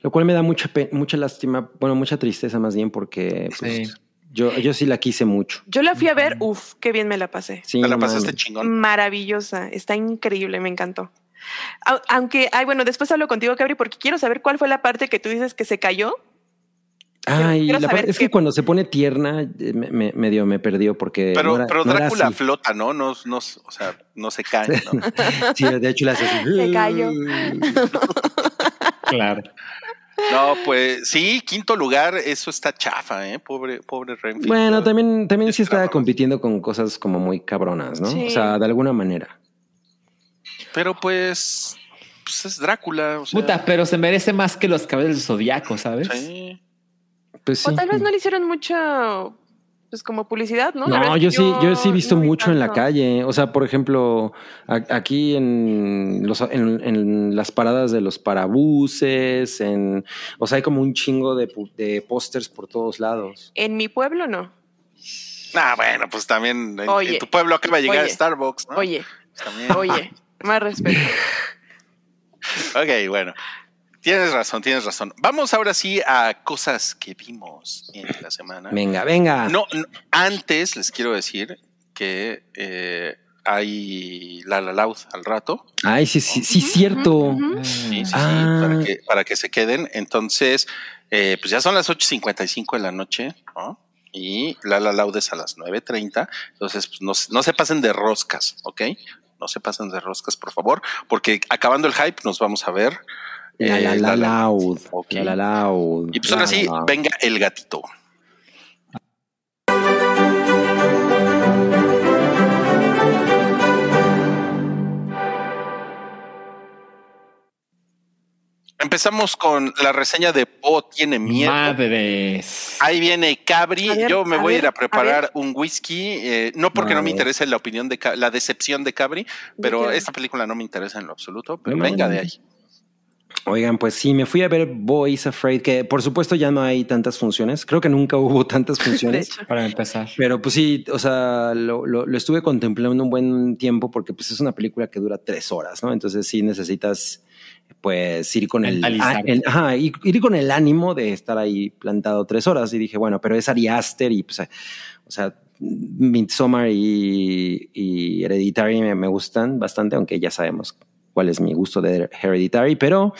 C: Lo cual me da mucha pe- mucha lástima, bueno, mucha tristeza más bien, porque pues,
B: Sí.
C: yo, yo sí la quise mucho.
D: Yo la fui a ver. Uf, qué bien me la pasé.
C: Sí,
E: Te la
C: no
E: pasaste
C: mames. Mm,
E: chingón.
D: Maravillosa. Está increíble. Me encantó. Au- Aunque, ay, bueno, después hablo contigo, Cabri, porque quiero saber cuál fue la parte que tú dices que se cayó.
C: Ay,
D: Quiero
C: la
D: saber
C: parte- es que,
D: qué-
C: cuando se pone tierna, eh, me, me- medio me perdió porque.
E: Pero,
C: no era-
E: pero
C: no era
E: Drácula
C: así.
E: flota, ¿no? No, no, o sea, no se cae. ¿no?
C: Sí, de hecho le hace así.
D: Se cayó.
B: Claro.
E: No, pues sí, quinto lugar, eso está chafa, ¿eh? Pobre, pobre Renfield.
C: Bueno, también, también sí estaba
E: Esperábamos.
C: compitiendo con cosas como muy cabronas, ¿no?
D: Sí.
C: O sea, de alguna manera.
E: Pero pues, pues es Drácula. O sea,
B: Puta, pero se merece más que los cabellos del zodiaco, ¿sabes?
E: sí.
C: Pues sí.
D: O tal vez no le hicieron mucha, pues como publicidad, ¿no? La
C: No,
D: verdad es
C: yo
D: que
C: sí, yo sí he visto
D: no vi
C: mucho en la
D: tanto.
C: calle. O sea, por ejemplo, a- aquí en, los, en, en las paradas de los parabuses, en, o sea, hay como un chingo de, pu- de pósters por todos lados.
D: En mi pueblo no.
E: Ah, bueno, pues también en,
D: Oye.
E: en tu pueblo acaba de llegar
D: Oye.
E: Starbucks, ¿no?
D: Oye,
E: Pues también.
D: oye, más respeto.
E: Ok, bueno. Tienes razón, tienes razón. Vamos ahora sí a cosas que vimos en la semana.
C: Venga, venga.
E: No, no, antes les quiero decir que eh, hay La La Loud al rato.
C: Ay, sí, sí, sí, cierto.
D: Ujú.
B: Ah,
E: Sí, sí, sí,
C: Ah.
E: para, que, para que se queden. Entonces, eh, pues ya son las 8.55 de la noche, ¿no? Y la la Loud es a las 9.30. Entonces, pues no, se- no se pasen de roscas, ¿ok? No se pasen de roscas, por favor, porque acabando el hype nos vamos a ver
C: La
E: Eh,
C: la
E: la,
C: la
E: la.
C: loud.
E: Ok.
C: La la loud.
E: Y pues ahora
C: La,
E: sí,
C: la.
E: venga el gatito. Empezamos con la reseña de Po tiene miedo.
B: Madres.
E: Ahí viene Cabri.
D: A ver,
E: Yo me
D: a
E: voy a ir
D: ver,
E: a
D: a
E: preparar un whisky. eh, no porque no me interese la opinión de Ca- la decepción de Cabri, pero
D: quiero.
E: esta película no me interesa en lo absoluto. Pero
C: No,
E: venga
C: no.
E: de ahí.
C: Oigan, pues sí, me fui a ver Boys Afraid, que por supuesto ya no hay tantas funciones. Creo que nunca hubo tantas
D: De
C: funciones.
D: hecho.
B: Para empezar.
C: Pero pues sí, o sea, lo, lo- lo estuve contemplando un buen tiempo porque pues es una película que dura tres horas, ¿no? Entonces sí necesitas pues ir con el,
B: Mentalizarte.
C: el- ajá, ir, ir con el ánimo de estar ahí plantado tres horas y dije, bueno, pero es Ari Aster y pues, eh, o sea, Midsommar y, y Hereditary me, me gustan bastante, aunque ya sabemos cuál es mi gusto de Hereditary, pero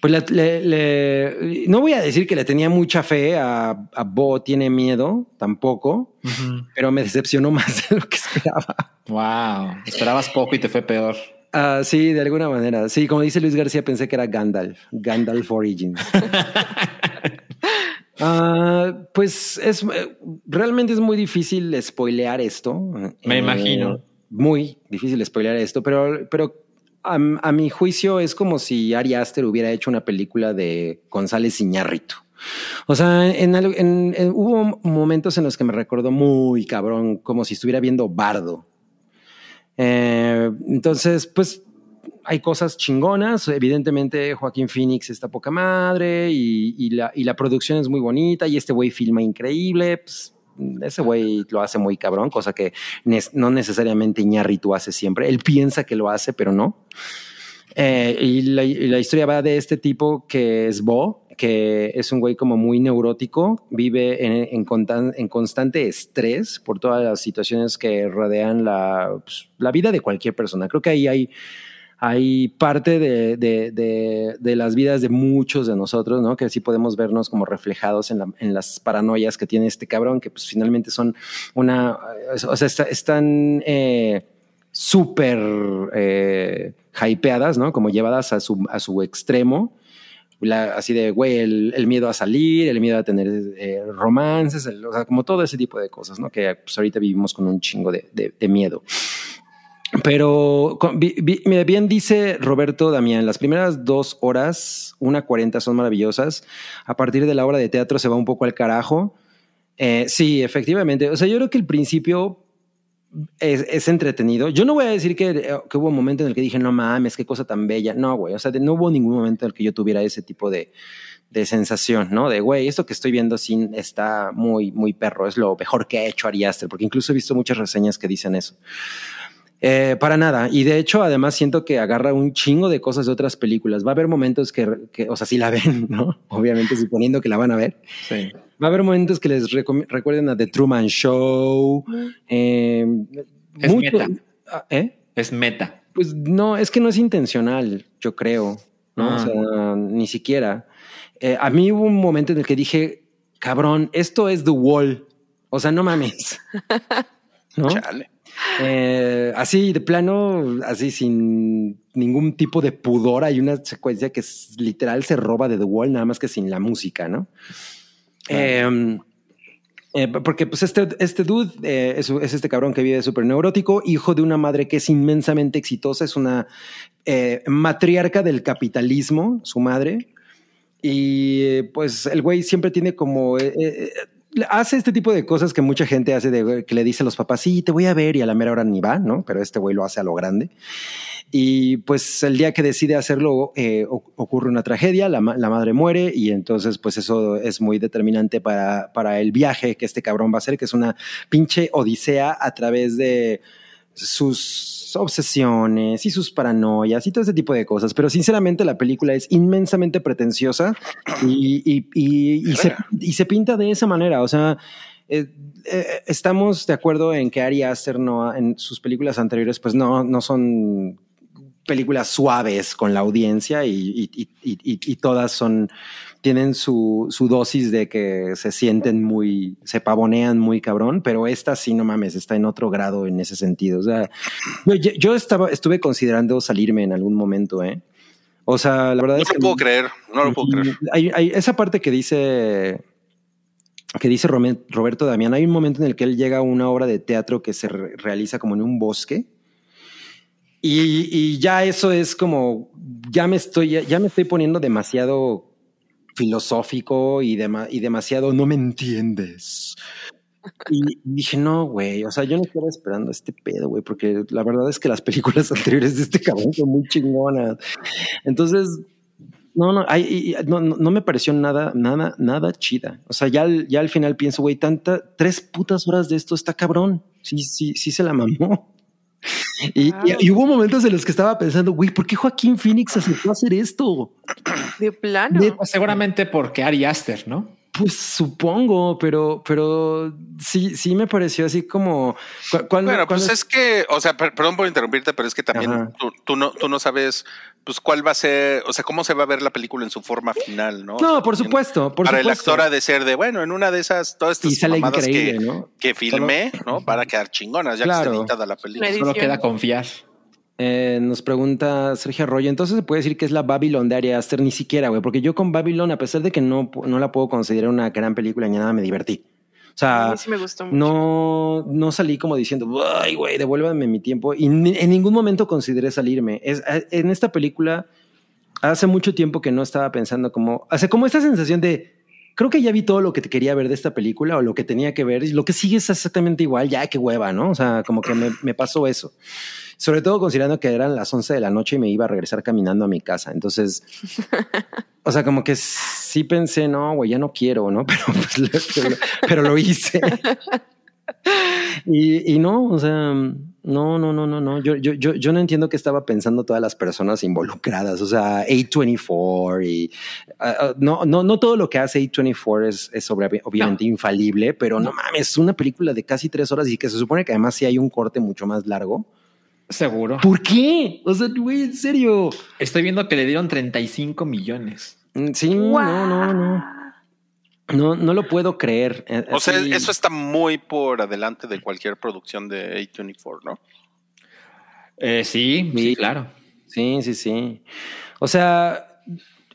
C: pues la- le- le- no voy a decir que le tenía mucha fe a, a Bo tiene miedo tampoco, pero me decepcionó más de lo que esperaba.
B: Wow. Esperabas poco y te fue peor.
C: Ah, sí, de alguna manera. Sí, como dice Luis García, pensé que era Gandalf, Gandalf Origins. Ah, pues es realmente es muy difícil spoilear esto. Eh,
B: Me imagino.
C: Muy difícil spoilear esto, pero, pero a, a mi juicio es como si Ari Aster hubiera hecho una película de González Iñárritu. O sea, en, algo- en- en- hubo momentos en los que me recordó muy cabrón, como si estuviera viendo Bardo. Eh, entonces, pues hay cosas chingonas. Evidentemente, Joaquín Phoenix está poca madre y, y la, y la producción es muy bonita y este güey filma increíble. Pues, ese güey lo hace muy cabrón, cosa que nes- no necesariamente Iñárritu hace siempre. Él piensa que lo hace, pero no. Eh, y, la, y la historia va de este tipo que es Bo, que es un güey como muy neurótico, vive en, en contan- en constante estrés por todas las situaciones que rodean la, pues, la vida de cualquier persona. Creo que ahí hay, hay parte de, de- de- de las vidas de muchos de nosotros, ¿no? Que sí podemos vernos como reflejados en, la- en las paranoias que tiene este cabrón, que pues finalmente son una, o sea, está- están... eh, súper eh, hypeadas, ¿no? Como llevadas a su, a su extremo. La- así de, güey, el, el miedo a salir, el miedo a tener eh, romances, el- o sea, como todo ese tipo de cosas, ¿no? Que pues, ahorita vivimos con un chingo de, de- de miedo. Pero con- vi- vi- mira, bien dice Roberto Damián, las primeras dos horas, una cuarenta, son maravillosas. A partir de la obra de teatro se va un poco al carajo. Eh, sí, efectivamente. O sea, yo creo que el principio es, es entretenido. Yo no voy a decir que, eh, que hubo un momento en el que dije, no mames, qué cosa tan bella. No, güey. O sea, de- no hubo ningún momento en el que yo tuviera ese tipo de, de sensación, ¿no? De, güey, esto que estoy viendo sin, está muy, muy perro. Es lo mejor que ha hecho Ari Aster, porque incluso he visto muchas reseñas que dicen eso. Eh, para nada. Y de hecho, además siento que agarra un chingo de cosas de otras películas. Va a haber momentos que, que o sea, si la ven, ¿no? Obviamente, suponiendo que la van a ver.
B: Sí.
C: Va a haber momentos que les recom- recuerden a The Truman Show. eh,
B: Es meta.
C: Ah, ¿eh?
B: Es meta.
C: Pues no, es que no es intencional, yo creo. ¿no?
B: Ah.
C: O sea, ni siquiera. Eh, a mí hubo un momento en el que dije, cabrón, esto es The Wall. O sea, no mames. ¿No?
E: Chale.
C: Eh, así de plano, así sin ningún tipo de pudor, hay una secuencia que es, literal se roba de The Wall, nada más que sin la música, ¿no? Eh, eh, porque pues este, este dude eh, es, es este cabrón que vive súper neurótico, hijo de una madre que es inmensamente exitosa, es una eh, matriarca del capitalismo, su madre, y eh, pues el güey siempre tiene como... eh, eh, hace este tipo de cosas que mucha gente hace de que le dice a los papás, sí, te voy a ver y a la mera hora ni va, ¿no? Pero este güey lo hace a lo grande. Y pues el día que decide hacerlo eh, o- ocurre una tragedia, la, ma- la madre muere y entonces pues eso es muy determinante para, para el viaje que este cabrón va a hacer, que es una pinche odisea a través de sus obsesiones y sus paranoias y todo ese tipo de cosas. Pero sinceramente la película es inmensamente pretenciosa y, y- y- y se, y se pinta de esa manera. O sea, eh, eh, estamos de acuerdo en que Ari Aster no, ha- en sus películas anteriores, pues no, no son películas suaves con la audiencia y, y- y- y- y- y todas son tienen su, su dosis de que se sienten muy, se pavonean muy cabrón, pero esta sí, no mames, está en otro grado en ese sentido. O sea, yo, yo estaba, estuve considerando salirme en algún momento, ¿eh? O sea, la verdad
E: No
C: es que.
E: lo puedo creer, no lo puedo creer.
C: Hay, hay esa parte que dice que dice Rome- Roberto Damián, hay un momento en el que él llega a una obra de teatro que se re- realiza como en un bosque. Y, y ya eso es como, ya me estoy, ya, ya me estoy poniendo demasiado filosófico y, dema- y demasiado no me entiendes. Y dije, no, güey, o sea, yo no estaba esperando este pedo, güey, porque la verdad es que las películas anteriores de este cabrón son muy chingonas. Entonces, no, no, ay, y- y- no, no, no me pareció nada, nada, nada chida. O sea, ya al, ya al final pienso, güey, tanta, tres putas horas de esto está cabrón. Sí, sí, sí se la mamó. Y, y- y hubo momentos en los que estaba pensando, güey, ¿por qué Joaquín Phoenix aceptó hacer esto?
D: De plano.
C: De-
B: Pues seguramente porque Ari Aster, ¿no?
C: Pues supongo, pero, pero sí, sí me pareció así como cu- cuando,
E: Bueno, pues
C: cuando-
E: es que, o sea, per- perdón por interrumpirte, pero es que
C: Ajá.
E: también tú, tú no, tú no sabes, pues cuál va a ser, o sea, cómo se va a ver la película en su forma final, ¿no? O sea,
C: no, por
E: también
C: supuesto, por
E: para
C: supuesto.
E: el actor ha de ser de, bueno, en una de esas, todas
C: y
E: estas
C: sale
E: mamadas que,
C: increíble, ¿no?
E: que filmé, ¿no? Para quedar chingonas, ya que
C: Claro.
E: está editada la película.
D: Edición.
B: Solo queda confiar.
C: Eh, nos pregunta Sergio Arroyo, entonces se puede decir que es la Babylon de Ari Aster, ni siquiera, güey, porque yo con Babylon, a pesar de que no, pu- no la puedo considerar una gran película ni nada, me divertí. O
D: A
C: sea,
D: mí sí me gustó mucho.
C: no, no salí como diciendo, ay, güey, devuélvanme mi tiempo. Y ni- en ningún momento consideré salirme. Es, a- en esta película, hace mucho tiempo que no estaba pensando como, hace como esta sensación de, creo que ya vi todo lo que te quería ver de esta película o lo que tenía que ver. Y lo que sigue es exactamente igual, ya que hueva, ¿no? O sea, como que me, me pasó eso. Sobre todo considerando que eran las 11 de la noche y me iba a regresar caminando a mi casa. Entonces, o sea, como que sí pensé, no, güey, ya no quiero, ¿no? Pero, pues, lo- pero lo- pero lo hice. Y, y no, o sea, no, no, no, no, no. Yo, yo, yo, yo no entiendo qué estaba pensando todas las personas involucradas. O sea, A24 y ah, ah, no, no, no todo lo que hace A24 es, es sobre- obviamente infalible, pero no mames, una película de casi tres horas y que se supone que además sí hay un corte mucho más largo.
B: Seguro.
C: ¿Por qué? O sea, güey, en serio.
B: Estoy viendo que le dieron 35 millones.
C: Mm, Sí, no, no, no. No, no lo puedo creer. Eh,
E: O sea,
C: así-
E: eso está muy por adelante de cualquier producción de A24, ¿no?
B: Eh, sí, sí, claro.
C: Sí, sí, sí. O sea,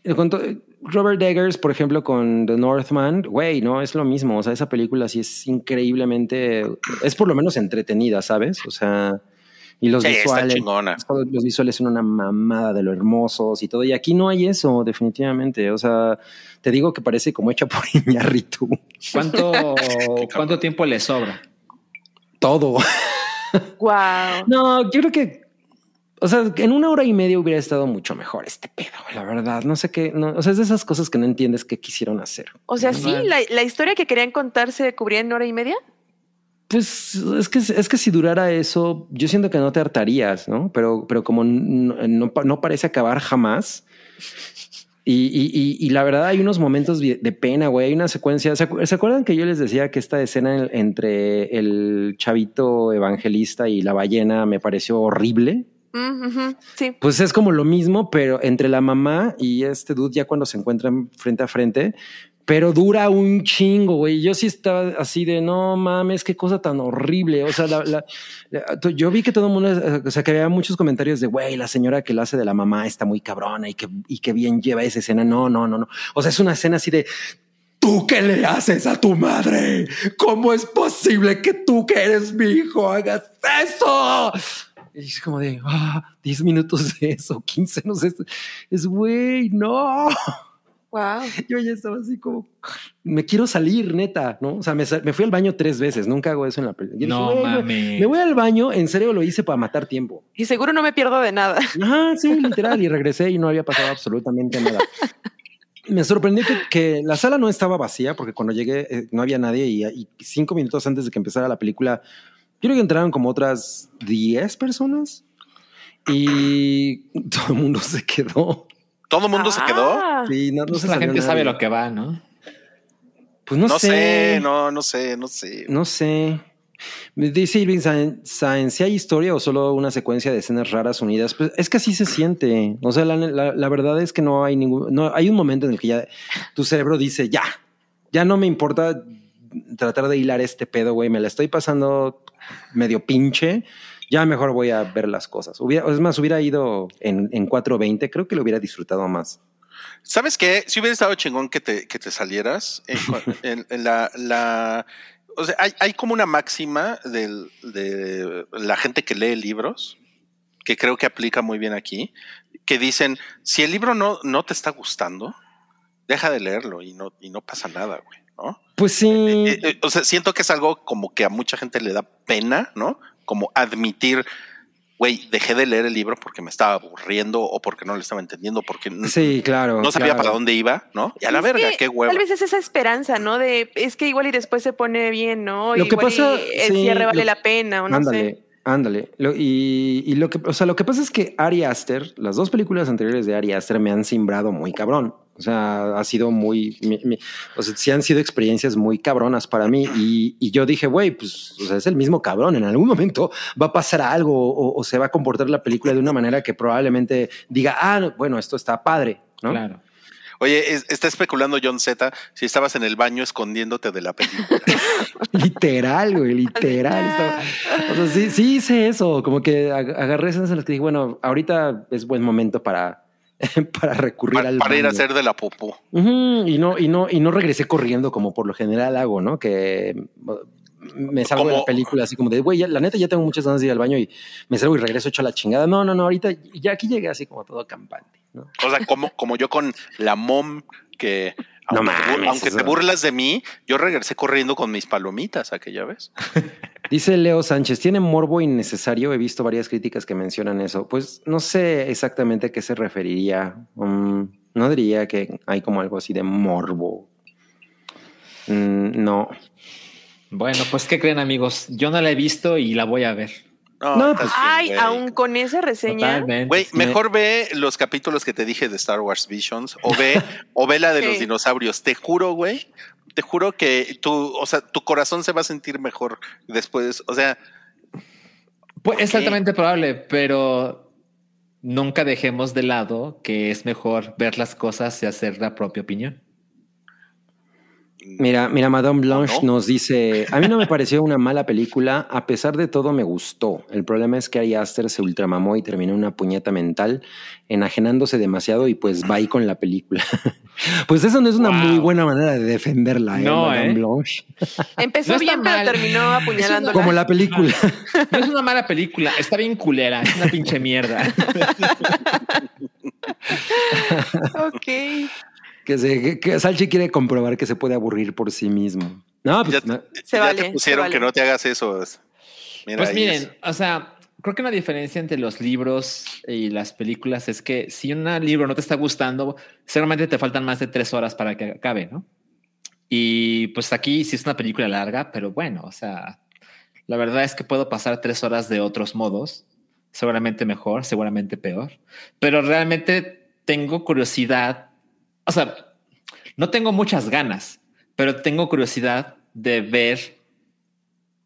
C: eh, con to- Robert Eggers, por ejemplo, con The Northman, güey, no es lo mismo. O sea, esa película sí es increíblemente, es por lo menos entretenida, ¿sabes? O sea, y los
E: Sí, está
C: visuales.
E: chingona.
C: todos Los visuales son una mamada de lo hermosos y todo. Y aquí no hay eso, definitivamente. O sea, te digo que parece como hecha por Iñarritu.
B: ¿Cuánto, ¿cuánto tiempo le sobra?
C: Todo.
D: Wow.
C: No, yo creo que, o sea, en una hora y media hubiera estado mucho mejor este pedo, la verdad. No sé qué, no, o sea, es de esas cosas que no entiendes qué quisieron hacer.
D: O sea, sí, la, la historia que querían contar se cubría en hora y media.
C: Pues es que, es que si durara eso, yo siento que no te hartarías, ¿no? Pero, pero como no, no pa- no parece acabar jamás. Y, y- y- y la verdad hay unos momentos vi- de pena, güey. Hay una secuencia. ¿Se acu- se acuerdan que yo les decía que esta escena en- entre el chavito evangelista y la ballena me pareció horrible?
D: Mm, ujú, Sí.
C: Pues es como lo mismo, pero entre la mamá y este dude ya cuando se encuentran frente a frente, pero dura un chingo, güey. Yo sí estaba así de, no mames, qué cosa tan horrible. O sea, la- la- la- to- yo vi que todo el mundo, eh, o sea, que había muchos comentarios de, güey, la señora que la hace de la mamá está muy cabrona y que, y que bien lleva esa escena. No, no, no, no. O sea, es una escena así de... ¿Tú qué le haces a tu madre? ¿Cómo es posible que tú que eres mi hijo hagas eso? Y es como de, ah, 10 minutos de eso, 15, no sé. Es, güey, no.
D: Wow.
C: Yo ya estaba así como, me quiero salir, neta, ¿no? O sea, me, sa- me fui al baño tres veces, nunca hago eso en la película. Yo
B: No
C: dije, güey, güey,
B: mames.
C: Me voy al baño, en serio lo hice para matar tiempo.
D: Y seguro no me pierdo de nada.
C: Ajá, sí, literal, y regresé y no había pasado absolutamente nada. Me sorprendió que, que la sala no estaba vacía, porque cuando llegué eh, no había nadie y, y cinco minutos antes de que empezara la película, yo creo que entraron como otras 10 personas y todo el mundo se quedó.
E: Todo el mundo se quedó.
D: Ah,
C: Sí, no, no
B: Pues
C: se
B: la
C: salió
B: gente sabe
C: nadie.
B: lo que va, ¿no?
C: Pues no,
E: No
C: sé.
E: sé, no, no sé, no sé.
C: No sé. Me Dice Irving Sain- Sainz, ¿si hay historia o solo una secuencia de escenas raras unidas? Pues es que así se siente. O sea, la, la- la verdad es que no hay ningún... No, hay un momento en el que ya tu cerebro dice, ya, ya no me importa tratar de hilar este pedo, güey. Me la estoy pasando medio pinche. ya mejor voy a ver las cosas. Hubiera, es más, hubiera ido en, en 4.20, creo que lo hubiera disfrutado más.
E: ¿Sabes qué? Si hubiera estado chingón que te, que te salieras, en, cua- en- en la, la- o sea, hay, hay como una máxima del- de la gente que lee libros, que creo que aplica muy bien aquí, que dicen, si el libro no, no te está gustando, deja de leerlo y no, y no pasa nada, güey, ¿no?
C: Pues sí.
E: Eh, eh, o sea, siento que es algo como que a mucha gente le da pena, ¿no? Como admitir, güey, dejé de leer el libro porque me estaba aburriendo o porque no le estaba entendiendo, porque n-
C: Sí, claro.
E: no sabía
C: claro.
E: para dónde iba, ¿no? Y a la
D: Es
E: verga,
D: que
E: qué huevo.
D: Tal vez es esa esperanza, ¿no? De es que igual y después se pone bien, ¿no?
C: Lo que
D: Igual y
C: pasa-
D: el
C: sí,
D: cierre
C: lo-
D: vale la pena, o no
C: ándale,
D: sé.
C: ándale. Lo- y, y lo que, o sea, lo que pasa es que Ari Aster, las dos películas anteriores de Ari Aster me han simbrado muy cabrón. O sea, ha sido muy, mi- mi- o sea, sí han sido experiencias muy cabronas para mí. Y, y yo dije, güey, pues, o sea, es el mismo cabrón. En algún momento va a pasar algo o, o se va a comportar la película de una manera que probablemente diga, ah, no, bueno, esto está padre, ¿no?
B: Claro.
E: Oye, es- está especulando John Z si estabas en el baño escondiéndote de la película.
C: Literal, güey, literal. Estaba-
D: Ah.
C: O sea, sí, sí hice eso, como que ag- agarré esas en las que dije, bueno, ahorita es buen momento para, para recurrir
E: para,
C: al
E: para ir a
C: baño.
E: hacer de la popó.
C: Ujú, y no, y no, y no regresé corriendo como por lo general hago, ¿no? Que mm, me salgo de la
E: Como-
C: película así como de, güey, ya- la neta ya tengo muchas ganas de ir al baño y me salgo y regreso hecho a la chingada. No, no, no, ahorita ya aquí llegué así como todo campante, ¿no?
E: O sea, como, como yo con la mom que...
C: No
E: aunque, te bu-
C: mames,
E: aunque
C: eso.
E: te burlas de mí, yo regresé corriendo con mis palomitas aquella vez.
C: Dice Leo Sánchez, tiene morbo innecesario. He visto varias críticas que mencionan eso. Pues no sé exactamente a qué se referiría. Mm, no diría que hay como algo así de morbo. Mm, no.
B: Bueno, pues ¿qué creen amigos? Yo no la he visto y la voy a ver.
C: No,
E: estás bien,
D: Ay,
E: güey.
D: aún con esa reseña.
B: Totalmente.
E: Güey,
B: Sí,
E: mejor ve los capítulos que te dije de Star Wars Visions o ve, o ve la de los
D: Sí.
E: dinosaurios. Te juro, güey, te juro que tu, o sea, tu corazón se va a sentir mejor después. O sea,
B: Pues, es
E: Ok.
B: altamente probable, pero nunca dejemos de lado que es mejor ver las cosas y hacer la propia opinión.
C: Mira, mira, Madame Blanche
E: ¿No?
C: nos dice: A mí no me pareció una mala película. A pesar de todo, me gustó. El problema es que Ari Aster se ultramamó y terminó en una puñeta mental, enajenándose demasiado y pues va ahí con la película. pues eso no es una
B: Wow.
C: muy buena manera de defenderla, ¿eh,
B: No,
C: Madame
B: ¿eh?
C: Blanche?
D: Empezó
B: No está
D: bien, pero
B: mal.
D: terminó apuñalándola.
C: Como la película.
B: No es una mala película, está bien culera, es una pinche mierda.
D: Ok.
C: Que, se, que, que Salchi quiere comprobar que se puede aburrir por sí mismo. No,
E: Ya-
C: pues, no,
D: Se
E: ya
D: vale,
E: te
D: se
E: pusieron
D: vale.
E: que no te hagas eso. Es- Mira,
B: Pues
E: ahí
B: miren,
E: es.
B: o sea, creo que una diferencia entre los libros y las películas es que si un libro no te está gustando, seguramente te faltan más de tres horas para que acabe, ¿no? Y pues aquí sí es una película larga, pero bueno, o sea, la verdad es que puedo pasar tres horas de otros modos, seguramente mejor, seguramente peor, pero realmente tengo curiosidad, o sea, no tengo muchas ganas, pero tengo curiosidad de ver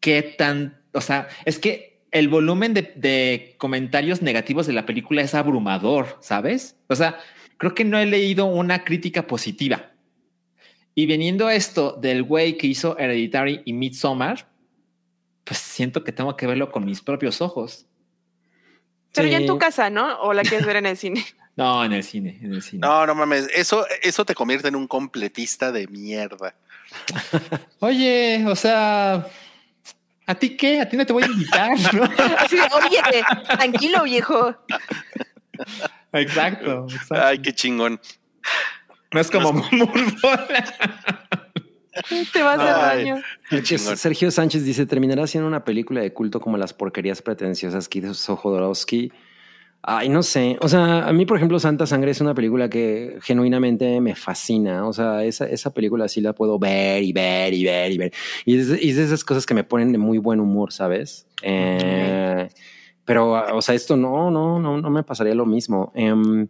B: qué tan, o sea, es que el volumen de, de comentarios negativos de la película es abrumador, ¿sabes? O sea, creo que no he leído una crítica positiva. Y viniendo esto del güey que hizo Hereditary y Midsommar, pues siento que tengo que verlo con mis propios ojos.
D: Pero ya en
C: Sí.
D: tu casa, ¿no? O la quieres ver en el cine.
B: No, en el cine, en el cine.
E: No, no mames, eso, eso te convierte en un completista de mierda.
B: Oye, o sea, ¿a ti qué? ¿A ti no te voy a invitar? ¿no?
D: Así de, oye, eh, tranquilo, viejo.
B: exacto, exacto.
E: Ay, qué chingón.
B: no es como Murbola.
D: Te vas al
E: Ay.
D: baño.
E: Qué
C: que
E: chingón.
C: Sergio Sánchez dice: terminará siendo una película de culto como las porquerías pretenciosas que hizo Jodorowsky. Ay, no sé. O sea, a mí, por ejemplo, Santa Sangre es una película que genuinamente me fascina. O sea, esa, esa película sí la puedo ver y ver y ver y ver. Y es, y es de esas cosas que me ponen de muy buen humor, ¿sabes? Eh, Pero, o sea, esto no, no, no, no me pasaría lo mismo. Em,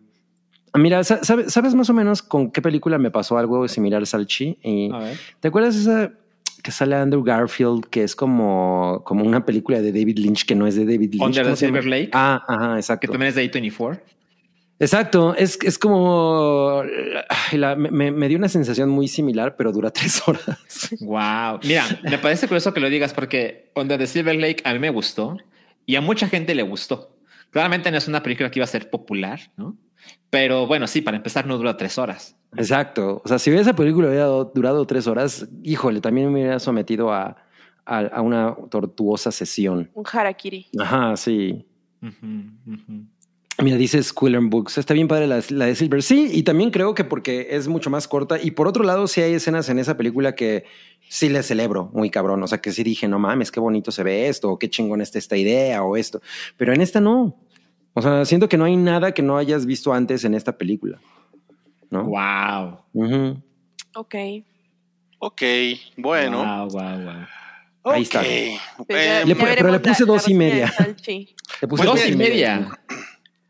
C: mira, sa- sabe- ¿sabes más o menos con qué película me pasó algo similar, Salchi? Y,
B: A ver.
C: ¿Te acuerdas esa que sale Andrew Garfield, que es como, como una película de David Lynch que no es de David Lynch?
B: Under the
C: ¿Cómo se
B: Silver
C: llama?
B: Lake,
C: Ah, ajá,
B: que
C: exacto.
B: también es de A24.
C: Exacto, es, es como... ay, la- me- me, me dio una sensación muy similar, pero dura tres horas.
B: Wow. Mira, me parece curioso que lo digas porque Onda de Silver Lake a mí me gustó y a mucha gente le gustó. Claramente no es una película que iba a ser popular, ¿no? Pero bueno, sí, para empezar no dura tres horas.
C: Exacto. O sea, si esa película hubiera do- durado tres horas, híjole, también me hubiera sometido a, a- a una tortuosa sesión.
D: Un harakiri.
C: Ajá, sí.
B: Ujú, ujú.
C: Mira, dice Squiller Books. Está bien padre la, la de Silver. Sí, y también creo que porque es mucho más corta. Y por otro lado, sí hay escenas en esa película que sí le celebro muy cabrón. O sea, que sí dije, no mames, qué bonito se ve esto, o qué chingón está esta idea, o esto. Pero en esta no. O sea, siento que no hay nada que no hayas visto antes en esta película. ¿No?
B: Wow.
C: Ujú.
D: Ok.
E: Ok, bueno.
B: Wow, wow, wow.
C: Ahí está.
E: Ok.
D: Pues ya-
E: Eh,
C: Le
D: ya
C: pu- pero
D: veremos
C: le puse dos y
D: reseña
C: media.
D: de Salchi.
C: Le
E: Pues
B: dos
E: mira,
B: y media.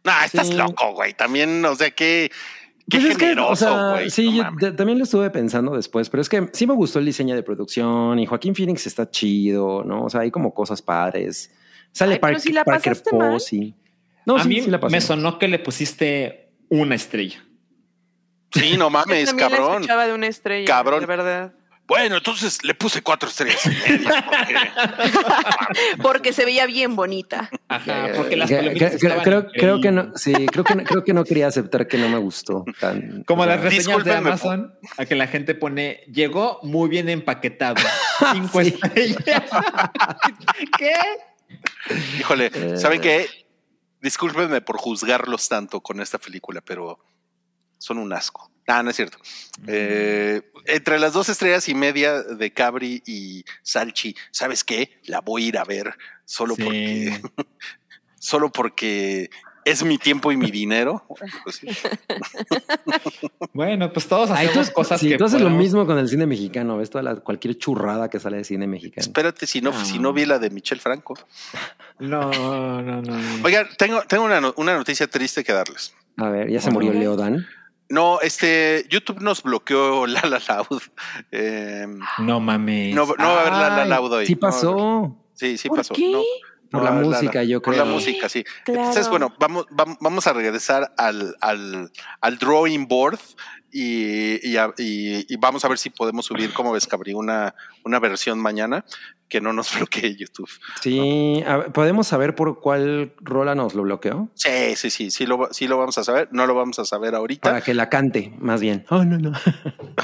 E: nah, estás
C: Sí.
E: loco, güey. También, o sea, qué, qué
C: Pues es que,
E: generoso,
C: o sea,
E: güey.
C: sí,
E: No
C: yo
E: mames.
C: t- también lo estuve pensando después, pero es que sí me gustó el diseño de producción y Joaquín Phoenix está chido, ¿no? O sea, hay como cosas padres. Sale
D: Ay, pero
C: Park-
D: si la
C: Parker
D: pasaste mal.
C: Posey. No,
B: a
C: sí,
B: mí
C: sí la pasé.
B: me sonó que le pusiste una estrella.
E: sí, no
D: Yo
E: mames,
D: también la
E: cabrón.
D: escuchaba de una estrella.
E: Cabrón.
D: De verdad.
E: Bueno, entonces le puse cuatro estrellas. y media, porque-
D: Porque se veía bien bonita.
B: Ajá,
C: Eh,
B: porque las
C: cre-
B: palomitas
C: cre- creo,
B: estaban
C: creo- creo que no,
B: increíbles.
C: sí, creo que no, creo que no quería aceptar que no me gustó tan.
B: Como las
E: Discúlpenme,
B: reseñas de
E: po-
B: Amazon, a que la gente pone, llegó muy bien empaquetado. Cinco
C: Sí.
B: estrellas. ¿Qué?
E: Híjole,
C: Eh.
E: ¿saben qué? Discúlpenme por juzgarlos tanto con esta película, pero son un asco. Ah, no es cierto. Eh, entre las dos estrellas y media de Cabri y Salchi, ¿sabes qué? La voy a ir a ver solo
B: Sí.
E: porque solo porque es mi tiempo y mi dinero. Pues sí.
B: Bueno, pues todos
C: Ay,
B: hacemos
C: tú,
B: cosas
C: sí,
B: que
C: tú haces lo
B: podemos-
C: mismo con el cine mexicano, ves toda la, cualquier churrada que sale de cine mexicano.
E: Espérate si no, si no vi la de Michelle Franco.
B: No, no, no. no.
E: Oigan, tengo, tengo una, no- una noticia triste que darles.
C: A ver, ya se murió
D: Ajá.
C: Leodan.
E: No, este YouTube nos bloqueó La La Loud. Em,
B: No mames.
E: no, no va a haber La La
C: Ay,
E: Loud hoy.
C: Sí
E: No va a
C: pasó.
E: haber. sí, sí
D: ¿Por
E: pasó.
D: qué?
E: No,
C: Por
E: no
C: la
E: va a haber
C: música, yo
E: Por la
C: creo.
E: música, sí.
D: Claro.
E: Entonces, bueno, vamos, vam- vamos a regresar al, al, al drawing board y, y, a- y- y vamos a ver si podemos subir, como ves, Cabri, una, una versión mañana que no nos bloquee YouTube.
C: Sí, a ver, ¿podemos saber por cuál rola nos lo bloqueó?
E: Sí, sí, sí, sí lo, va- sí lo vamos a saber. No lo vamos a saber ahorita.
C: Para que la cante, más bien. Oh, no, no.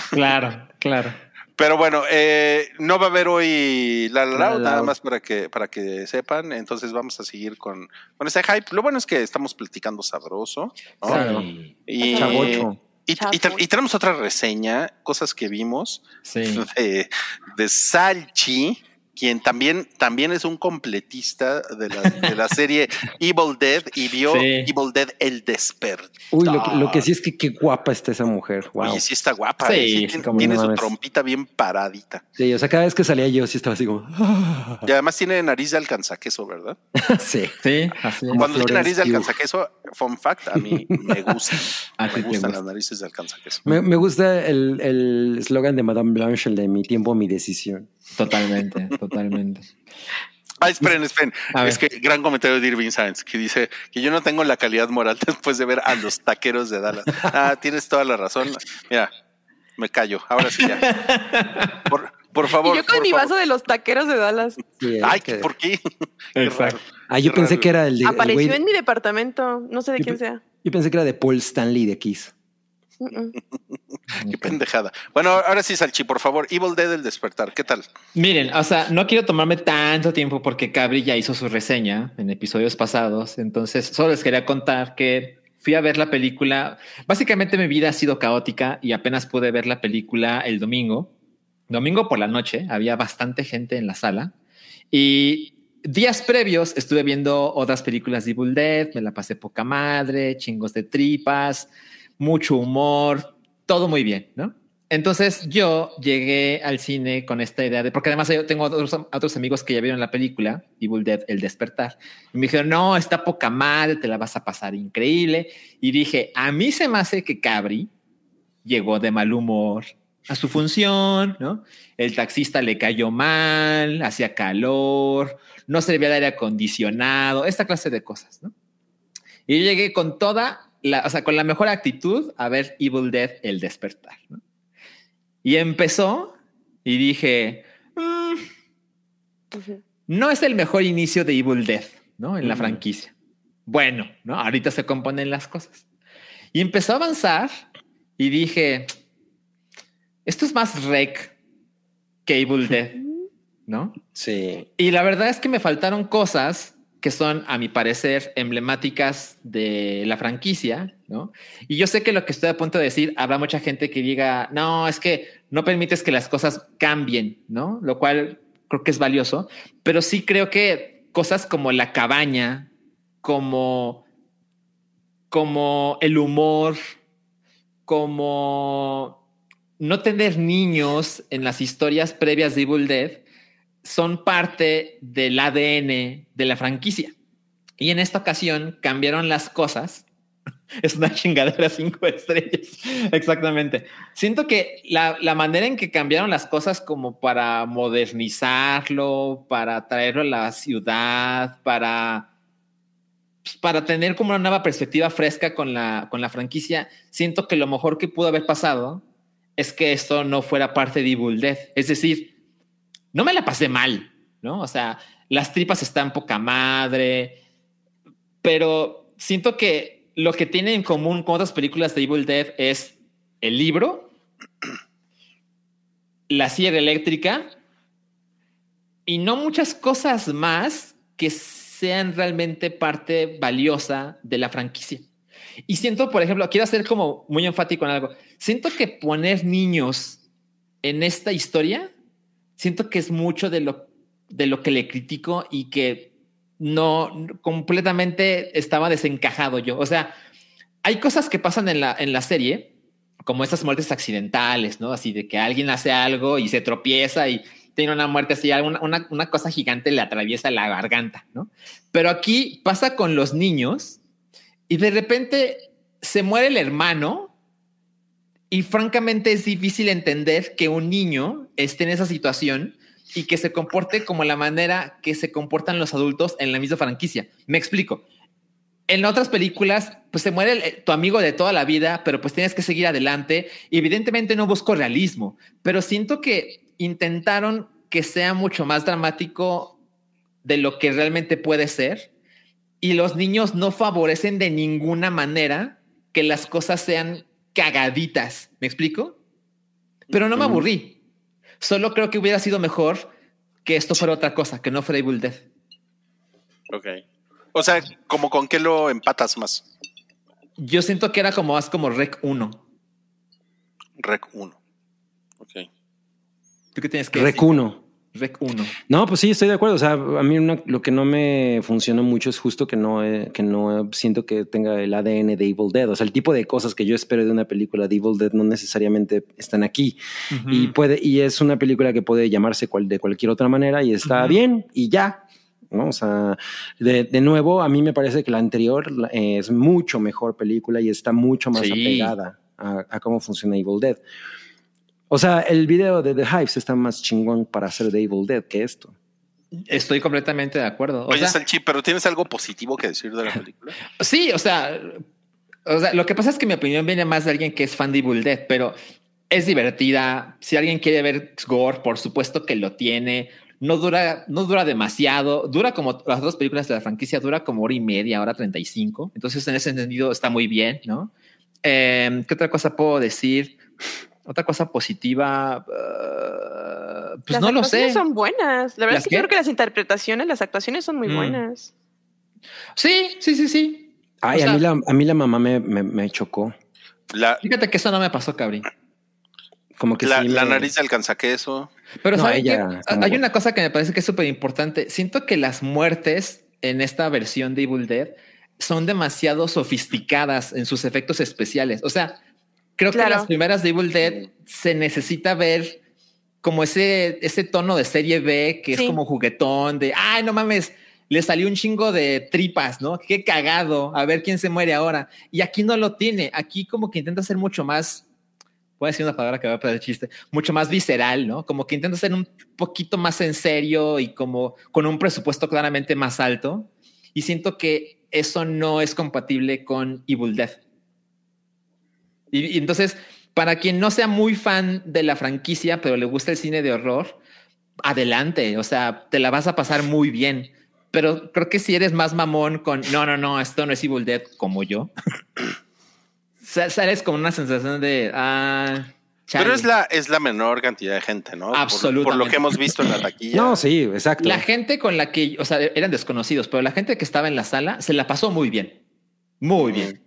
B: Claro, claro.
E: Pero bueno, eh, no va a haber hoy la la,
C: La
E: Loud,
C: La
E: nada
C: Loud.
E: más para que para que sepan. Entonces vamos a seguir con, con este hype. Lo bueno es que estamos platicando sabroso. ¿no?
C: Claro.
B: Sí,
E: Y,
C: Chavocho.
E: y- y tra-
D: Chavocho.
E: y tenemos otra reseña, cosas que vimos
B: sí.
E: de, de Salchi, quien también, también es un completista de la, de la serie Evil Dead y vio
B: Sí.
E: Evil Dead el despertar.
C: Uy, lo, que- lo que sí es que qué guapa está esa mujer. Wow.
E: Oye, sí está guapa.
B: Sí,
E: ¿eh? Sí,
B: sí,
E: tiene-
B: cómo no
E: tiene su
C: mames.
E: trompita bien paradita.
C: Sí, o sea, cada vez que salía yo sí estaba así como. ah,
E: Y además tiene nariz de alcanzaqueso, ¿verdad?
C: sí.
B: Sí, así es.
C: Como
E: Cuando tiene
C: Florence
E: nariz de
C: Pugh.
E: alcanzaqueso, fun fact, a mí me gusta.
B: A ti
E: me
B: te
E: gustan
B: gusta.
E: las narices de alcanzaqueso.
C: Me, me gusta el el eslogan de Madame Blanche, el de mi tiempo, mi decisión.
B: Totalmente, totalmente.
E: Ah, esperen, esperen.
B: A
E: Es que gran comentario de Irving Sainz que dice que yo no tengo la calidad moral después de ver a los taqueros de Dallas. Ah, tienes toda la razón. Mira, me callo. Ahora sí ya. Por, por favor.
D: y yo con
E: por
D: mi
E: favor.
D: vaso de los taqueros de Dallas.
C: Sí,
E: Ay,
C: que-
E: ¿por qué? Qué
B: Exacto.
E: raro.
C: ah, yo
E: qué
C: pensé
E: raro.
C: que era el de. el
D: Apareció
C: güey-
D: en mi departamento. No sé de
C: Yo
D: quién
C: pe-
D: sea.
C: Yo pensé que era de Paul Stanley de Kiss.
D: Mm, mm.
E: Qué pendejada. Bueno, ahora sí, Salchi, por favor. Evil Dead, el despertar. ¿Qué tal?
B: Miren, o sea, no quiero tomarme tanto tiempo porque Cabri ya hizo su reseña en episodios pasados, entonces solo les quería contar que fui a ver la película, básicamente mi vida ha sido caótica y apenas pude ver la película el domingo, domingo por la noche, había bastante gente en la sala y días previos estuve viendo otras películas de Evil Dead, me la pasé poca madre, chingos de tripas, mucho humor, todo muy bien, ¿no? Entonces yo llegué al cine con esta idea de, porque además yo tengo otros, otros amigos que ya vieron la película, Evil Dead, El Despertar, y me dijeron, no, está poca madre, te la vas a pasar increíble. Y dije, a mí se me hace que Cabri llegó de mal humor a su función, ¿no? El taxista le cayó mal, hacía calor, no se le veía el aire acondicionado, esta clase de cosas, ¿no? Y yo llegué con toda, la, o sea, con la mejor actitud a ver Evil Dead, El Despertar, ¿no? Y empezó y dije, "Mm,
D: Ujú. Pues
B: Pues no es el mejor inicio de Evil Dead, ¿no? En la
C: Mm.
B: franquicia. Bueno, ¿no? Ahorita se componen las cosas. Y empezó a avanzar y dije, esto es más rec que Evil Dead, ¿no?
C: Sí.
B: Y la verdad es que me faltaron cosas que son, a mi parecer, emblemáticas de la franquicia, ¿no? Y yo sé que lo que estoy a punto de decir, habrá mucha gente que diga, no, es que no permites que las cosas cambien, ¿no? Lo cual creo que es valioso, pero sí creo que cosas como la cabaña, como, como el humor, como no tener niños en las historias previas de Evil Dead, son parte del ADN de la franquicia. Y en esta ocasión cambiaron las cosas. Es una chingadera cinco estrellas. Exactamente. Siento que la, la manera en que cambiaron las cosas como para modernizarlo, para traerlo a la ciudad, para, pues, para tener como una nueva perspectiva fresca con la, con la franquicia, siento que lo mejor que pudo haber pasado es que esto no fuera parte de Evil Dead. Es decir, no me la pasé mal, ¿no? O sea, las tripas están poca madre, pero siento que lo que tiene en común con otras películas de Evil Dead es el libro, la sierra eléctrica y no muchas cosas más que sean realmente parte valiosa de la franquicia. Y siento, por ejemplo, quiero hacer como muy enfático en algo. Siento que poner niños en esta historia siento que es mucho de lo, de lo que le critico y que no completamente estaba desencajado yo. O sea, hay cosas que pasan en la, en la serie, como esas muertes accidentales, ¿no? Así de que alguien hace algo y se tropieza y tiene una muerte así, alguna- una, una cosa gigante le atraviesa la garganta, ¿no? Pero aquí pasa con los niños y de repente se muere el hermano y francamente es difícil entender que un niño esté en esa situación y que se comporte como la manera que se comportan los adultos en la misma franquicia. Me explico. En otras películas, pues se muere el- tu amigo de toda la vida, pero pues tienes que seguir adelante. Y evidentemente no busco realismo, pero siento que intentaron que sea mucho más dramático de lo que realmente puede ser. Y los niños no favorecen de ninguna manera que las cosas sean cagaditas. ¿Me explico? Pero no me aburrí. Solo creo que hubiera sido mejor que esto fuera otra cosa, que no fuera Evil Dead.
E: Ok. O sea, como con qué lo empatas más.
B: Yo siento que era como más como Rec 1.
E: Rec 1. Ok.
B: ¿Tú qué tienes que decir?
C: Recuno.
B: Rec 1.
C: No, pues sí, estoy de acuerdo. O sea, a mí una- lo que no me funciona mucho es justo que no, eh, que no siento que tenga el ADN de Evil Dead. O sea, el tipo de cosas que yo espero de una película de Evil Dead no necesariamente están aquí.
B: Mm.
C: Y puede, y es una película que puede llamarse cual- de cualquier otra manera y está
B: Ujú.
C: bien y ya. ¿no? O sea, de, de nuevo, a mí me parece que la anterior la- eh, es mucho mejor película y está mucho más
B: Sí.
C: apegada a, a cómo funciona Evil Dead. O sea, el video de The Hives está más chingón para hacer de Evil Dead que esto.
B: pues, Estoy completamente de acuerdo. O
E: Oye,
B: sea,
E: Salchi, pero ¿tienes algo positivo que decir de la película?
B: Sí, o sea, o sea, lo que pasa es que mi opinión viene más de alguien que es fan de Evil Dead, pero es divertida. Si alguien quiere ver gore, por supuesto que lo tiene. No dura, no dura demasiado. Dura como las dos películas de la franquicia, dura como hora y media, hora 35. Entonces, en ese sentido, está muy bien, ¿no? Em, ¿Qué otra cosa puedo decir? Otra cosa positiva. eh, pues
D: las
B: no lo sé.
D: actuaciones son buenas. La verdad
B: ¿Las
D: es que yo
B: qué?
D: creo que las interpretaciones, las actuaciones son muy
B: Mm.
D: buenas.
B: Sí, sí, sí, sí.
C: Ay,
B: O sea-
C: a, mí la, a mí la mamá me, me- me chocó.
E: La,
B: Fíjate que eso no me pasó, Cabrín.
C: Como que
E: la,
C: sí
E: la
C: me-
E: nariz alcanza queso.
B: Pero
C: No,
B: ¿saben
C: ella
B: qué?
C: está muy
B: hay
C: buena.
B: una cosa que me parece que es súper importante. Siento que las muertes en esta versión de Evil Dead son demasiado sofisticadas en sus efectos especiales. O sea, creo que
D: Claro.
B: las primeras de Evil Dead se necesita ver como ese, ese tono de serie B que
D: Sí.
B: es como juguetón de, ay, no mames, le salió un chingo de tripas, ¿no? Qué cagado, a ver quién se muere ahora. Y aquí no lo tiene, aquí como que intenta ser mucho más, voy a decir una palabra que va a perder el chiste, mucho más visceral, ¿no? Como que intenta ser un poquito más en serio y como con un presupuesto claramente más alto. Y siento que eso no es compatible con Evil Dead. Y, y entonces, para quien no sea muy fan de la franquicia, pero le gusta el cine de horror, adelante, o sea, te la vas a pasar muy bien. pero creo que si eres más mamón con no, no, no, esto no es Evil Dead como yo, sa- sales con una sensación de ah, chale.
E: Pero es la, es la menor cantidad de gente, ¿no? Por- Por, lo
B: Absolutamente.
E: que hemos visto en la taquilla.
C: No, sí, exacto.
B: La gente con la que, o sea, eran desconocidos, pero la gente que estaba en la sala se la pasó muy bien. Muy bien.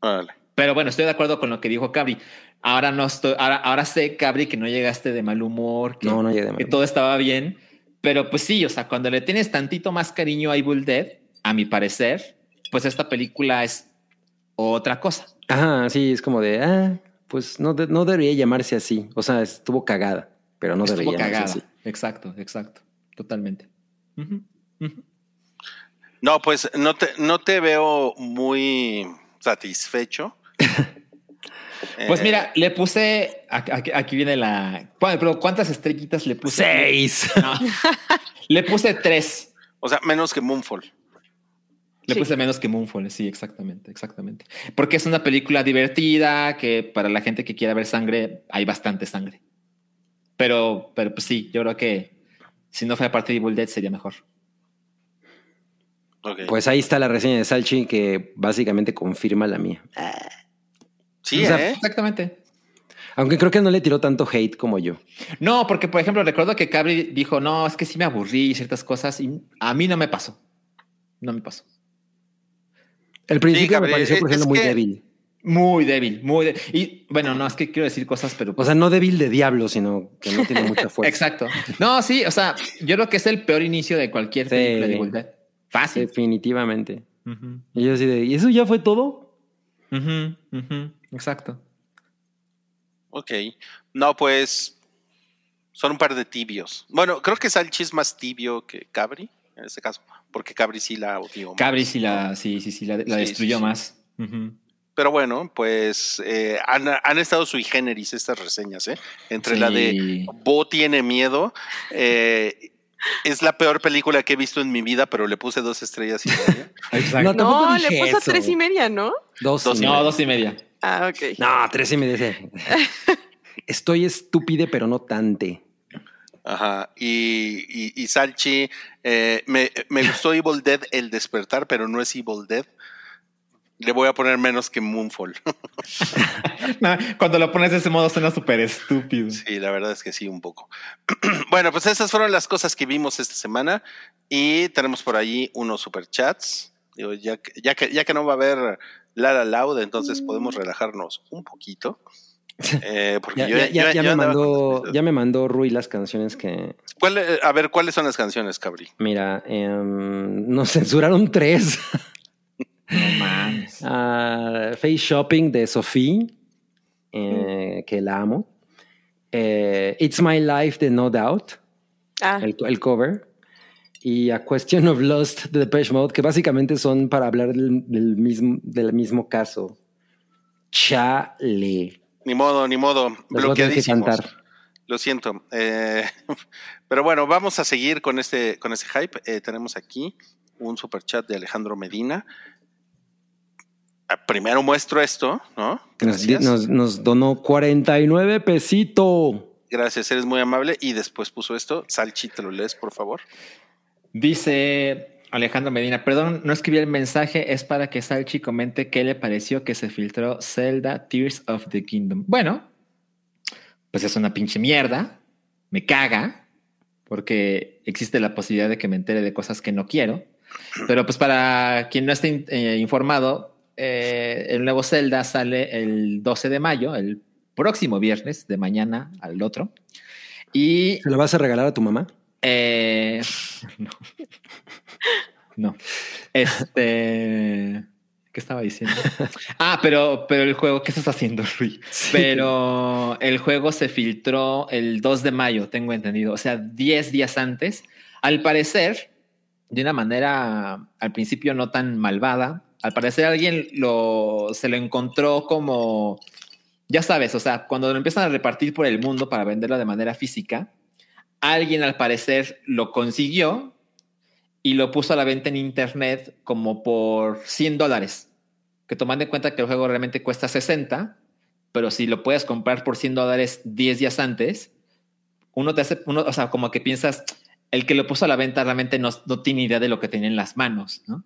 E: Órale.
B: Pero bueno, estoy de acuerdo con lo que dijo Cabri. Ahora no estoy, ahora, ahora sé, Cabri, que no llegaste de mal humor, que,
C: No, no llegué de mal
B: que todo estaba bien. Pero pues sí, o sea, cuando le tienes tantito más cariño a Evil Dead, a mi parecer, pues esta película es otra cosa.
C: Ajá, sí, es como de, ah, pues no, de- no debería llamarse así. O sea, estuvo cagada, pero no
B: Estuvo
C: debería llamarse
B: cagada.
C: así.
B: Exacto, exacto. Totalmente. Ujú, ujú.
E: No, pues no te, no te veo muy satisfecho.
B: Pues
E: Eh,
B: mira, le puse. Aquí, aquí viene la. ¿cuá- pero ¿Cuántas estrellitas le puse? Seis. Le puse tres.
E: O sea, menos que Moonfall.
B: Le
D: Sí.
B: puse menos que Moonfall. Sí, exactamente, exactamente. Porque es una película divertida que para la gente que quiera ver sangre, hay bastante sangre. Pero, pero pues sí, yo creo que si no fuera parte de Evil Dead sería mejor.
E: Ok.
C: Pues ahí está la reseña de Salchi que básicamente confirma la mía.
E: sí,
B: O sea,
E: ¿eh?
B: Exactamente.
C: Aunque creo que no le tiró tanto hate como yo.
B: No, porque por ejemplo, recuerdo que Cabri dijo: No, es que sí me aburrí y ciertas cosas y a mí no me pasó. No me pasó.
C: El principio me
E: Gabriel,
C: pareció, por
E: eh, es-
C: ejemplo,
E: es
C: muy
E: que-
C: débil.
B: Muy débil, muy débil. Y bueno, no es que quiero decir cosas, pero.
C: O sea, pues. no débil de diablo, sino que no tiene mucha fuerza.
B: Exacto. No, sí, o sea, yo creo que es el peor inicio de cualquier
C: Sí.
B: película de igualdad. Fácil.
C: Definitivamente.
B: Ujú,
C: Y yo así de, ¿y eso ya fue todo?
B: ujú, ujú, Exacto.
E: Ok. No, pues son un par de tibios. Bueno, creo que Salchi es más tibio que Cabri, en este caso, porque Cabri sí la odió. más.
B: Cabri sí la, sí, sí, sí, la, la
E: Sí,
B: destruyó
E: sí, sí.
B: más. Ujú.
E: Pero bueno, pues eh, han, han estado sui generis estas reseñas, ¿eh? Entre la de
B: Sí.
E: Bo tiene miedo, eh, es la peor película que he visto en mi vida, pero le puse dos estrellas y media.
B: Exacto.
C: tampoco
D: No, le
C: dije
D: puso
C: eso.
D: tres y media, ¿no?
C: Dos.
E: Dos
C: y
E: y
C: medio.
B: No, dos y media.
D: Ah, ok.
C: No, tres y medio. sí. Estoy estúpide, pero no tante.
E: Ajá. Y, y- y Salchi, eh, me, me gustó Evil Dead el despertar, pero no es Evil Dead. Le voy a poner menos que Moonfall.
B: No, Cuando lo pones de ese modo suena súper estúpido.
E: Sí, la verdad es que sí, un poco. bueno, pues esas fueron las cosas que vimos esta semana y tenemos por ahí unos superchats. Digo, ya, que- ya, que, ya que no va a haber Lara Loud, entonces podemos relajarnos un poquito. Eh, porque
C: Mm. Ya,
E: yo,
C: ya- ya-
E: yo-
C: ya
E: yo
C: me
E: andaba con
C: mandó,
E: las-
C: ya me mandó Rui las canciones que,
E: ¿Cuál, eh, a ver, ¿cuáles son las canciones, Cabri?
C: mira, em, nos censuraron tres.
B: No mames.
C: Ah, Face Shopping de Sophie, eh, que la amo. Eh, It's My Life de No Doubt,
D: Ah,
C: el, el cover. Y A Question of Lust de Depeche Mode, que básicamente son para hablar del, del mismo, del mismo caso. Chale.
E: Ni modo, ni modo.
C: Las voy a tener que
E: Bloqueadísimos.
C: cantar.
E: Lo siento. Eh, pero bueno, vamos a seguir con este, con este hype. Eh, tenemos aquí un super chat de Alejandro Medina. Ah, Primero muestro esto, ¿no?
C: Nos,
E: Gracias.
C: nos- nos donó 49 pesito.
E: Gracias, eres muy amable. Y después puso esto. Salchi, te lo lees, por favor.
B: Dice Alejandro Medina, perdón, no escribí el mensaje, es para que Salchi comente qué le pareció que se filtró Zelda Tears of the Kingdom. Bueno, pues es una pinche mierda, me caga, porque existe la posibilidad de que me entere de cosas que no quiero. Pero pues para quien no esté in- eh, informado, eh, el nuevo Zelda sale el 12 de mayo, el próximo viernes, de mañana al otro. Y
C: ¿Se lo vas a regalar a tu mamá?
B: eh, no. No. Este. ¿Qué estaba diciendo? Ah, pero, pero el juego, ¿qué estás haciendo, Rui? Pero el juego se filtró el 2 de mayo, tengo entendido. O sea, 10 días antes. Al parecer, de una manera al principio no tan malvada, al parecer alguien lo, se lo encontró como. Ya sabes, o sea, cuando lo empiezan a repartir por el mundo para venderlo de manera física, alguien al parecer lo consiguió y lo puso a la venta en internet como por 100 dólares. Que tomando en cuenta que el juego realmente cuesta 60, pero si lo puedes comprar por 100 dólares 10 días antes, uno te hace, uno, o sea, como que piensas, el que lo puso a la venta realmente no, no tiene idea de lo que tenía en las manos, ¿no?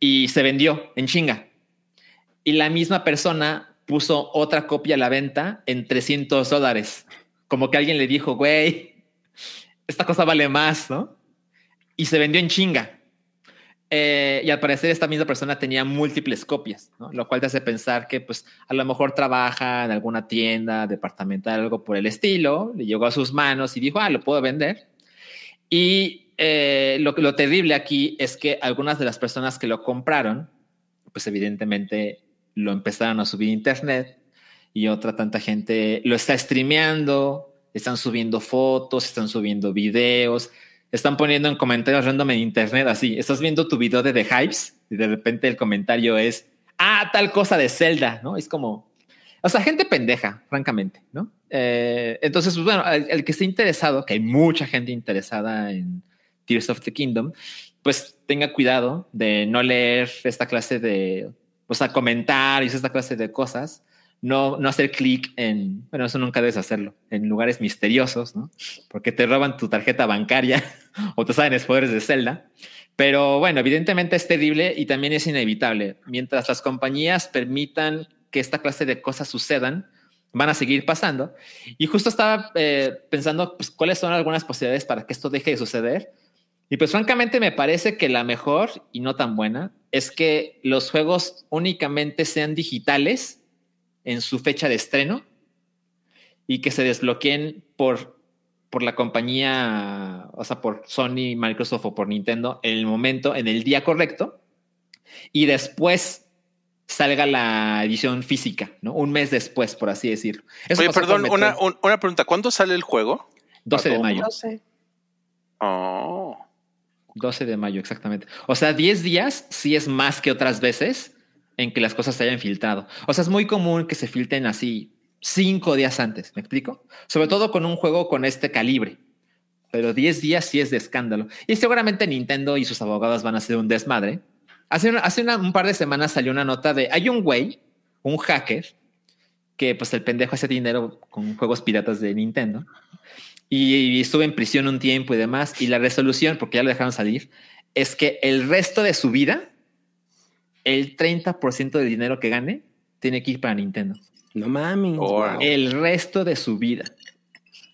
B: Y se vendió en chinga. Y la misma persona puso otra copia a la venta en 300 dólares. Como que alguien le dijo, güey, esta cosa vale más, ¿no? Y se vendió en chinga. Eh, y al parecer esta misma persona tenía múltiples copias, ¿no? lo cual te hace pensar que pues a lo mejor trabaja en alguna tienda departamental, algo por el estilo, le llegó a sus manos y dijo, ah, lo puedo vender. Y eh, lo, lo terrible aquí es que algunas de las personas que lo compraron, pues evidentemente lo empezaron a subir a internet y otra tanta gente lo está streameando, están subiendo fotos, están subiendo videos, están poniendo en comentarios random en internet así, estás viendo tu video de The Hypes y de repente el comentario es, ah, tal cosa de Zelda, ¿no? Es como, o sea, gente pendeja, francamente, ¿no? Eh, entonces, pues, bueno, el, el, que esté interesado, que hay mucha gente interesada en Tears of the Kingdom, pues tenga cuidado de no leer esta clase de, o sea, comentarios, esta clase de cosas. No, no hacer clic en, bueno, eso nunca debes hacerlo, en lugares misteriosos, ¿no? Porque te roban tu tarjeta bancaria o te saben poderes de Zelda. Pero bueno, evidentemente es terrible y también es inevitable. Mientras las compañías permitan que esta clase de cosas sucedan, van a seguir pasando. Y justo estaba eh, pensando pues, cuáles son algunas posibilidades para que esto deje de suceder. Y pues francamente me parece que la mejor y no tan buena es que los juegos únicamente sean digitales en su fecha de estreno y que se desbloqueen por, por la compañía, o sea, por Sony, Microsoft o por Nintendo en el momento, en el día correcto. Y después salga la edición física, ¿no? Un mes después, por así decirlo.
E: Eso Oye, perdón, una, un, una, pregunta. ¿Cuándo sale el juego?
B: 12 de mayo.
D: 12.
E: Oh.
B: 12 de mayo, exactamente. O sea, 10 días sí es más que otras veces en que las cosas se hayan filtrado. O sea, es muy común que se filtren así cinco días antes, ¿me explico? Sobre todo con un juego con este calibre. Pero 10 días sí es de escándalo. Y seguramente Nintendo y sus abogados van a hacer un desmadre, Hace, una, hace una, un par de semanas salió una nota de hay un güey, un hacker, que pues el pendejo hace dinero con juegos piratas de Nintendo y, y, estuvo en prisión un tiempo y demás. Y la resolución, porque ya lo dejaron salir, es que el resto de su vida, el 30% del dinero que gane, tiene que ir para Nintendo.
C: No mames.
E: Wow.
B: El resto de su vida.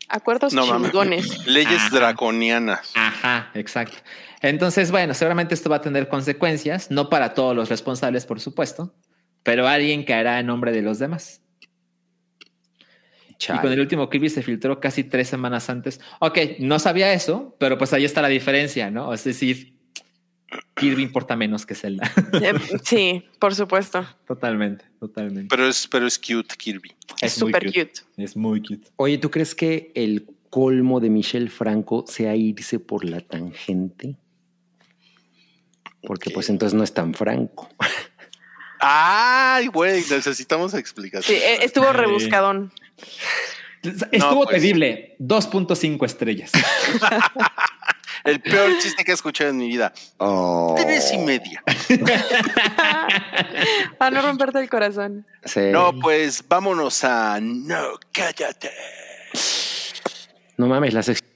D: Acuerdos
E: No mames.
D: chingones.
E: Leyes
C: Ah.
B: Ajá.
E: draconianas.
B: Ajá, exacto. Entonces, bueno, seguramente esto va a tener consecuencias, no para todos los responsables, por supuesto, pero alguien caerá en nombre de los demás. Y con el último clip se filtró casi tres semanas antes. Ok, no sabía eso, pero pues ahí está la diferencia, ¿no? Es decir, Kirby importa menos que Zelda.
D: Eh, Sí, por supuesto.
B: totalmente, totalmente.
E: Pero es, pero es cute, Kirby.
D: Es
B: muy
D: súper cute.
B: Es muy cute.
C: Oye, ¿tú crees que el colmo de Michelle Franco sea irse por la tangente? Porque pues entonces no es tan franco.
E: Ay, güey, necesitamos
D: Sí,
E: explicación.
D: eh, estuvo
B: Ay.
D: rebuscadón.
B: Estuvo
E: pues.
B: terrible. 2.5 estrellas.
E: El peor chiste que he escuchado en mi vida.
C: Oh.
E: Tres y media.
D: Para no romperte el corazón.
C: Sí.
E: No,
C: No.
E: pues vámonos a No, cállate.
C: mames, la sección.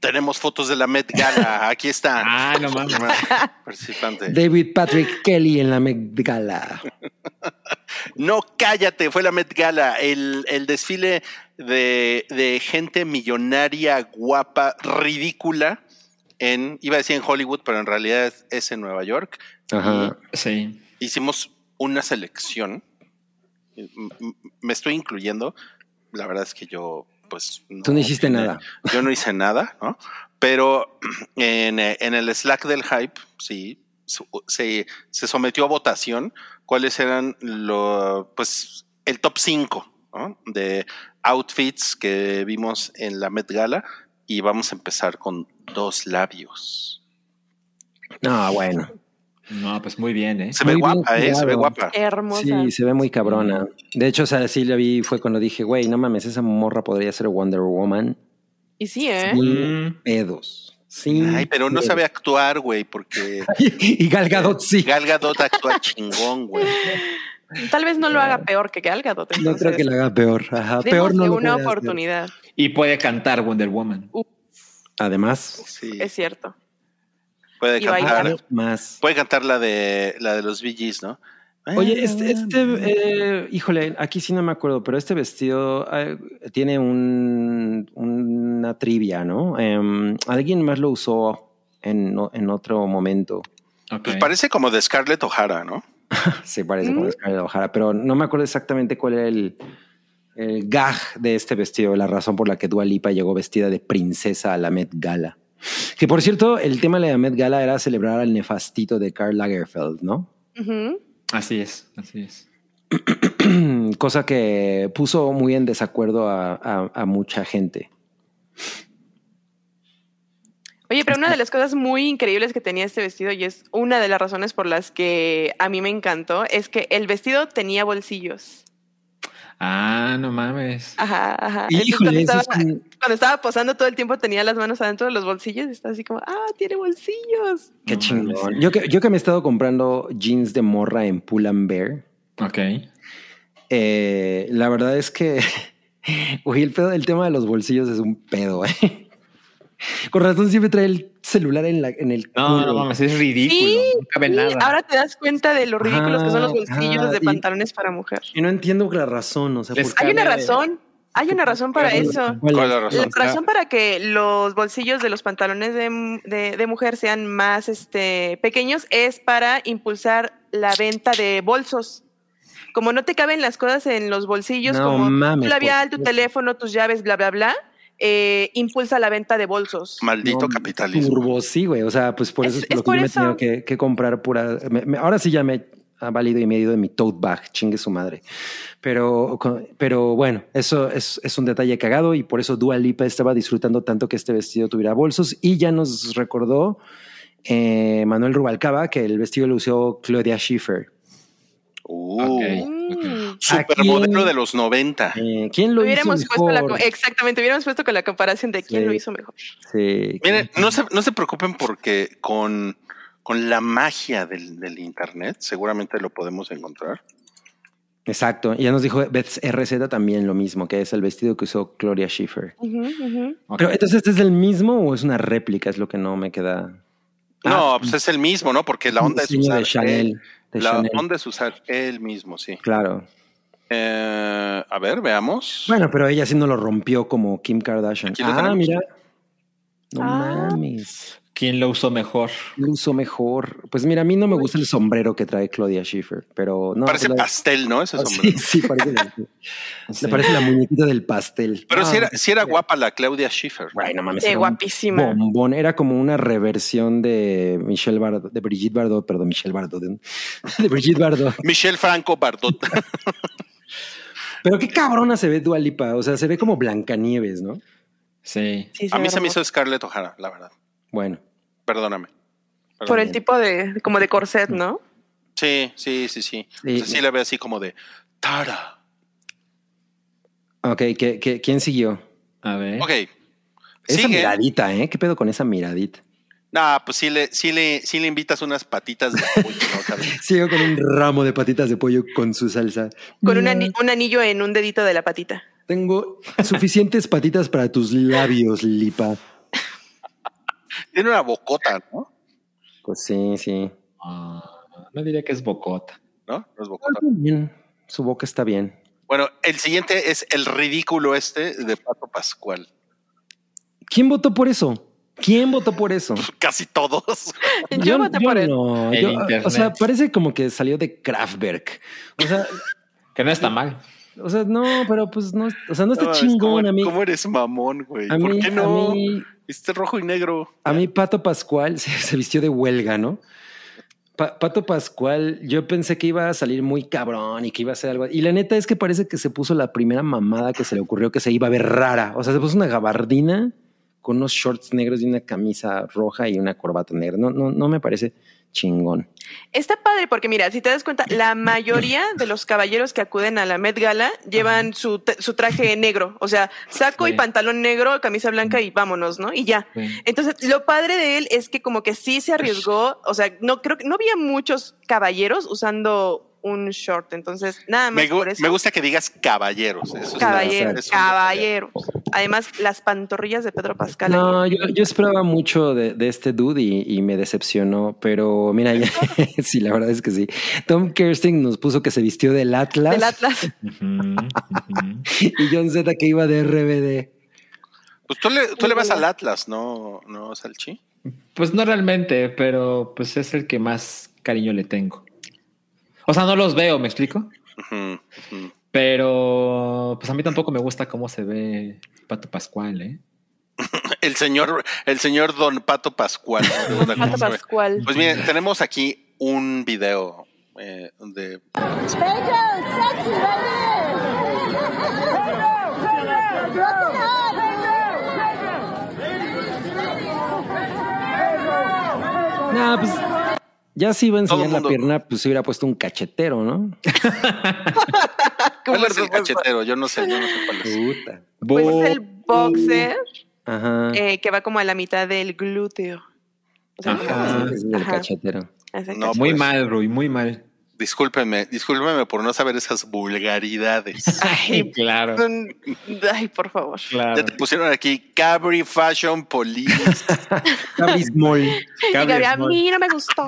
E: Tenemos fotos de la Met Gala. Aquí está.
B: ah, no mames.
C: Ah.
E: Participante.
C: David Patrick Kelly en la Met Gala.
E: No, cállate, fue la Met Gala, el, el desfile de, de gente millonaria, guapa, ridícula, en, iba a decir en Hollywood, pero en realidad es en Nueva York.
C: Ajá.
B: Sí.
E: Hicimos una selección, M- m- me estoy incluyendo, la verdad es que yo, pues...
C: Tú no hiciste nada.
E: Yo no hice nada, ¿no? Pero en, eh, en el Slack del hype, sí, su- se, se sometió a votación cuáles eran lo, pues, el top 5 de outfits que vimos en la Met Gala. Y vamos a empezar con dos labios.
C: No, bueno.
B: No, pues muy bien, ¿eh?
E: Se ve
C: Muy bien
E: guapa, eh, se ve
C: jugado.
E: guapa.
D: Hermosa.
C: Sí, se ve muy cabrona. De hecho, o sea, sí la vi, fue cuando dije, güey, no mames, esa morra podría ser Wonder Woman
D: Y sí, ¿eh?
B: Mm.
C: Pedos. Sin
E: Ay, pero no
C: pedos.
E: sabe actuar, güey, porque
C: Y Galgadot sí.
E: Gal Gadot actúa chingón, güey.
D: Tal vez no lo haga peor que Gal Gadot.
C: No creo
D: entonces,
C: que la haga peor. Ajá, peor
D: démosle
C: no. lo
D: una
C: puede hacer.
D: oportunidad.
B: Y puede cantar Wonder Woman.
C: Además,
E: Sí,
D: Es cierto.
E: puede
D: y bailar.
E: cantar.
C: más.
E: Puede cantar la de la de los VGs, ¿no?
C: Oye, este, este, eh, híjole, aquí sí no me acuerdo, pero este vestido eh, tiene un, una trivia, ¿no? Em, alguien más lo usó en, o- en otro momento.
B: Ok.
E: Pues parece como de Scarlett O'Hara, ¿no?
C: Se parece con Scarlett O'Hara, pero no me acuerdo exactamente cuál era el, el gag de este vestido, la razón por la que Dua Lipa llegó vestida de princesa a la Met Gala. Que por cierto, el tema de la Met Gala era celebrar al nefastito de Karl Lagerfeld, ¿no?
D: Ujú.
B: Así es, así es.
C: cosa que puso muy en desacuerdo a, a- a mucha gente.
D: Oye, pero una de las cosas muy increíbles que tenía este vestido, y es una de las razones por las que a mí me encantó, es que el vestido tenía bolsillos.
B: Ah, no mames.
D: Ajá, ajá. Entonces, cuando,
C: eso
D: estaba,
C: es un-
D: cuando estaba posando todo el tiempo tenía las manos adentro de los bolsillos y estaba así como, ah, tiene bolsillos.
C: qué
B: No
C: chingón.
B: mames.
C: Yo que, yo que me he estado comprando jeans de morra en Pull and Bear,
B: Ok.
C: eh, la verdad es que uy, el, pedo- el tema de los bolsillos es un pedo. eh. Con razón siempre trae el celular en, la, en el
B: No, no
C: culo.
B: mames, es ridículo.
D: Sí,
B: no cabe
D: Y
B: nada.
D: ahora te das cuenta de lo ridículos que son los
C: Ah,
D: bolsillos
C: ajá,
D: de
C: y-
D: pantalones para mujer.
C: Y no entiendo la razón, o sea,
B: Les
C: ¿por qué?
D: Hay una
B: Cambia de-
D: razón, hay una razón para eso.
C: ¿Cuál
E: Con
C: es?
E: la
D: La
E: razón.
D: razón para que los bolsillos de los pantalones de, de- de mujer sean más este, pequeños es para impulsar la venta de bolsos. Como no te caben las cosas en los bolsillos,
C: No
D: como
C: mames,
D: tu labial,
C: por
D: tu
C: supuesto.
D: teléfono, tus llaves, bla, bla, bla, eh, impulsa la venta de bolsos.
E: Maldito
C: No,
E: capitalismo.
C: Turbo, sí, güey. O sea, pues por eso
D: Es-
C: es, por lo que yo
D: es por
C: me he
D: eso.
C: tenido que, que comprar pura. me- me- ahora sí ya me ha valido y medio de mi tote bag, chingue su madre. Pero, con- pero bueno, eso es, es un detalle cagado y por eso Dua Lipa estaba disfrutando tanto que este vestido tuviera bolsos y ya nos recordó eh, Manuel Rubalcaba que el vestido lo usó Claudia Schiffer.
E: Uh,
B: Ok.
D: Mm.
E: Supermodelo
C: Aquí-
E: de los 90.
C: Eh, ¿Quién lo hizo
D: Hubiéramos puesto la co-
C: mejor?
D: exactamente, hubiéramos puesto con la comparación de quién
C: Sí.
D: lo hizo mejor.
C: Sí,
E: Miren, no
C: eh.
E: se, no se preocupen porque con, con la magia del, del internet seguramente lo podemos encontrar.
C: Exacto. Y Ya nos dijo Beth RZ también lo mismo, que es el vestido que usó Claudia Schiffer.
D: Ujú, ujú.
B: Ok.
C: Pero entonces ¿este es el mismo o es una réplica, es lo que no me queda.
E: No,
C: Ah,
E: pues es el mismo, ¿no? Porque la onda es
C: diseño
E: usar
C: de Chanel.
E: el-
C: de
E: la
C: Chanel.
E: onda es usar el mismo, sí.
C: Claro.
E: Eh, a ver, veamos.
C: Bueno, pero ella sí no lo rompió como Kim Kardashian.
E: Aquí lo
C: Ah,
E: tenemos.
C: mira. No
D: Ah.
C: mames.
B: ¿Quién lo usó mejor?
C: Lo usó mejor. Pues mira, a mí no me gusta el sombrero que trae Claudia Schiffer, pero no.
E: Parece
C: pues, la-
E: pastel, ¿no? Ese
C: Ah, sí,
E: sombrero.
C: sí, parece. Le
B: Sí.
C: parece la muñequita del pastel.
E: Pero
C: Ah,
E: si era, sí era guapa la Claudia Schiffer.
C: Ay, no mames.
D: Qué
C: era un
D: Eh, guapísima.
C: Bombón. Era como una reversión de Michelle Bardot, de Brigitte Bardot, perdón, Michelle Bardot, de, de Brigitte Bardot.
E: Michelle Franco Bardot.
C: Pero qué cabrona se ve Dua Lipa. O sea, se ve como Blancanieves, ¿no?
B: Sí.
D: Sí,
E: A mí
D: ve
E: se me
D: hermosa.
E: hizo Scarlett O'Hara, la verdad.
C: Bueno,
E: Perdóname.
D: por el tipo de como de corset, ¿no?
E: Sí, sí, sí, sí.
C: Sí.
E: O sea, Pues sí la veo así como de Tara.
C: ok, ¿qué- qué- quién siguió?
B: A ver.
E: Ok.
C: ¿Eh? Esa
E: Sigue.
C: miradita, ¿eh? ¿Qué pedo con esa miradita?
E: Nah, pues sí le, sí le, sí le invitas unas patitas de pollo, ¿no? Tal vez.
C: Sigo con un ramo de patitas de pollo con su salsa.
D: Con un,
C: Mira,
D: ani- un anillo en un dedito de la patita.
C: Tengo suficientes patitas para tus labios, Lipa.
E: Tiene una bocota, ¿no?
C: Pues sí, sí.
B: Ah, no diría que es Bocota.
E: ¿No? No es bocota.
C: Bien, Su boca está bien.
E: Bueno, el siguiente es el ridículo este de Pato Pascual.
C: ¿Quién votó por eso? ¿Quién votó por eso?
E: Casi todos.
D: Yo, voté por él.
C: no,
B: El
C: yo-
B: internet.
C: o sea, parece como que salió de Kraftwerk. O sea,
B: Que no está mal.
C: o sea, no, pero pues no, o sea, no está
E: No, es
C: chingón
E: como-
C: a mí.
E: ¿Cómo eres mamón, güey?
C: A
E: ¿Por
C: mí,
E: qué no?
C: a mí,
E: Este rojo y negro.
C: a mí Pato Pascual se, se vistió de huelga, ¿no? Pa- Pato Pascual, yo pensé que iba a salir muy cabrón y que iba a hacer algo. Y la neta es que parece que se puso la primera mamada que se le ocurrió que se iba a ver rara. O sea, se puso una gabardina con unos shorts negros y una camisa roja y una corbata negra. No, no, no me parece Chingón.
D: Está padre porque mira, si te das cuenta, la mayoría de los caballeros que acuden a la Met Gala llevan su, t- su traje negro, o sea, saco y
B: Sí.
D: pantalón negro, camisa blanca y vámonos, ¿no? Y ya.
B: Sí.
D: Entonces, lo padre de él es que como que sí se arriesgó, o sea, no creo que no había muchos caballeros usando un short, entonces nada más
E: Me, gu-
D: por eso.
E: me gusta que digas caballeros. Eso
D: Caballero,
E: es- es un
D: caballero. Además, las pantorrillas de Pedro Pascal.
C: No, yo, yo esperaba mucho de, de este dude y, y me decepcionó, pero mira, ya, sí, la verdad es que sí. Tom Kersting nos puso que se vistió del Atlas,
D: del Atlas.
B: Ujú, ujú.
C: y John Z que iba de RBD.
E: Pues tú le, tú le vas al Atlas, ¿no, no Salchi?
B: Pues no realmente, pero pues es el que más cariño le tengo. O sea, no los veo, ¿me explico?
E: Ujú, ujú.
B: Pero pues a mí tampoco me gusta cómo se ve Pato Pascual, ¿eh?
E: El señor, el señor Don Pato Pascual. ¿no? Me gusta cómo
D: Pato
E: se ve.
D: Pascual.
E: Pues miren, tenemos aquí un video eh, de
C: No, pues ya si iba a
E: Todo
C: enseñar la
E: mundo-
C: pierna, pues se hubiera puesto un cachetero, ¿no?
E: ¿Cuál es el cachetero? Yo no sé, yo no sé cuál es.
C: Puta.
D: Pues es el
C: Uh,
D: boxer
C: Ajá.
D: eh, que va como a la mitad del glúteo. O sea,
B: Ajá.
C: Ah, Sí, es el
D: Ajá.
C: cachetero.
D: hace
E: No,
B: muy
E: pues.
B: mal, Rui, muy mal.
E: Discúlpeme, discúlpeme por no saber esas vulgaridades.
D: Ay,
E: pues,
B: claro,
D: Son- Ay, por favor.
B: claro.
E: Ya te pusieron aquí Cabri Fashion Police.
C: Abismol.
D: Y Gaby, a
B: Small.
D: mí no me gustó.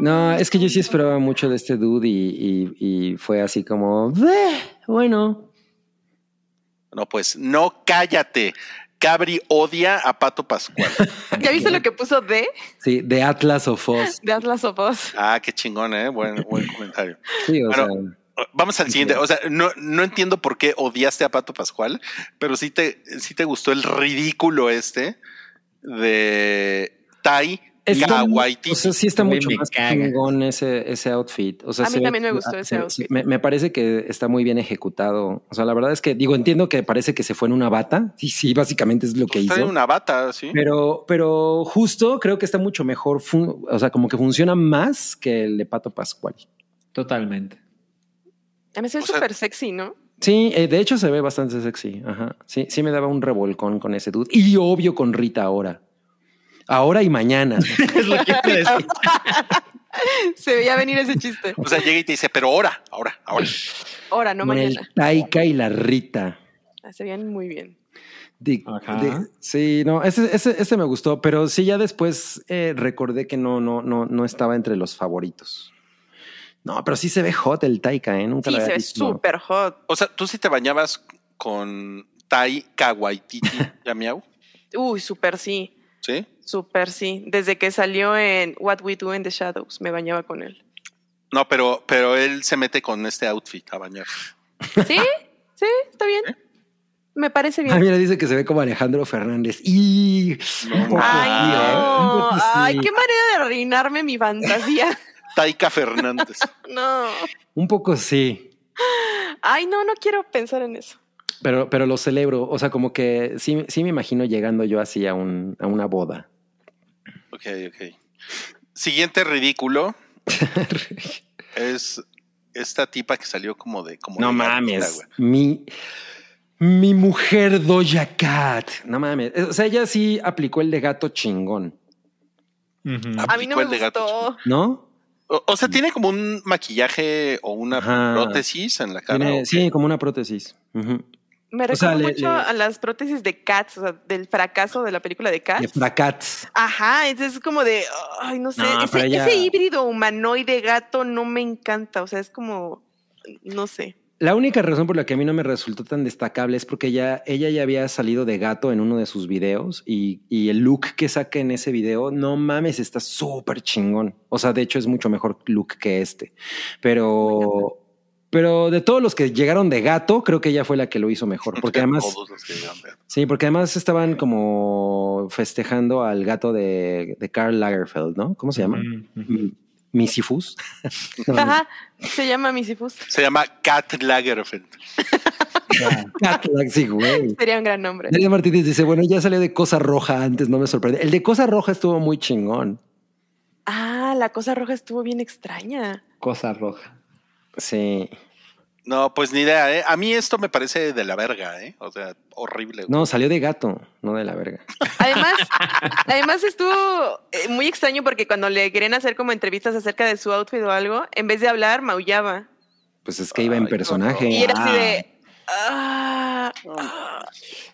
C: No, es que yo sí esperaba mucho de este dude y, y- y fue así como, "Bleh, bueno,
E: No, pues, no cállate. Cabri odia a Pato Pascual.
D: ¿Ya viste lo que puso de,
C: sí, de Atlas o Foz.
D: de Atlas of Us?
E: Ah, qué chingón, ¿eh? Buen, buen comentario.
C: Sí, o
E: Bueno,
C: sea,
E: Vamos al siguiente. O sea, no, no entiendo por qué odiaste a Pato Pascual, pero sí te, sí te gustó el ridículo este de Tai
C: Está-
E: Kawaititi.
C: o sea, sí está
B: Güey,
C: mucho
B: me
C: más
B: caga.
C: chingón ese, ese outfit. O sea,
D: A mí
C: se ve-
D: también me gustó ese
C: se-
D: outfit.
C: Me, me parece que está muy bien ejecutado. O sea, la verdad es que, digo, entiendo que parece que se fue en una bata. Y sí, básicamente es lo que
E: Pues trae
C: hizo.
E: una bata, ¿sí?
C: Pero, pero justo creo que está mucho mejor. fun- o sea, como que funciona más que el de Pato Pascual.
B: Totalmente.
D: A mí se ve
E: O sea-
D: súper sexy, ¿no?
C: Sí, eh, de hecho se ve bastante sexy. Ajá. Sí, sí me daba un revolcón con ese dude. Y obvio con Rita ahora. Ahora y mañana.
B: es lo que te decía.
D: Se veía venir ese chiste.
E: O sea, llega y te dice, pero ahora, ahora, ahora.
D: Ahora, no
C: con el
D: mañana.
C: Taika y la Rita.
D: Ah, Se veían muy bien.
C: De-
B: Ajá.
C: de- sí, no, ese, ese, ese me gustó, pero sí ya después eh, recordé que no, no, no, no estaba entre los favoritos. No, pero sí se ve hot el Taika, ¿eh? Nunca lo
D: Sí,
C: había
D: se ve
C: visto.
D: súper hot.
E: O sea, tú sí te bañabas con Tai Kawaititi, ya miau,
D: Uy, súper sí.
E: ¿sí?
D: Súper sí. Desde que salió en What We Do in the Shadows, me bañaba con él.
E: No, pero, pero él se mete con este outfit a bañar.
D: ¿Sí? ¿Sí? ¿Está bien? Me parece
C: Ah,
D: bien.
C: mira, dice que se ve como Alejandro Fernández. Y
D: Ay, no.
C: Sí.
D: Ay, qué manera de arruinarme mi fantasía.
E: Taika Fernández.
D: No.
C: un poco sí,
D: Ay, no, no quiero pensar en eso.
C: pero, pero lo celebro. O sea, como que sí, sí me imagino llegando yo así a, un, a una boda.
E: Ok, ok. Siguiente ridículo es esta tipa que salió como de. Como
C: No
E: de
C: mames.
E: gatita,
C: Mi, mi mujer Doja Cat. No mames. Eh, O sea, ella sí aplicó el de gato chingón,
B: Ujú.
E: Ah,
D: A mí no me
E: Picó el de gato,
D: gustó.
C: ¿no?
E: güey. O, o sea, tiene como un maquillaje o una
C: Ajá.
E: prótesis en la cara.
C: Tiene-
E: ¿o
C: Sí,
E: qué?
C: como una prótesis. Ujú.
D: Me
C: O sea,
D: recuerda
C: le-
D: mucho
C: le-
D: a las prótesis de Cats, o sea, del fracaso de la película de Cats.
C: De fracats.
D: Ajá, entonces es como de, ay, no sé,
C: No,
D: ese,
C: pero ya-
D: ese híbrido humanoide gato no me encanta, o sea, es como, no sé.
C: La única razón por la que a mí no me resultó tan destacable es porque ya, ella ya había salido de gato en uno de sus videos y, y el look que saca en ese video, no mames, está súper chingón. O sea, de hecho es mucho mejor look que este. Pero, pero de todos los que llegaron de gato, creo que ella fue la que lo hizo mejor. Porque además...
E: Todos los que llegan, vean.
C: Sí, porque además estaban como festejando al gato de, de Karl Lagerfeld, ¿no? ¿Cómo se llama?
B: Ujú, ujú.
C: M- Misifus.
D: Ajá, se llama Misifus.
E: Se llama Kat Lagerfeld.
C: Cadillac, sí, güey.
D: Sería un gran nombre.
C: Delia Martínez dice, bueno, ya salió de Cosa Roja antes, no me sorprende. El de Cosa Roja estuvo muy chingón.
D: Ah, la cosa roja estuvo bien extraña.
B: Cosa roja.
C: Sí.
E: No, pues ni idea, ¿eh? A mí esto me parece de la verga, ¿eh? O sea, horrible. güey.
C: No, salió de gato, no de la verga.
D: Además, además estuvo eh, muy extraño porque cuando le querían hacer como entrevistas acerca de su outfit o algo, en vez de hablar, maullaba.
C: Pues es que iba en personaje.
D: Y era así de. "Ah, ah".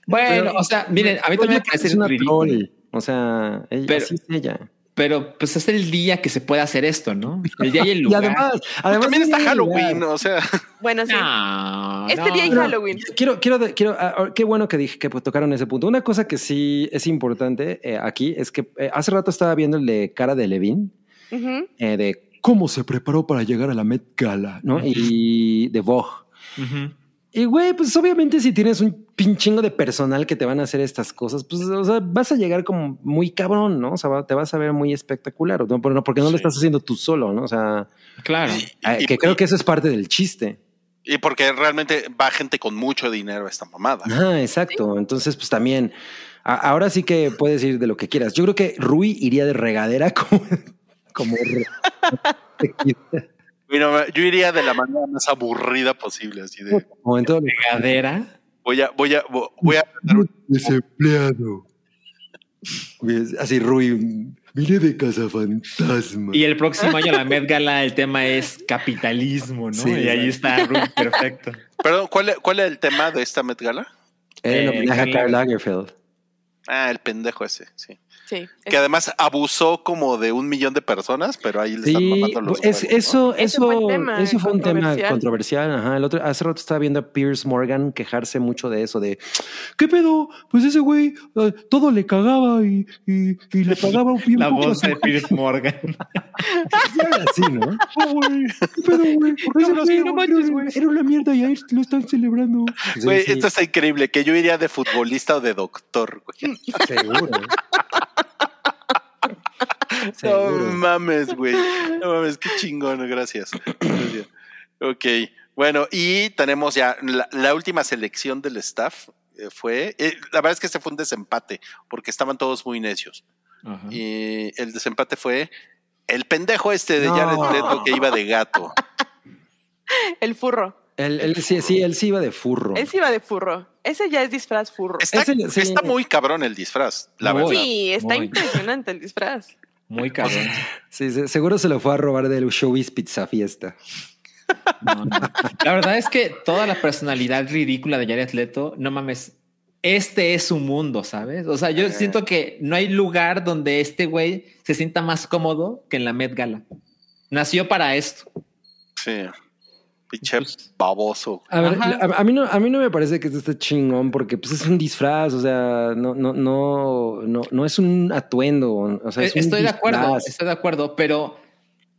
B: Bueno, o sea, miren, a mí también me parece
C: es una
B: ridículo,
C: troll. O sea, ella,
B: Pero-
C: así es ella.
B: Pero pues es el día que se puede hacer esto, ¿no? El día y el
C: Y
B: lugar.
C: además, además
E: También está
C: es
E: Halloween,
C: realidad.
E: o sea,
D: Bueno, sí.
B: Ah. No,
D: este
B: no,
D: día y
B: no.
D: Halloween.
C: Quiero, quiero, de- quiero, ah, ah, qué bueno que dije que tocaron ese punto. Una cosa que sí es importante eh, aquí es que eh, hace rato estaba viendo el de cara de Levin,
D: Ujú.
C: eh, de cómo se preparó para llegar a la Met Gala, ¿no? Y de Vogue.
B: Ujú.
C: Y güey, pues obviamente si tienes un pinchingo de personal que te van a hacer estas cosas, pues o sea, vas a llegar como muy cabrón, ¿no? O sea, va- te vas a ver muy espectacular, ¿no? Pero no, porque no lo
E: Sí.
C: estás haciendo tú solo, ¿no? O sea,
B: Claro.
C: eh,
E: y-
C: que
E: y-
C: creo que eso es parte del chiste.
E: y porque realmente va gente con mucho dinero a esta mamada.
C: Ajá, exacto. Entonces, pues también, a- ahora sí que puedes ir de lo que quieras. Yo creo que Rui iría de regadera como... como
E: Mira, yo iría de la manera más aburrida posible, así de
C: como en todo lo-
B: Pegadera.
E: voy a, voy a, voy a aprender un-
I: Desempleado.
C: Así Rui,
I: Vine de cazafantasma.
B: Y el próximo año la Met Gala, el tema es capitalismo, ¿no?
C: Sí,
B: y ahí está, Ruth, perfecto.
E: Perdón, ¿cuál, ¿cuál es el tema de esta Met Gala?
C: era el
B: Eh,
C: homenaje a
B: Karl
C: Karl Lagerfeld.
E: Ah, el pendejo ese, sí.
D: Sí.
E: Que además abusó como de un millón de personas, pero ahí le están
C: Sí, pues,
E: mamando los
C: es-
E: huevos, ¿no?
C: eso,
D: Ese fue el
C: eso,
D: tema
C: eso fue un tema
D: controversial.
C: controversial. Ajá. El otro, hace rato estaba viendo a Pierce Morgan quejarse mucho de eso, de ¿qué pedo? Pues ese güey eh, todo le cagaba y, y- y le pagaba bien
B: La
C: poco.
B: voz eh. de Pierce Morgan.
C: Así, ¿no? ¿Qué pedo, güey? Ese
D: hablas
C: güey
D: así? No
C: era-
D: manches, güey.
C: Era una mierda y ahí lo están celebrando.
E: Güey,
C: Sí, sí,
E: esto está increíble, que yo iría de futbolista o de doctor, güey.
C: seguro.
E: No
C: Seguro.
E: mames, güey. No mames, qué chingón, gracias. Gracias. ok, bueno, y tenemos ya la, la última selección del staff. eh, Fue, eh, la verdad es que este fue un desempate porque estaban todos muy necios.
B: Ajá.
E: Y el desempate fue el pendejo este de
C: No.
E: Jared Leto que iba de gato.
D: El furro.
C: Él, él sí, sí, él sí iba de furro.
D: Él sí iba de furro. Ese ya es disfraz furro.
E: Está,
C: Ese- sí.
E: está muy cabrón el disfraz, la
B: Muy.
E: verdad.
D: Sí, está
B: Muy.
D: impresionante el disfraz.
B: Muy cabrón.
C: Sí, se- seguro se lo fue a robar del showbiz pizza fiesta.
B: No, no. La verdad es que toda la personalidad ridícula de Jared Leto, no mames, este es su mundo, ¿sabes? O sea, yo siento que no hay lugar donde este güey se sienta más cómodo que en la Met Gala. Nació para esto.
E: Sí. Pinche
C: Pues-
E: baboso.
C: A ver,
B: Ajá.
C: a, a mí no, a mí no me parece que esto esté chingón porque pues, es un disfraz, o sea, no, no, no, no, no es un atuendo. O sea,
B: Eh,
C: es un
B: Estoy de acuerdo,
C: disfraz.
B: estoy de acuerdo, pero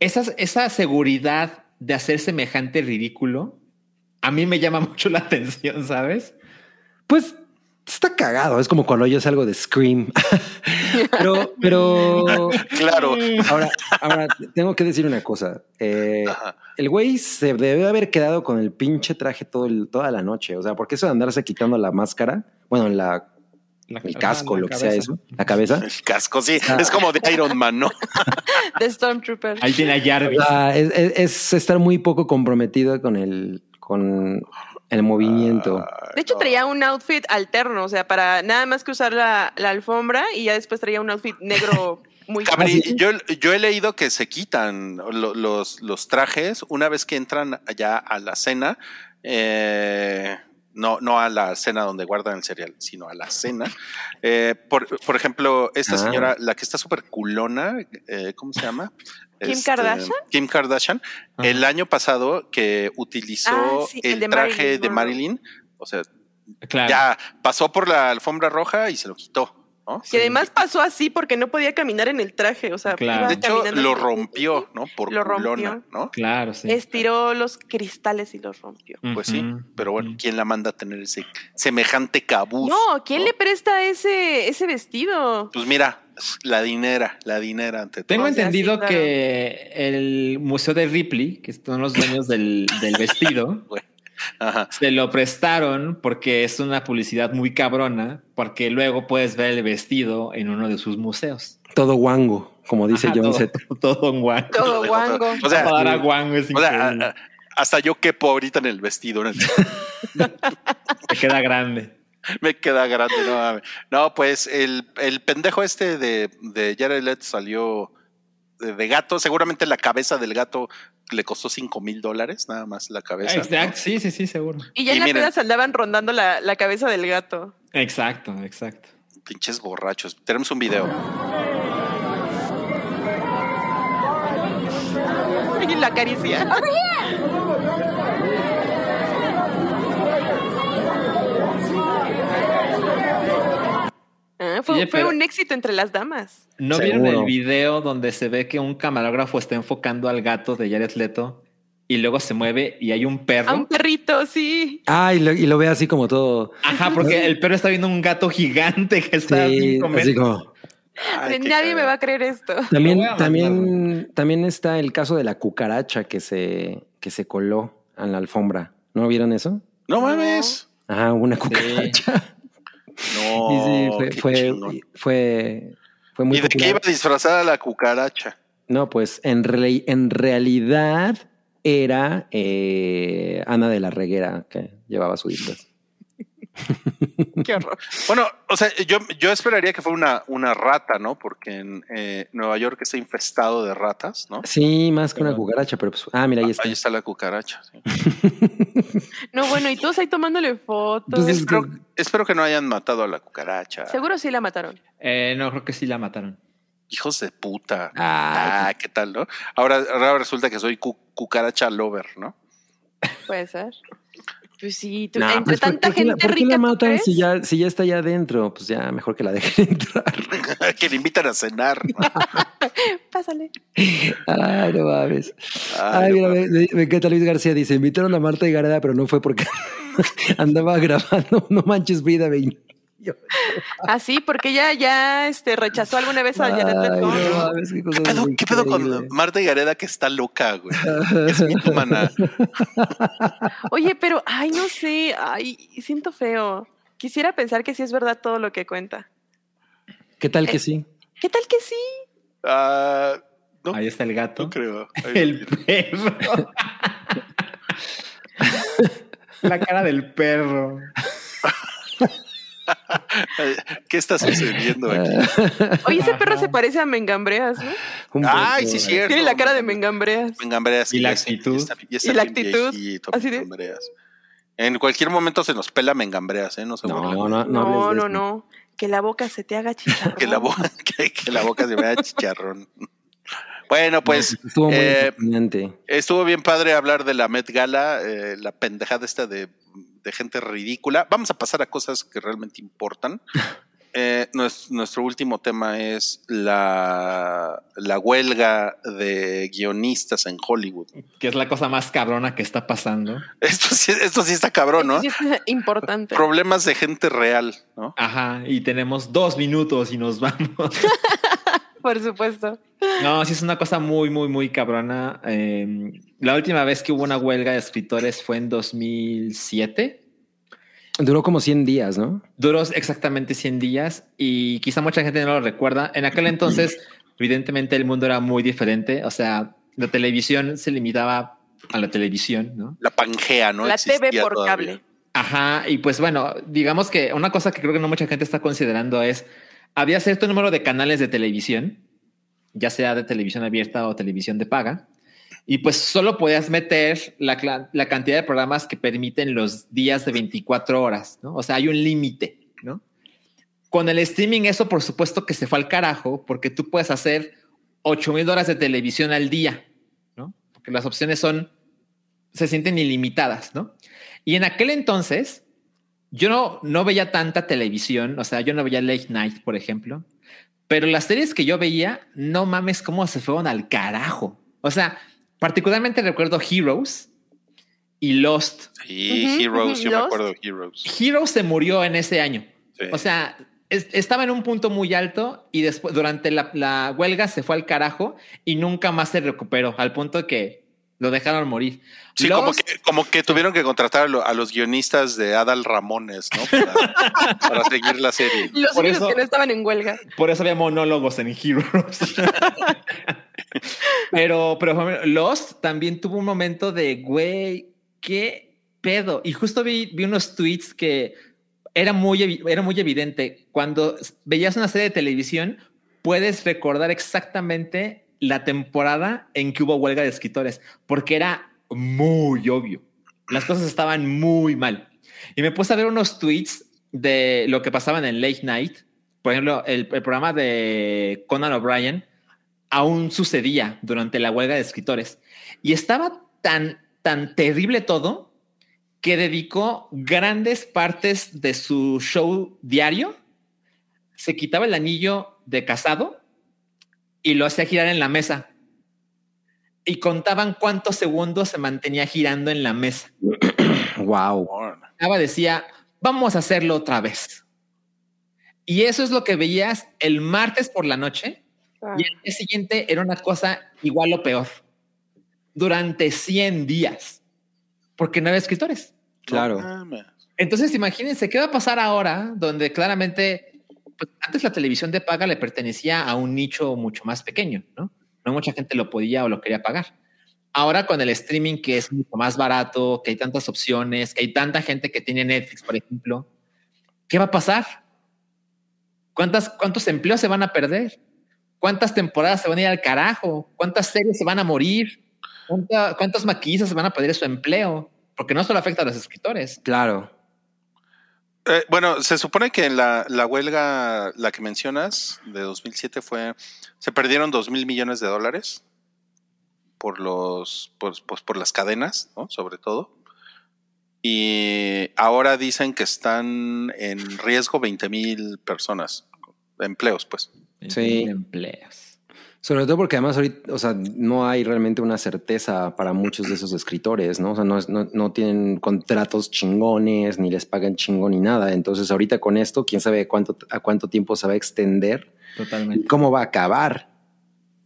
B: esas, esa seguridad de hacer semejante ridículo a mí me llama mucho la atención, ¿sabes?
C: Pues está cagado, es como cuando yo salgo de Scream. pero, pero
E: Claro.
C: ahora, ahora tengo que decir una cosa. Eh,
E: Ajá.
C: el güey se debe haber quedado con el pinche traje todo el- toda la noche. O sea, porque eso de andarse quitando la máscara, bueno, la,
B: La-
C: el casco,
B: la
C: lo que sea
B: cabeza.
C: eso, la cabeza.
E: El casco, sí.
C: Ah.
E: Es como de Iron Man, ¿no?
D: De Stormtrooper.
B: Ahí tiene a Jarvis.
C: O sea, es, es- es estar muy poco comprometido con el, con el movimiento.
D: De hecho,
E: No.
D: traía un outfit alterno, o sea, para nada más que usar la, la alfombra y ya después traía un outfit negro muy
E: Cabri, yo, yo he leído que se quitan lo- los, los trajes una vez que entran allá a la cena. eh, no, no a la cena donde guardan el cereal, sino a la cena. Eh, por, por ejemplo, esta
C: Ah.
E: señora, la que está súper culona, eh, ¿cómo se llama? Este,
D: ¿Kim Kardashian?
E: Kim Kardashian.
B: Ajá.
E: El año pasado que utilizó
D: Ah, sí, el
E: el,
D: de
E: traje
D: Marilyn
E: de
D: Monroe.
E: Marilyn, o sea,
B: claro.
E: ya pasó por la alfombra roja y se lo quitó. ¿no?
D: Que además pasó así porque no podía caminar en el traje, o sea,
B: Claro.
D: iba
E: De hecho,
D: caminando
E: lo
D: así.
E: rompió, ¿no? Por
D: Lo
E: culona,
D: rompió.
E: ¿no?
B: Claro, sí.
D: Estiró los cristales y los rompió.
E: Pues sí,
B: Ujú,
E: pero bueno,
B: ujú.
E: ¿quién la manda a tener ese semejante cabuz?
D: No, ¿quién le presta ese, ese vestido?
E: Pues mira, la dinera, la dinera ante todo.
B: Tengo
D: O sea,
B: entendido
D: sí, claro.
B: que el museo de Ripley, que son los dueños del, del vestido,
E: Ajá.
B: se lo prestaron porque es una publicidad muy cabrona, porque luego puedes ver el vestido en uno de sus museos.
C: Todo guango. como dice
B: Ajá,
C: John
B: todo-
C: Z.
B: Todo en guango.
D: Todo guango.
E: O sea,
B: Todo era guango, es
E: o sea,
B: increíble.
D: ah,
E: a- a- hasta yo quepo ahorita en el vestido. ¿no?
B: Se queda grande.
E: Me queda grande. No, mames. No, pues el, el pendejo este de, de Jared Leto salió de, de gato. Seguramente la cabeza del gato le costó 5 mil dólares, nada más la cabeza.
B: Exacto. Este, Sí, sí, sí, seguro.
D: Y ya en
E: Y
D: la
E: miren.
D: peda se andaban rondando la, la cabeza del gato.
B: Exacto, exacto.
E: Pinches borrachos. Tenemos un video.
D: Y la caricia. Ah, fue,
B: Oye,
D: fue
B: pero-
D: un éxito entre las damas.
B: ¿No
C: Seguro.
B: vieron el video donde se ve que un camarógrafo está enfocando al gato de Jared Leto y luego se mueve y hay un perro?
D: A Ah, un perrito, sí.
C: Ah, y lo, y lo ve así como todo.
B: Ajá, porque el perro está viendo un gato gigante que está a
C: Sí,
B: cinco
C: así
B: metros.
C: como.
E: Ay, qué
D: Nadie me
E: cagado.
D: va a creer esto.
C: También,
B: Lo voy a
C: también, también está el caso de la cucaracha que se, que se coló en la alfombra. ¿No vieron eso?
E: No mames.
C: Ah, hubo una cucaracha.
E: No.
C: Y sí, fue,
E: Oh, qué
C: fue,
E: chingón.
C: fue, fue muy
E: ¿Y de qué iba
C: popular.
E: disfrazada la cucaracha?
C: No, pues en, re- en realidad era eh, Ana de la Reguera que llevaba su disfraz.
D: Qué horror.
E: Bueno, o sea, yo, yo esperaría que fuera una, una rata, ¿no? Porque en eh, Nueva York está infestado de ratas, ¿no?
C: Sí, más que una cucaracha, pero pues. Ah, mira, ahí está.
E: Ahí está la cucaracha. sí.
D: No, bueno, y todos ahí tomándole fotos.
C: Pues es
E: Espero, espero que no hayan matado a la cucaracha.
D: Seguro sí la mataron.
B: Eh, no, creo que sí la mataron.
E: Hijos de puta.
C: Ah,
E: Ah, ¿qué tal, no? Ahora, ahora resulta que soy cu- cucaracha lover, ¿no?
D: Puede ser. Pues sí, tú-
C: nah,
D: entre
C: pues, ¿por
D: tanta
C: qué la-
D: gente
C: ¿por qué
D: rica.
C: la
D: ¿tú
C: matan
D: crees?
C: si ya, si ya está allá adentro? Pues ya mejor que la dejen entrar.
E: que le invitan a cenar. ¿no?
D: Pásale.
C: Ay, no mames.
E: Ay,
C: Ay, mira,
E: no mames.
C: me, me encanta Luis García. Dice, invitaron a Marta y Gareda, pero no fue porque andaba grabando No Manches Frida 20.
D: Así, Ah, porque ella ya este, rechazó alguna vez a Janet
C: Ay,
D: Leto.
C: no mames, qué cosa
E: ¿Qué pedo,
C: más
E: qué pedo con
C: increíble.
E: Marta Gareda que está loca, güey? Es mitómana.
D: Oye, pero, ay, no sé, ay, siento feo. Quisiera pensar que sí es verdad todo lo que cuenta.
C: ¿Qué
E: Eh,
C: tal que sí?
D: ¿Qué tal que sí?
E: Ah, no,
B: Ahí está el gato.
E: no creo. Ay,
B: El perro. la cara del perro.
E: ¿Qué está sucediendo aquí?
D: Oye, ese perro
B: Ajá.
D: se parece a Mengambreas, ¿no?
C: Un
E: Ay,
C: poco.
E: sí, es cierto.
D: Tiene la cara de Mengambreas.
E: Mengambreas,
B: Y la
E: ya está-
B: actitud.
E: ya está- ya está
D: Y la
E: bien
D: actitud,
E: viejito,
D: así de-
E: Mengambreas. En cualquier momento se nos pela Mengambreas, ¿eh? No se burlen.
C: No, no, no.
D: No,
C: hables de
D: no,
C: eso.
D: no. Que la boca se te haga chicharrón.
E: Que la, boca, que, que la boca se vea chicharrón. Bueno, pues
C: Estuvo muy
E: Eh,
C: desafiante.
E: estuvo bien padre hablar de la Met Gala, eh, la pendejada esta de, de gente ridícula. Vamos a pasar a cosas que realmente importan. Eh, nues- nuestro último tema es la, la huelga de guionistas en Hollywood.
B: Que es la cosa más cabrona que está pasando.
E: Esto sí, esto sí está cabrón, ¿no?
D: Eso sí es importante.
E: Problemas de gente real, ¿no?
B: Ajá, y tenemos dos minutos y nos vamos.
D: Por supuesto.
B: No, sí es una cosa muy, muy, muy cabrona. Eh, la última vez que hubo una huelga de escritores fue en 2007.
C: Duró como 100 días, ¿no?
B: Duró exactamente 100 días y quizá mucha gente no lo recuerda. En aquel entonces, evidentemente, el mundo era muy diferente. O sea, la televisión se limitaba a la televisión, ¿no?
E: La Pangea, ¿no?
D: la
E: Existía
D: TV por
E: todavía.
D: cable.
B: Ajá, y pues bueno, digamos que una cosa que creo que no mucha gente está considerando es, había cierto número de canales de televisión, ya sea de televisión abierta o televisión de paga, y pues solo podías meter la, cla- la cantidad de programas que permiten los días de 24 horas, ¿no? O sea, hay un límite, ¿no? Con el streaming eso por supuesto que se fue al carajo, porque tú puedes hacer 8.000 horas de televisión al día, ¿no? Porque las opciones son, se sienten ilimitadas, ¿no? Y en aquel entonces, yo no, no veía tanta televisión, o sea, yo no veía Late Night, por ejemplo, pero las series que yo veía, no mames cómo se fueron al carajo. O sea, particularmente recuerdo Heroes y Lost.
E: Sí,
D: Ujú,
E: Heroes,
D: ujú,
E: yo me
D: Lost.
E: acuerdo de Heroes.
B: Heroes se murió en ese año.
E: Sí.
B: O sea, es- estaba en un punto muy alto y después durante la, la huelga se fue al carajo y nunca más se recuperó, al punto que Lo dejaron morir.
E: Sí,
B: Los-
E: como que, como que tuvieron que contratar a, lo- a los guionistas de Adal Ramones, ¿no? Para, para seguir la serie.
D: Los
B: Por
D: únicos
B: eso-
D: que no estaban en huelga.
B: Por eso había monólogos en Heroes. pero, pero por ejemplo, Lost también tuvo un momento de, güey, qué pedo. Y justo vi, vi unos tweets que era muy, evi- era muy evidente. Cuando s- veías una serie de televisión, puedes recordar exactamente la temporada en que hubo huelga de escritores, porque era muy obvio. Las cosas estaban muy mal. Y me puse a ver unos tweets de lo que pasaban en Late Night. Por ejemplo, el, el programa de Conan O'Brien aún sucedía durante la huelga de escritores. Y estaba tan, tan terrible todo que dedicó grandes partes de su show diario. Se quitaba el anillo de casado y lo hacía girar en la mesa. Y contaban cuántos segundos se mantenía girando en la mesa
C: Wow.
B: acaba decía, vamos a hacerlo otra vez. Y eso es lo que veías el martes por la noche
D: Ah.
B: y el día siguiente era una cosa igual o peor. Durante 100 días, porque no había escritores.
C: Claro.
B: Entonces, imagínense qué va a pasar ahora, donde claramente pues, antes la televisión de paga le pertenecía a un nicho mucho más pequeño, ¿no? No mucha gente lo podía o lo quería pagar. Ahora con el streaming que es mucho más barato, que hay tantas opciones, que hay tanta gente que tiene Netflix, por ejemplo, ¿qué va a pasar? ¿Cuántas, ¿Cuántos empleos se van a perder? ¿Cuántas temporadas se van a ir al carajo? ¿Cuántas series se van a morir? ¿Cuánta- ¿Cuántas maquillistas se van a perder su empleo? Porque no solo afecta a los escritores.
C: Claro.
E: Eh, bueno, se supone que la, la huelga, la que mencionas, de 2007 fue, se perdieron 2 mil millones de dólares por los, por, pues, por las cadenas, ¿no? Sobre todo. Y ahora dicen que están en riesgo 20 mil personas, empleos, pues.
C: Sí.
B: Empleos.
C: Sobre todo porque además ahorita, o sea, no hay realmente una certeza para muchos de esos escritores, ¿no? O sea, no, es- no, no tienen contratos chingones, ni les pagan chingón ni nada. Entonces, ahorita con esto, quién sabe cuánto, a cuánto tiempo se va a extender y
B: Totalmente,
C: cómo va a acabar.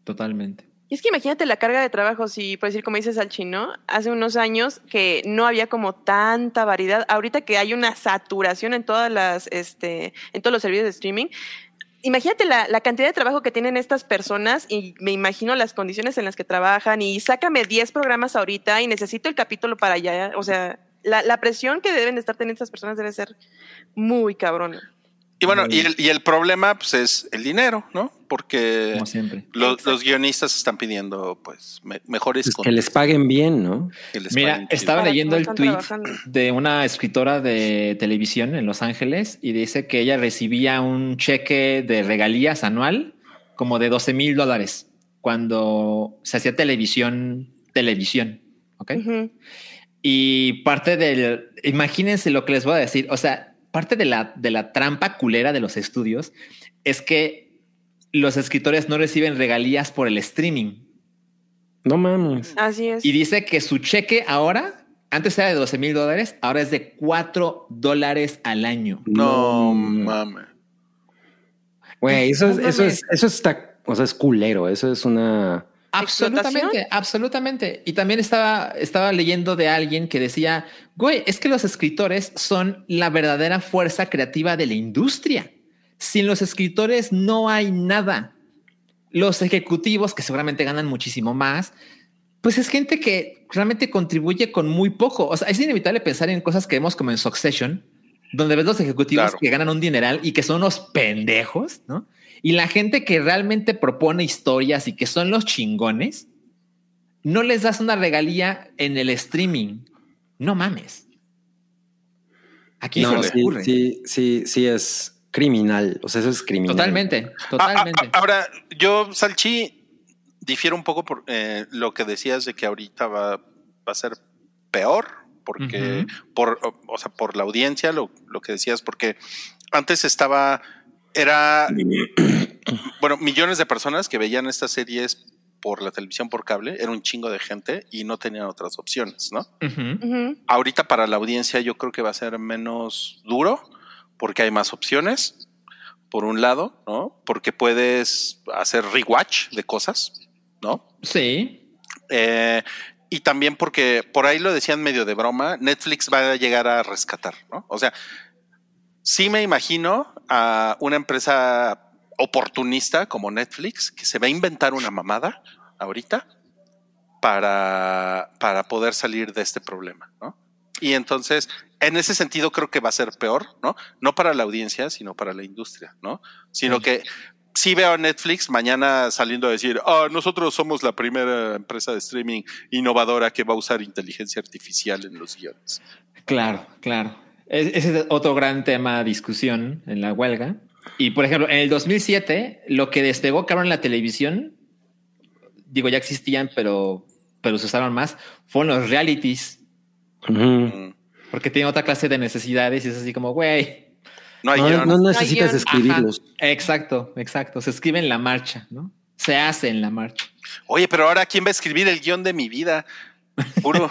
B: totalmente.
D: Y es que imagínate la carga de trabajo, si por decir como dices al chino, hace unos años que no había como tanta variedad, ahorita que hay una saturación en todas las este en todos los servicios de streaming. Imagínate la, la cantidad de trabajo que tienen estas personas y me imagino las condiciones en las que trabajan y sácame 10 programas ahorita y necesito el capítulo para allá, o sea, la, la presión que deben de estar teniendo estas personas debe ser muy cabrona.
E: Y bueno,
B: Mm.
E: y el, y el problema pues, es el dinero, ¿no? Porque
B: Como siempre.
E: lo- los guionistas están pidiendo pues me- mejores
C: Pues que
E: condiciones,
C: les paguen bien, ¿no?
E: que les
B: Mira,
E: paguen chido.
B: estaba
D: Para
B: leyendo
D: cómo
B: el
D: están
B: tweet
D: trabajando.
B: de una escritora de televisión en Los Ángeles y dice que ella recibía un cheque de regalías anual como de 12 mil dólares cuando se hacía televisión, televisión. ¿Ok?
D: Ujú.
B: Y parte del, imagínense lo que les voy a decir, o sea, parte de la, de la trampa culera de los estudios es que los escritores no reciben regalías por el streaming.
C: No mames.
D: Así es.
B: Y dice que su cheque ahora, antes era de 12 mil dólares, ahora es de 4 dólares al año.
E: No mames.
C: Güey, eso, es-
B: No
C: eso
B: mames.
C: es, eso está, o sea, es culero. Eso es una.
B: Absolutamente, absolutamente. Y también estaba, estaba leyendo de alguien que decía, güey, es que los escritores son la verdadera fuerza creativa de la industria. Sin los escritores no hay nada. Los ejecutivos, que seguramente ganan muchísimo más, pues es gente que realmente contribuye con muy poco. O sea, es inevitable pensar en cosas que vemos como en Succession, donde ves los ejecutivos
E: Claro.
B: que ganan un dineral y que son unos pendejos, ¿no? Y la gente que realmente propone historias y que son los chingones, no les das una regalía en el streaming. No mames. Aquí
C: No,
B: se les
C: sí,
B: ocurre.
C: sí, sí, sí es criminal. O sea, eso es criminal.
B: Totalmente,
E: Ah, ah,
B: totalmente.
E: ah, ahora, yo, Salchi, difiero un poco por eh, lo que decías de que ahorita va, va a ser peor, ah, porque por, o, o sea, por la audiencia, lo, lo que decías, porque antes estaba, era, bueno, millones de personas que veían estas series por la televisión por cable, era un chingo de gente y no tenían otras opciones, ¿no?
B: Ujú.
D: Ujú.
E: ahorita para la audiencia yo creo que va a ser menos duro porque hay más opciones, por un lado, ¿no? Porque puedes hacer rewatch de cosas, ¿no?
B: Sí,
E: Eh, y también porque por ahí lo decían medio de broma, Netflix va a llegar a rescatar, ¿no? O sea, sí me imagino a una empresa oportunista como Netflix que se va a inventar una mamada ahorita para, para poder salir de este problema, ¿no? Y entonces, en ese sentido creo que va a ser peor, ¿no? No para la audiencia, sino para la industria, ¿no? Sino que sí veo a Netflix mañana saliendo a decir, "Ah, nosotros somos la primera empresa de streaming innovadora que va a usar inteligencia artificial en los guiones.
B: Claro, claro. Es- Ese es otro gran tema de discusión en la huelga. Y por ejemplo, en el 2007, lo que despegó cabrón la televisión, digo, ya existían, pero, pero se usaron más, fueron los realities,
E: Mm.
B: porque tienen otra clase de necesidades y es así como, güey.
E: No hay
C: No,
E: guión.
C: no necesitas
D: Ay,
C: escribirlos.
B: Ajá. Exacto, exacto. Se escribe en la marcha, ¿no? Se hace en la marcha.
E: Oye, pero ahora quién va a escribir el guión de mi vida? Puro,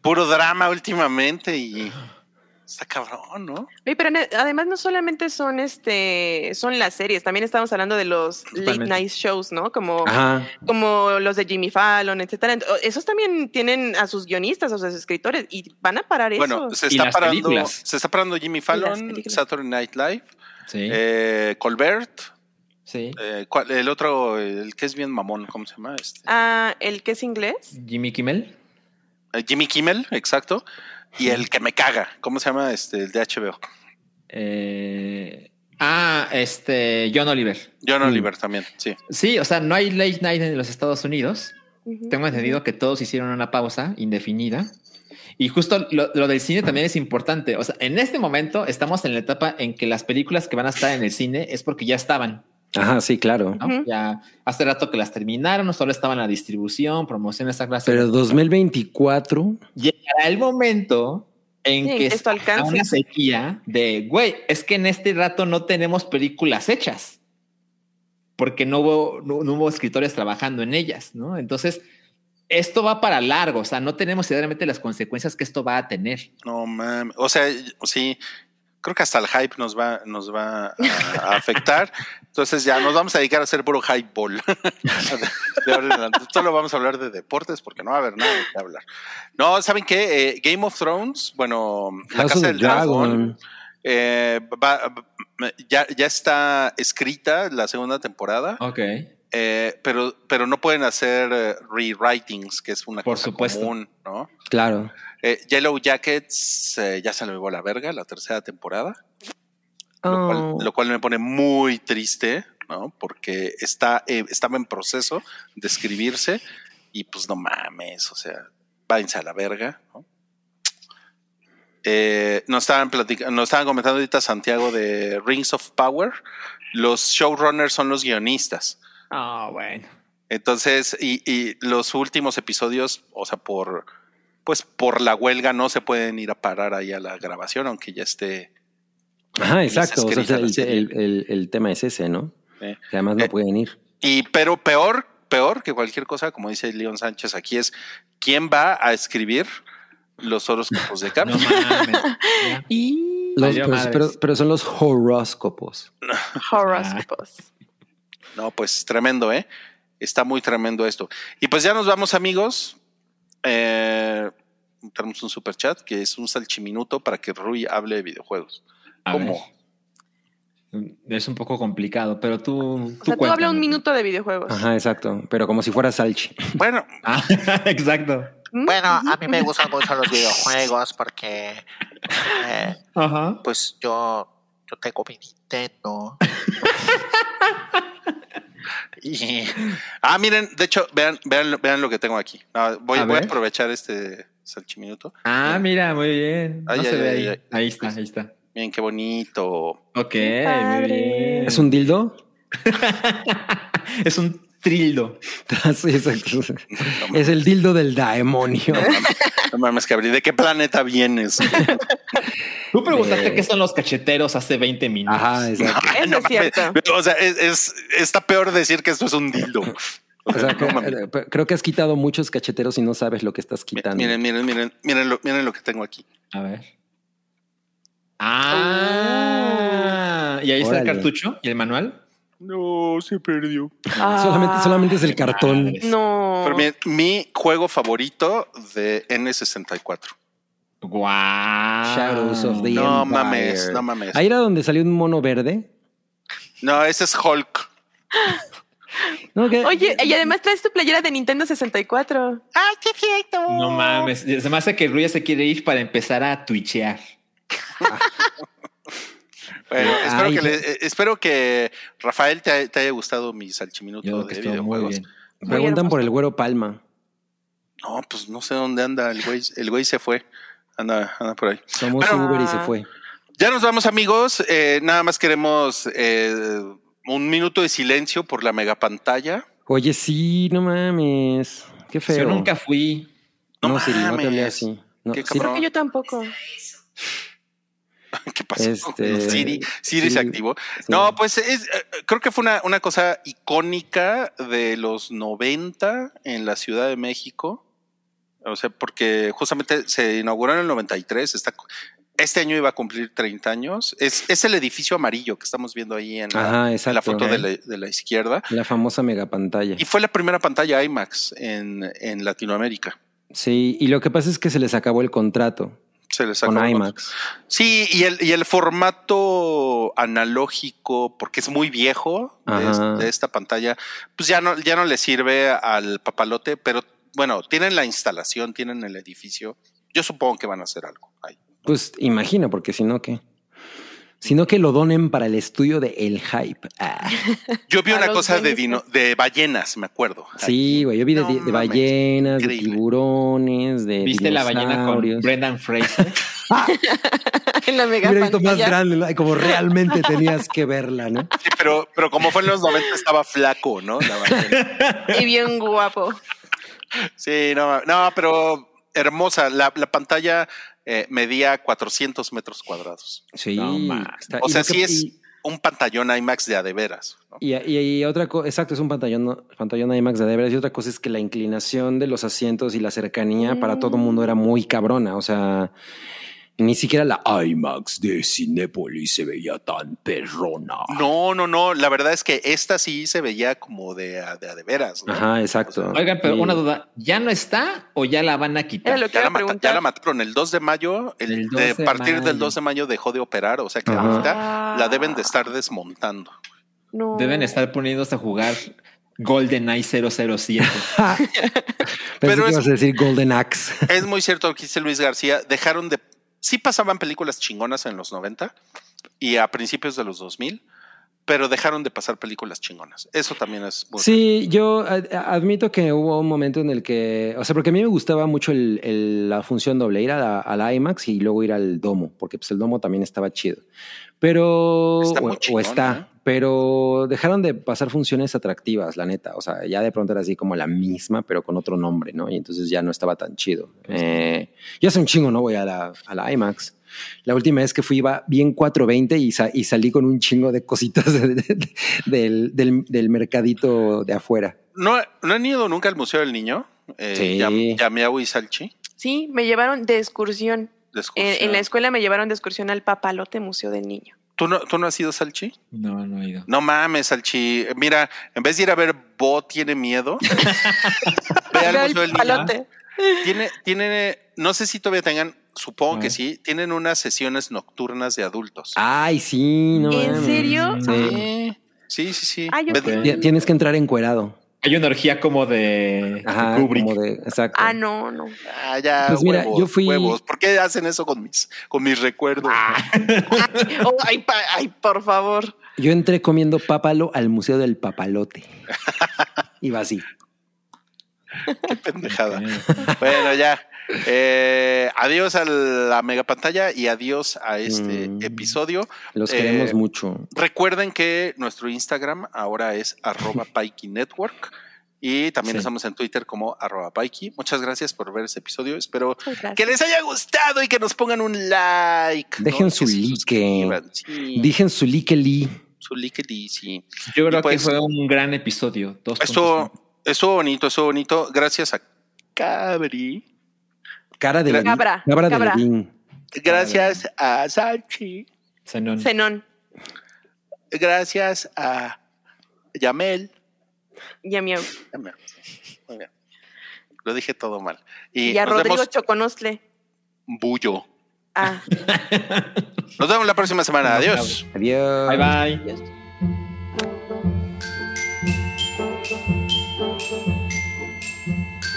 E: puro drama últimamente y está cabrón, ¿no?
D: Oye, pero ne- además no solamente son este son las series, también estamos hablando de los late
B: Totalmente.
D: night shows, ¿no? Como
C: Ajá.
D: como los de Jimmy Fallon, etcétera. Ent- o- Esos también tienen a sus guionistas, a sus escritores y van a parar
E: Bueno,
D: eso.
E: se
B: Y
E: está
B: las
E: parando,
B: películas.
E: se está parando Jimmy
D: las
E: Fallon,
D: películas.
E: Saturday Night Live,
B: Sí,
E: eh, Colbert,
B: sí.
E: eh, ¿cuál- el otro, el que es bien mamón, ¿cómo se llama? Este?
D: Ah, el que es inglés,
B: Jimmy Kimmel.
E: Eh, Jimmy Kimmel, exacto. Y el que me caga, ¿cómo se llama? Este, el de HBO.
B: Eh, ah, este, John Oliver.
E: John
C: Mm.
E: Oliver también, sí.
B: Sí, o sea, no hay late night en los Estados Unidos.
D: Ujú.
B: Tengo entendido que todos hicieron una pausa indefinida. Y justo lo, lo del cine también es importante. O sea, en este momento estamos en la etapa en que las películas que van a estar en el cine es porque ya estaban.
C: Ajá, sí, claro.
B: ¿no?
D: Ujú.
B: Ya hace rato que las terminaron, solo estaba en la distribución, promoción, esa clase.
C: Pero 2024,
B: Llegará el momento en
D: Sí,
B: que
D: esto
B: está
D: alcance.
B: una sequía de, güey, es que en este rato no tenemos películas hechas porque no hubo, no, no hubo escritores trabajando en ellas, ¿no? Entonces, esto va para largo, o sea, no tenemos idea realmente las consecuencias que esto va a tener.
E: No mames. O sea, sí, creo que hasta el hype nos va, nos va a, a afectar. Entonces ya nos vamos a dedicar a hacer puro hype ball. De ahora en adelante. Solo vamos a hablar de deportes porque no va a haber nada que hablar. No, ¿saben qué? Eh, Game of Thrones, bueno, La
C: House
E: Casa
C: of
E: del Dragón,
C: Dragon.
E: eh, va- ya, ya está escrita la segunda temporada.
B: Ok.
E: Eh, pero, pero no pueden hacer eh, rewritings, que es una
B: Por
E: cosa
B: supuesto.
E: común, ¿no?
C: Claro.
E: Eh, Yellow Jackets eh, ya se lo llevó a la verga la tercera temporada, lo,
D: Oh.
E: cual, lo cual me pone muy triste, ¿no? Porque está, eh, estaba en proceso de escribirse y pues no mames, o sea, váyanse a la verga, ¿no? Eh, nos, estaban platicando, nos estaban comentando ahorita Santiago de Rings of Power. Los showrunners son los guionistas.
B: Ah, bueno.
E: Entonces, y, y los últimos episodios, o sea, por pues por la huelga no se pueden ir a parar ahí a la grabación, aunque ya esté.
C: Ajá,
E: les
C: exacto. O sea,
E: escrita la
C: el,
E: serie.
C: el- el- el tema es ese, ¿no?
E: Eh.
C: Que además no
E: Eh.
C: pueden ir.
E: Y pero peor, peor que cualquier cosa, como dice León Sánchez aquí, es quién va a escribir los horóscopos de
B: No
E: Capri.
B: mames. Ya.
D: y
C: Los-
B: Valió
C: pero,
B: madres.
C: pero- pero son los horóscopos.
D: horóscopos.
E: No, pues tremendo, ¿eh? Está muy tremendo esto. Y pues ya nos vamos, amigos. Eh, tenemos un super chat que es un salchiminuto para que Rui hable de videojuegos.
B: A
E: ¿Cómo?
B: ver. Es un poco complicado, pero tú.
D: O sea, tú habla un minuto de videojuegos.
C: Ajá, exacto. Pero como si fuera Salchi.
E: Bueno,
B: Ah, exacto.
D: ¿Mm?
J: Bueno, a mí me gustan mucho los videojuegos porque eh,
B: Ajá.
J: pues yo, yo tengo mi Nintendo.
E: Y- ah, miren, de hecho, vean, vean, vean lo que tengo aquí. Ah, voy,
B: A
E: voy a
B: ver.
E: aprovechar este salchiminuto.
B: Ah, mira, muy bien. No
E: Ay,
B: se
E: ay,
B: ve
E: ay,
B: ahí.
E: ay.
B: Ahí está, ahí está.
E: Miren qué bonito.
B: Ok,
D: padre.
B: muy bien.
C: ¿Es un dildo?
B: es un trildo.
C: Sí, exacto.
E: No mames,
C: Es el dildo del demonio.
E: no mames, Gabriel, ¿de qué planeta vienes?
B: Tú preguntaste
C: De-
B: qué son los cacheteros hace 20 minutos.
C: Ajá, exacto.
E: Ay,
D: Eso
E: no
D: es cierto.
E: mames. O sea, es, es- está peor decir que esto es un dildo.
C: O sea,
E: No mames.
C: que- eh, creo que has quitado muchos cacheteros y no sabes lo que estás quitando.
E: Miren, miren, miren, miren lo, miren lo que tengo aquí.
B: A ver. Ah, y ahí está el
C: Órale.
B: Ah, cartucho y el manual.
E: No, se perdió.
D: Ah.
C: solamente, solamente es el cartón.
D: No.
E: Pero mi, mi juego favorito de N64.
B: Guau.
C: Shadows of the
E: No
C: Empire.
E: mames, no mames.
C: Ahí era donde salió un mono verde.
E: No, ese es Hulk.
C: No, que-
D: Oye, y además traes tu playera de Nintendo 64.
J: ¡Ay, qué cierto!
B: No mames. Se me hace que Ruya se quiere ir para empezar a twitchear.
E: Bueno,
C: Ay,
E: espero, que
C: yo-
E: le- eh, espero que Rafael te, te haya gustado mi salchiminuto
B: Yo creo que
E: de
B: estuvo muy
E: videojuegos.
B: bien.
C: Preguntan
D: hermoso.
C: por el güero Palma.
E: No, pues no sé dónde anda el güey. El güey se fue. Anda, anda por ahí.
C: Tomó su
D: Pero-
C: Uber y se fue.
E: Ya nos vamos, amigos. Eh, nada más queremos eh, un minuto de silencio por la megapantalla.
C: Oye, sí, no mames. Qué feo.
B: Yo nunca fui.
E: No
C: No, Siri, no te hablé
E: mames.
C: así. No,
E: Qué
C: Siri,
D: Creo que yo tampoco.
E: ¿Qué pasó?
C: Este,
E: Siri, Siri
C: Siri-
E: se activó.
C: sí.
E: No, pues es, eh, creo que fue una, una cosa icónica de los 90 en la Ciudad de México. O sea, porque justamente se inauguró en el 93. está- este año iba a cumplir 30 años. Es, es el edificio amarillo que estamos viendo ahí en la,
C: Ajá,
E: en la
C: exacto. ¿eh?
E: foto de la, de la izquierda.
C: La famosa megapantalla.
E: Y fue la primera pantalla IMAX en, en Latinoamérica.
C: Sí, y lo que pasa es que se les acabó el contrato
E: Se les
C: con
E: acabó.
C: IMAX.
E: Sí, y el, y el formato analógico, porque es muy viejo de, es-
C: Ajá.
E: de esta pantalla, pues ya no, ya no le sirve al papalote, pero bueno, tienen la instalación, tienen el edificio. Yo supongo que van a hacer algo ahí.
C: Pues imagino, porque si no, ¿qué? Sino que lo donen para el estudio de El Hype. Ah,
E: Yo vi
D: A
E: una
D: los
E: cosa de, dino-
D: dueños,
E: de ballenas, me acuerdo.
C: sí, güey. Yo vi de,
E: No
C: de
E: mames,
C: ballenas, de
E: increíble.
C: tiburones, de.
B: ¿Viste la ballena con
C: dinosaurios.
B: Brendan Fraser?
D: en la mega
C: Hubiera visto más
D: pantalla.
C: grande, la- como realmente tenías que verla, ¿no?
E: Sí, pero, pero como fue en los 90 estaba flaco, ¿no? La ballena.
D: Y bien guapo.
E: sí, no, no, pero hermosa. La, la pantalla eh, medía 400 metros cuadrados.
C: Sí.
B: No mames.
C: está-
E: O
C: y
E: sea,
C: lo que-
E: sí es
C: y-
E: un pantallón IMAX de a de veras. ¿no?
C: Y, y- y otra cosa, exacto, es un pantallón, ¿no? pantallón IMAX de deberes. Y otra cosa es que la inclinación de los asientos y la cercanía para todo el mundo era muy cabrona. O sea, ni siquiera la IMAX de Cinépolis se veía tan perrona.
E: No, no, no. La verdad es que esta sí se veía como de a de, a de veras. ¿no?
C: Ajá, exacto.
B: Oigan, pero
C: Y-
B: una duda. ¿Ya no está o ya la van a
D: Era
B: quitar?
D: lo que
E: Ya
D: iba
E: la,
D: a
E: mata- ya la
D: preguntar.
E: mataron el 2 de mayo. El
B: El 2
E: de
B: de
E: partir del
B: mayo.
E: 2 de mayo dejó de operar. O sea que
C: Ajá.
E: ahorita
D: Ah.
E: la deben de estar desmontando.
D: No.
B: Deben estar poniéndose a jugar GoldenEye 007.
C: ¡Ah! Pensé
E: pero
C: que
E: es-
C: ibas a decir Golden Axe.
E: Es muy cierto lo que dice Luis García. Dejaron de. Sí pasaban películas chingonas en los 90 y a principios de los 2000, pero dejaron de pasar películas chingonas. Eso también es muy.
C: Sí, yo ad- admito que hubo un momento en el que, o sea, porque a mí me gustaba mucho el- el- la función doble, ir a la, a la IMAX y luego ir al domo, porque pues el domo también estaba chido. Pero,
E: Está muy
C: o, o
E: chingón, ¿eh?
C: está, pero dejaron de pasar funciones atractivas, la neta. O sea, ya de pronto era así como la misma, pero con otro nombre, ¿no? Y entonces ya no estaba tan chido. Eh, yo hace un chingo no voy a la, a la IMAX. La última vez que fui iba bien 4.20 y, sa- y salí con un chingo de cositas de- de- del, del- del mercadito de afuera.
E: ¿No, ¿No han ido nunca al Museo del Niño? Eh,
C: Sí.
E: Yam- Yameau y Salchi.
D: Sí, me llevaron de excursión.
E: de
D: En, en
E: excursión.
D: la escuela me llevaron de excursión al Papalote Museo del Niño.
E: ¿Tú no, ¿Tú no has ido, Salchi?
B: No, no he ido.
E: No mames, Salchi. Mira, en vez de ir a ver Bo tiene miedo, ve al
D: Ve al
E: Museo del Niño. Ah,
D: Papalote.
E: Tiene, tiene, no sé si todavía tengan, supongo
B: Ah.
E: que sí, tienen unas sesiones nocturnas de adultos.
C: Ay, sí, no.
B: eh,
D: ¿En
C: mames.
D: serio?
C: Ah, Sí.
E: Sí, sí, sí.
D: Ah, yo
E: Ve-
D: creo-
C: Ti- Tienes que entrar encuerado.
B: Hay una orgía como de, de
E: Este
C: Ajá,
B: Kubrick.
C: como de- exacto.
D: Ah, no, no.
E: Ah, ya,
C: Pues mira,
E: huevos,
C: yo fui- Ah.
E: huevos. ¿Por qué hacen eso con mis, con mis recuerdos?
D: Oh, ay, pa- ay, por favor.
C: Yo entré comiendo pápalo al Museo del Papalote. Iba así.
E: Qué pendejada.
B: Ok.
E: Bueno, ya. Eh, adiós a la megapantalla y adiós a este
C: Mm.
E: episodio.
C: Los
E: Eh,
C: queremos mucho.
E: Recuerden que nuestro Instagram ahora es arroba Paiki Network y también
B: Sí.
E: estamos en Twitter como arroba Paiki. Muchas gracias por ver este episodio. Espero
D: Muchas gracias.
E: que les haya gustado y que nos pongan un like.
C: Dejen
E: Y
C: su
E: que se
C: like.
E: suscriban. Sí,
C: Dijen su like Lee.
E: su like y sí.
B: Yo creo
E: pues-
B: que fue un gran episodio. Dos
E: Esto, estuvo bonito, estuvo bonito. Gracias a Cabri.
C: Cara de Ledín.
D: Cabra,
C: Cabra de
D: cabra.
C: Ledín.
E: Gracias a Salchi.
B: Zenón.
D: Zenón.
E: Gracias a Yamel.
D: Yamiau.
E: Yamel. Muy bien. Lo dije todo mal.
D: Y,
E: Y,
D: a
E: nos
D: Rodrigo
E: vemos
D: Choconostle.
E: bullo.
D: Ah,
E: Nos vemos la próxima semana. Adiós.
C: Adiós.
B: Bye bye.